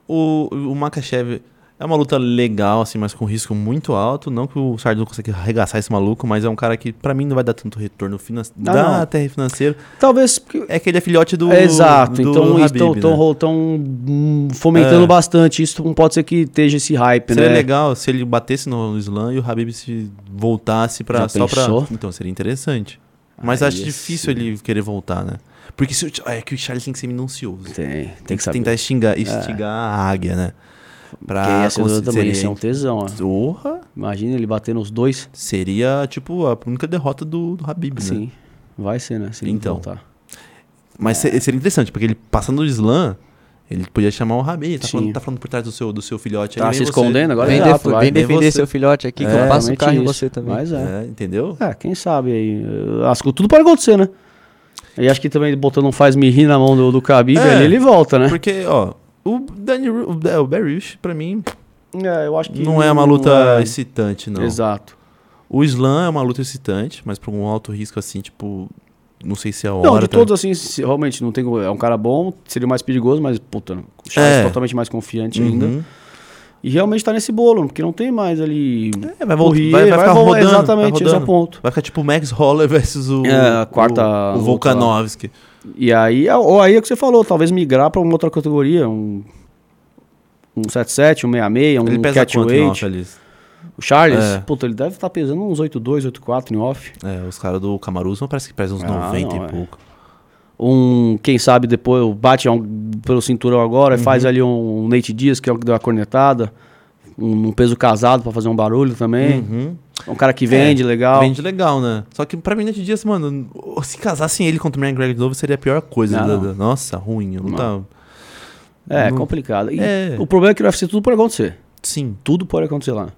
o, o Makachev é uma luta legal, assim, mas com risco muito alto. Não que o Sardo não consiga arregaçar esse maluco, mas é um cara que, pra mim, não vai dar tanto retorno financeiro. Ah, não. Dá até financeiro. Talvez. porque- É que ele é filhote do. É, exato, do então Habib, estão né? hum, fomentando É. bastante isso, não pode ser que esteja esse hype, Seria né? legal se ele batesse no Islã e o Habib se voltasse pra Já só pra. pensou? Então seria interessante. Mas Aí é acho ia difícil ele querer voltar, né? Porque se o Ch- é que o Charles tem que ser minucioso. Tem, Tem, tem, que que saber. É. tentar xingar, instigar a águia, né? Pra Porque essa luta também seria- ia ser um tesão, ó. Porra! Imagina ele bater nos dois. Seria, tipo, a única derrota do, do Habib, né? Sim. assim, Vai ser, né? Se ele Então. voltar. Mas se- É. seria interessante, porque ele passando o Islã, ele podia chamar o Habib. Tá, Sim. falando, tá falando por trás do seu, do seu filhote aí, Tá vem se você. escondendo agora? Vem, Exato, defu- vai. vem você- defender seu filhote aqui, que É, eu passo o Realmente carro em isso. você também. Mas é. É, entendeu? É, quem sabe aí. Eu Acho que tudo pode acontecer, né? E acho que também botando um faz me rir na mão do, do Khabib É. ali, ele volta, né? Porque, ó, o Danny Ru- o, é, o Barry Rush, pra mim, É, eu acho não é uma luta excitante, não. Exato. O slam é uma luta excitante, mas pra um alto risco assim, tipo, não sei se é a hora. Não, de tá? todos assim, se- realmente não tem. como- É um cara bom, seria o mais perigoso, mas, puta, o Charles É. totalmente mais confiante ainda. Uhum. E realmente tá nesse bolo, porque não tem mais ali. É, vai, voltar, Poirier, vai, vai vai ficar vol- rodando. exatamente, vai esse é o rodando. ponto. Vai ficar tipo Max Holler versus o, É, a quarta o, o luta Volkanovski. E aí, ou aí é o que você falou, talvez migrar pra uma outra categoria, um. Um 77, um 66, um Ele pesa quanto em off, catchweight. Alice? O Charles, É. puta, ele deve estar pesando uns 82, 84 em off. É, os caras do Camaruzão parece que pesam uns Ah, 90 não, e é. pouco. Um, quem sabe depois bate um- pelo cinturão agora e Uhum. faz ali um, Nate Dias, que é o que deu a cornetada. Um, um peso casado pra fazer um barulho também. Uhum. É, Um cara que vende, legal. Vende legal, né? Só que pra mim, Nate Dias, mano, se casassem ele contra o McGregor de novo, seria a pior coisa. Não, da- não. da- Nossa, ruim. Luta... É, Não- complicado. E É. O problema é que no UFC tudo pode acontecer. Sim. Tudo pode acontecer lá.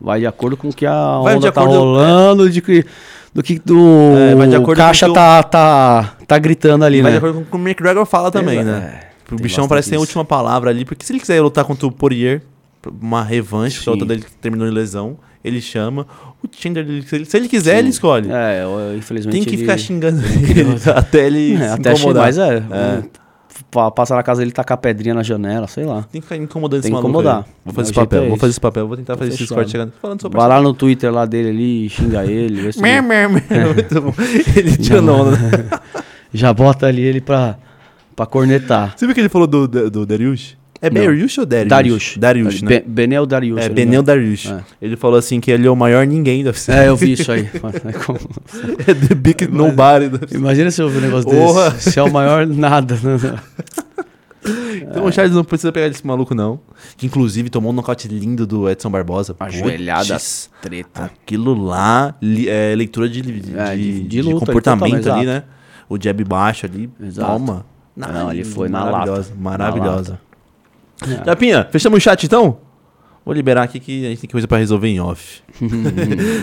Vai de acordo com o que a Vai de onda tá acordo- rolando, de que, do que do, É, vai de o acordo caixa com o que tá, tá, tá gritando ali, Mas de né? acordo com o que o McGregor fala também, né? É. o tem bichão bastante parece que tem a isso. última palavra ali, porque se ele quiser lutar contra o Poirier, uma revanche, porque a Sim. luta dele que terminou em lesão, ele chama. O Chandler, ele- se ele, se ele quiser, ele escolhe. É, eu- infelizmente. Tem que ele- ficar xingando ele até ele [LAUGHS] É, se até achei incomodar. mais, é. É. Pa- Passar na casa dele, tacar pedrinha na janela, sei lá. Tem que ficar incomodando Tem esse que maluco. incomodar. aí. Vou fazer O esse jeito papel, é vou esse. fazer esse papel, vou tentar Tá fazer esse fechado. corte chegando. Falando sobre Vai lá no Twitter lá dele ali e xinga ele. vê se- Mer, mer, mer. É, Muito [LAUGHS] bom. Ele tirando Não. né? onda. já bota ali ele pra, pra cornetar. Você viu que ele falou do, do, do Dariush? É Não. Dariush ou Dariush? Darius. Dariush, né? Be- Benel Darius. é, ele Benel Dariush. É. Ele falou assim que ele é o maior ninguém da UFC. mesmo. É, eu vi [LAUGHS] isso aí. É the big nobody da UFC. Imagina se eu ouvir um negócio Porra. desse. Se é o maior, nada. né? Então o Charles não precisa pegar esse maluco, não. Que inclusive tomou um nocaute lindo do Edson Barbosa. Putz, treta. Aquilo lá, li- é, leitura de, de, É, de- de de luta, comportamento total, ali, né? exato. O jab baixo ali, Exato. toma. Não, ele foi na maravilhosa, lata. Maravilhosa. Japinha, fechamos o chat então? Vou liberar aqui que a gente tem coisa pra resolver em off.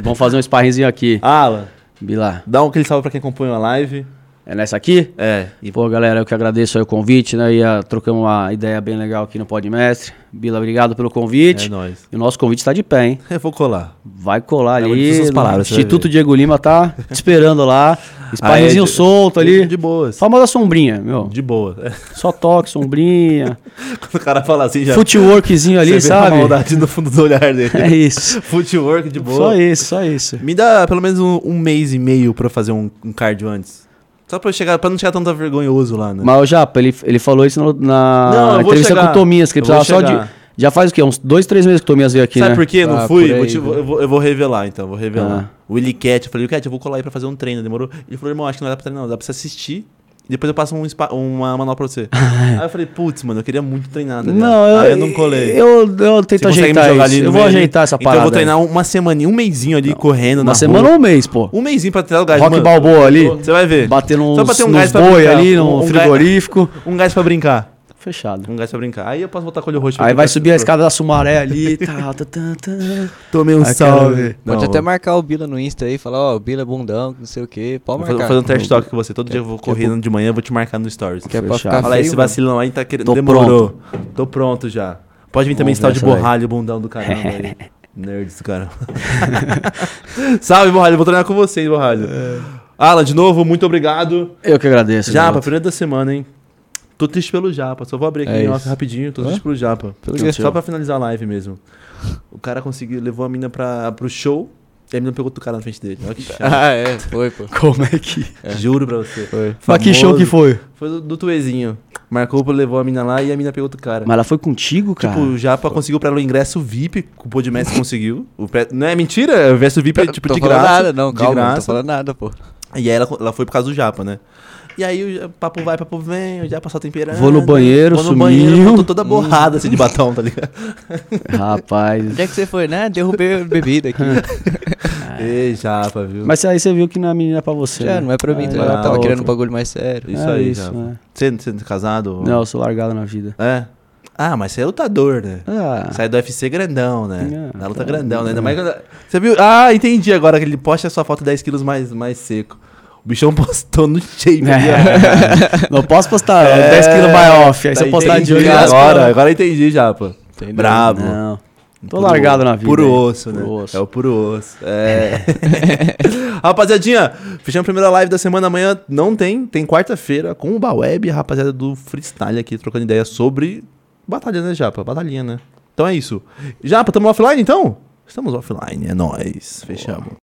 Vamos fazer um sparrinzinho aqui. Alan, Bila, dá um aquele salve pra quem acompanha a live. é nessa aqui? É, e E, pô, galera, eu que agradeço aí o convite, né? E ah, trocamos uma ideia bem legal aqui no Podmestre. Bila, obrigado pelo é convite. nóis. e o nosso convite tá de pé, hein? Eu vou colar. Vai colar Lembra ali. dessas no palavras, você vai ver. Instituto Diego Lima tá te esperando lá. Sparrinzinho Ah, é, de- solto ali. De boas. Famosa sombrinha, meu. De boa. Só toque, sombrinha. [LAUGHS] Quando o cara fala assim, já Footworkzinho você ali, vê a sabe? maldade no fundo do olhar dele. [LAUGHS] É isso. Footwork de boa. Só isso, só isso. Me dá pelo menos um, um mês e meio pra fazer um, um cardio antes. Só pra, eu chegar, pra não chegar tão vergonhoso lá, né? Mas o Japa, ele, ele falou isso no- na Não, eu vou entrevista chegar. com o Tominhas, que ele Eu vou precisava só chegar. de. Já faz o quê? Uns dois, três meses que o Tominhas veio aqui, Sabe né? por que eu não Ah, fui? por aí, Vou te- né? eu, vou, eu vou revelar, então. Vou revelar. Ah. O Willy Cat, eu falei, Cat, eu vou colar aí pra fazer um treino. Demorou? Ele falou, irmão, acho que não dá pra treinar, não. Dá pra você assistir. E depois eu passo um spa- uma manobra pra [LAUGHS] você. aí eu falei, putz, mano, eu queria muito treinar. tá ligado? Não, eu, aí eu não colei. Eu, eu tento Você consegue me ajeitar jogar isso. ali no Eu vou meio ali? ajeitar essa parada. Então eu vou treinar uma semaninha, um mêsinho ali correndo aí. na uma semana rua. ou um mês, pô. Um mêsinho pra treinar o gás. Rock mano. Balboa ali, Você vai ver. batendo Só uns, pra ter um uns gás pra boi brincar, ali, um- num um frigorífico. Um gás pra brincar. Fechado. Um gás pra brincar. Aí eu posso botar com o olho roxo. Aí vai subir a escada da Sumaré ali. Tá, tá, tá, tá. Tomei um Aí, cara, salve. Pode Não, até marcar o Bila no Insta aí, falar, ó, o Bila é bundão, não sei o quê. Vou Pode marcar. fazer, vou fazer um trash talk com você. Todo dia eu vou correndo de manhã, eu vou te marcar no stories. Que é pra Fechado. ficar Fala aí, feio, esse mano. vacilão aí tá querendo. Tô Demorou. Tô pronto já. Pode vir também Vamos esse tal ver de essa daí. borralho, bundão do caramba [LAUGHS] aí. Nerds do caramba. [LAUGHS] salve, borralho. Vou treinar com vocês, borralho. É. Alan, de novo, muito obrigado. Eu que agradeço. né? Japa, garoto. primeira da semana, hein? Tô triste pelo Japa. Só vou abrir aqui É em isso. off rapidinho. Tô triste pelo Japa. Pelo quê? Só pra finalizar a live mesmo. O cara conseguiu, levou a mina pra, pro show e a mina pegou outro cara na frente dele. Olha que chato. [LAUGHS] [LAUGHS] Ah, é, foi, pô. Como é que. Juro pra você. Foi. Mas que show que foi? Foi do, do Tuezinho. Marcou, levou a mina lá e a mina pegou outro cara. Mas ela foi contigo, cara? Tipo, o Japa conseguiu pra ela o ingresso VIP, o Podmestre conseguiu. O pré- Não é mentira, o ingresso VIP é tipo tô de falando graça. nada, não, de calma, não tô graça. falando nada, pô. E aí ela, ela foi por causa do Japa, né? E aí o Ja- papo vai, papo vem, o Japa só temperando. Vou no banheiro, vou no sumiu. banheiro, voltou toda borrada assim de batom, tá [LAUGHS] ligado? Rapaz. Onde é que você foi, né? Derrubei a bebida aqui. Ei, Japa, viu? É. Mas aí você viu que não é menina pra você. Já, né? não é pra mim, tá Aí não, ligado? vai Eu pra Tava querendo um outra. bagulho mais sério. Isso é aí, isso, Japa. né? Você, você não é casado? Não, eu sou largado na vida. É? Ah, mas você é lutador, né? Ah, Sai do UFC grandão, né? É, Na luta tá. grandão, né? Ainda mais quando- Você viu? Ah, entendi agora que ele posta a sua foto 10 quilos mais, mais seco. O bichão [LAUGHS] postou no É. shape. né? ali, ó. [LAUGHS] não [LAUGHS] posso postar É, 10kg buy off. Aí tá, se eu postar de entendi olho agora, agora entendi já, pô. Entendeu? Brabo. Não. Tô largado na vida. Puro aí. osso, né? Puro osso. É o puro osso. [LAUGHS] É. [LAUGHS] rapaziadinha, fechando a primeira live da semana. Amanhã não tem, tem quarta-feira com o Baweb, a rapaziada do Freestyle aqui, trocando ideia sobre batalha, né, Japa? Batalhinha, né? Então é isso. Japa, tamo offline então? Estamos offline, é nóis. Fechamos.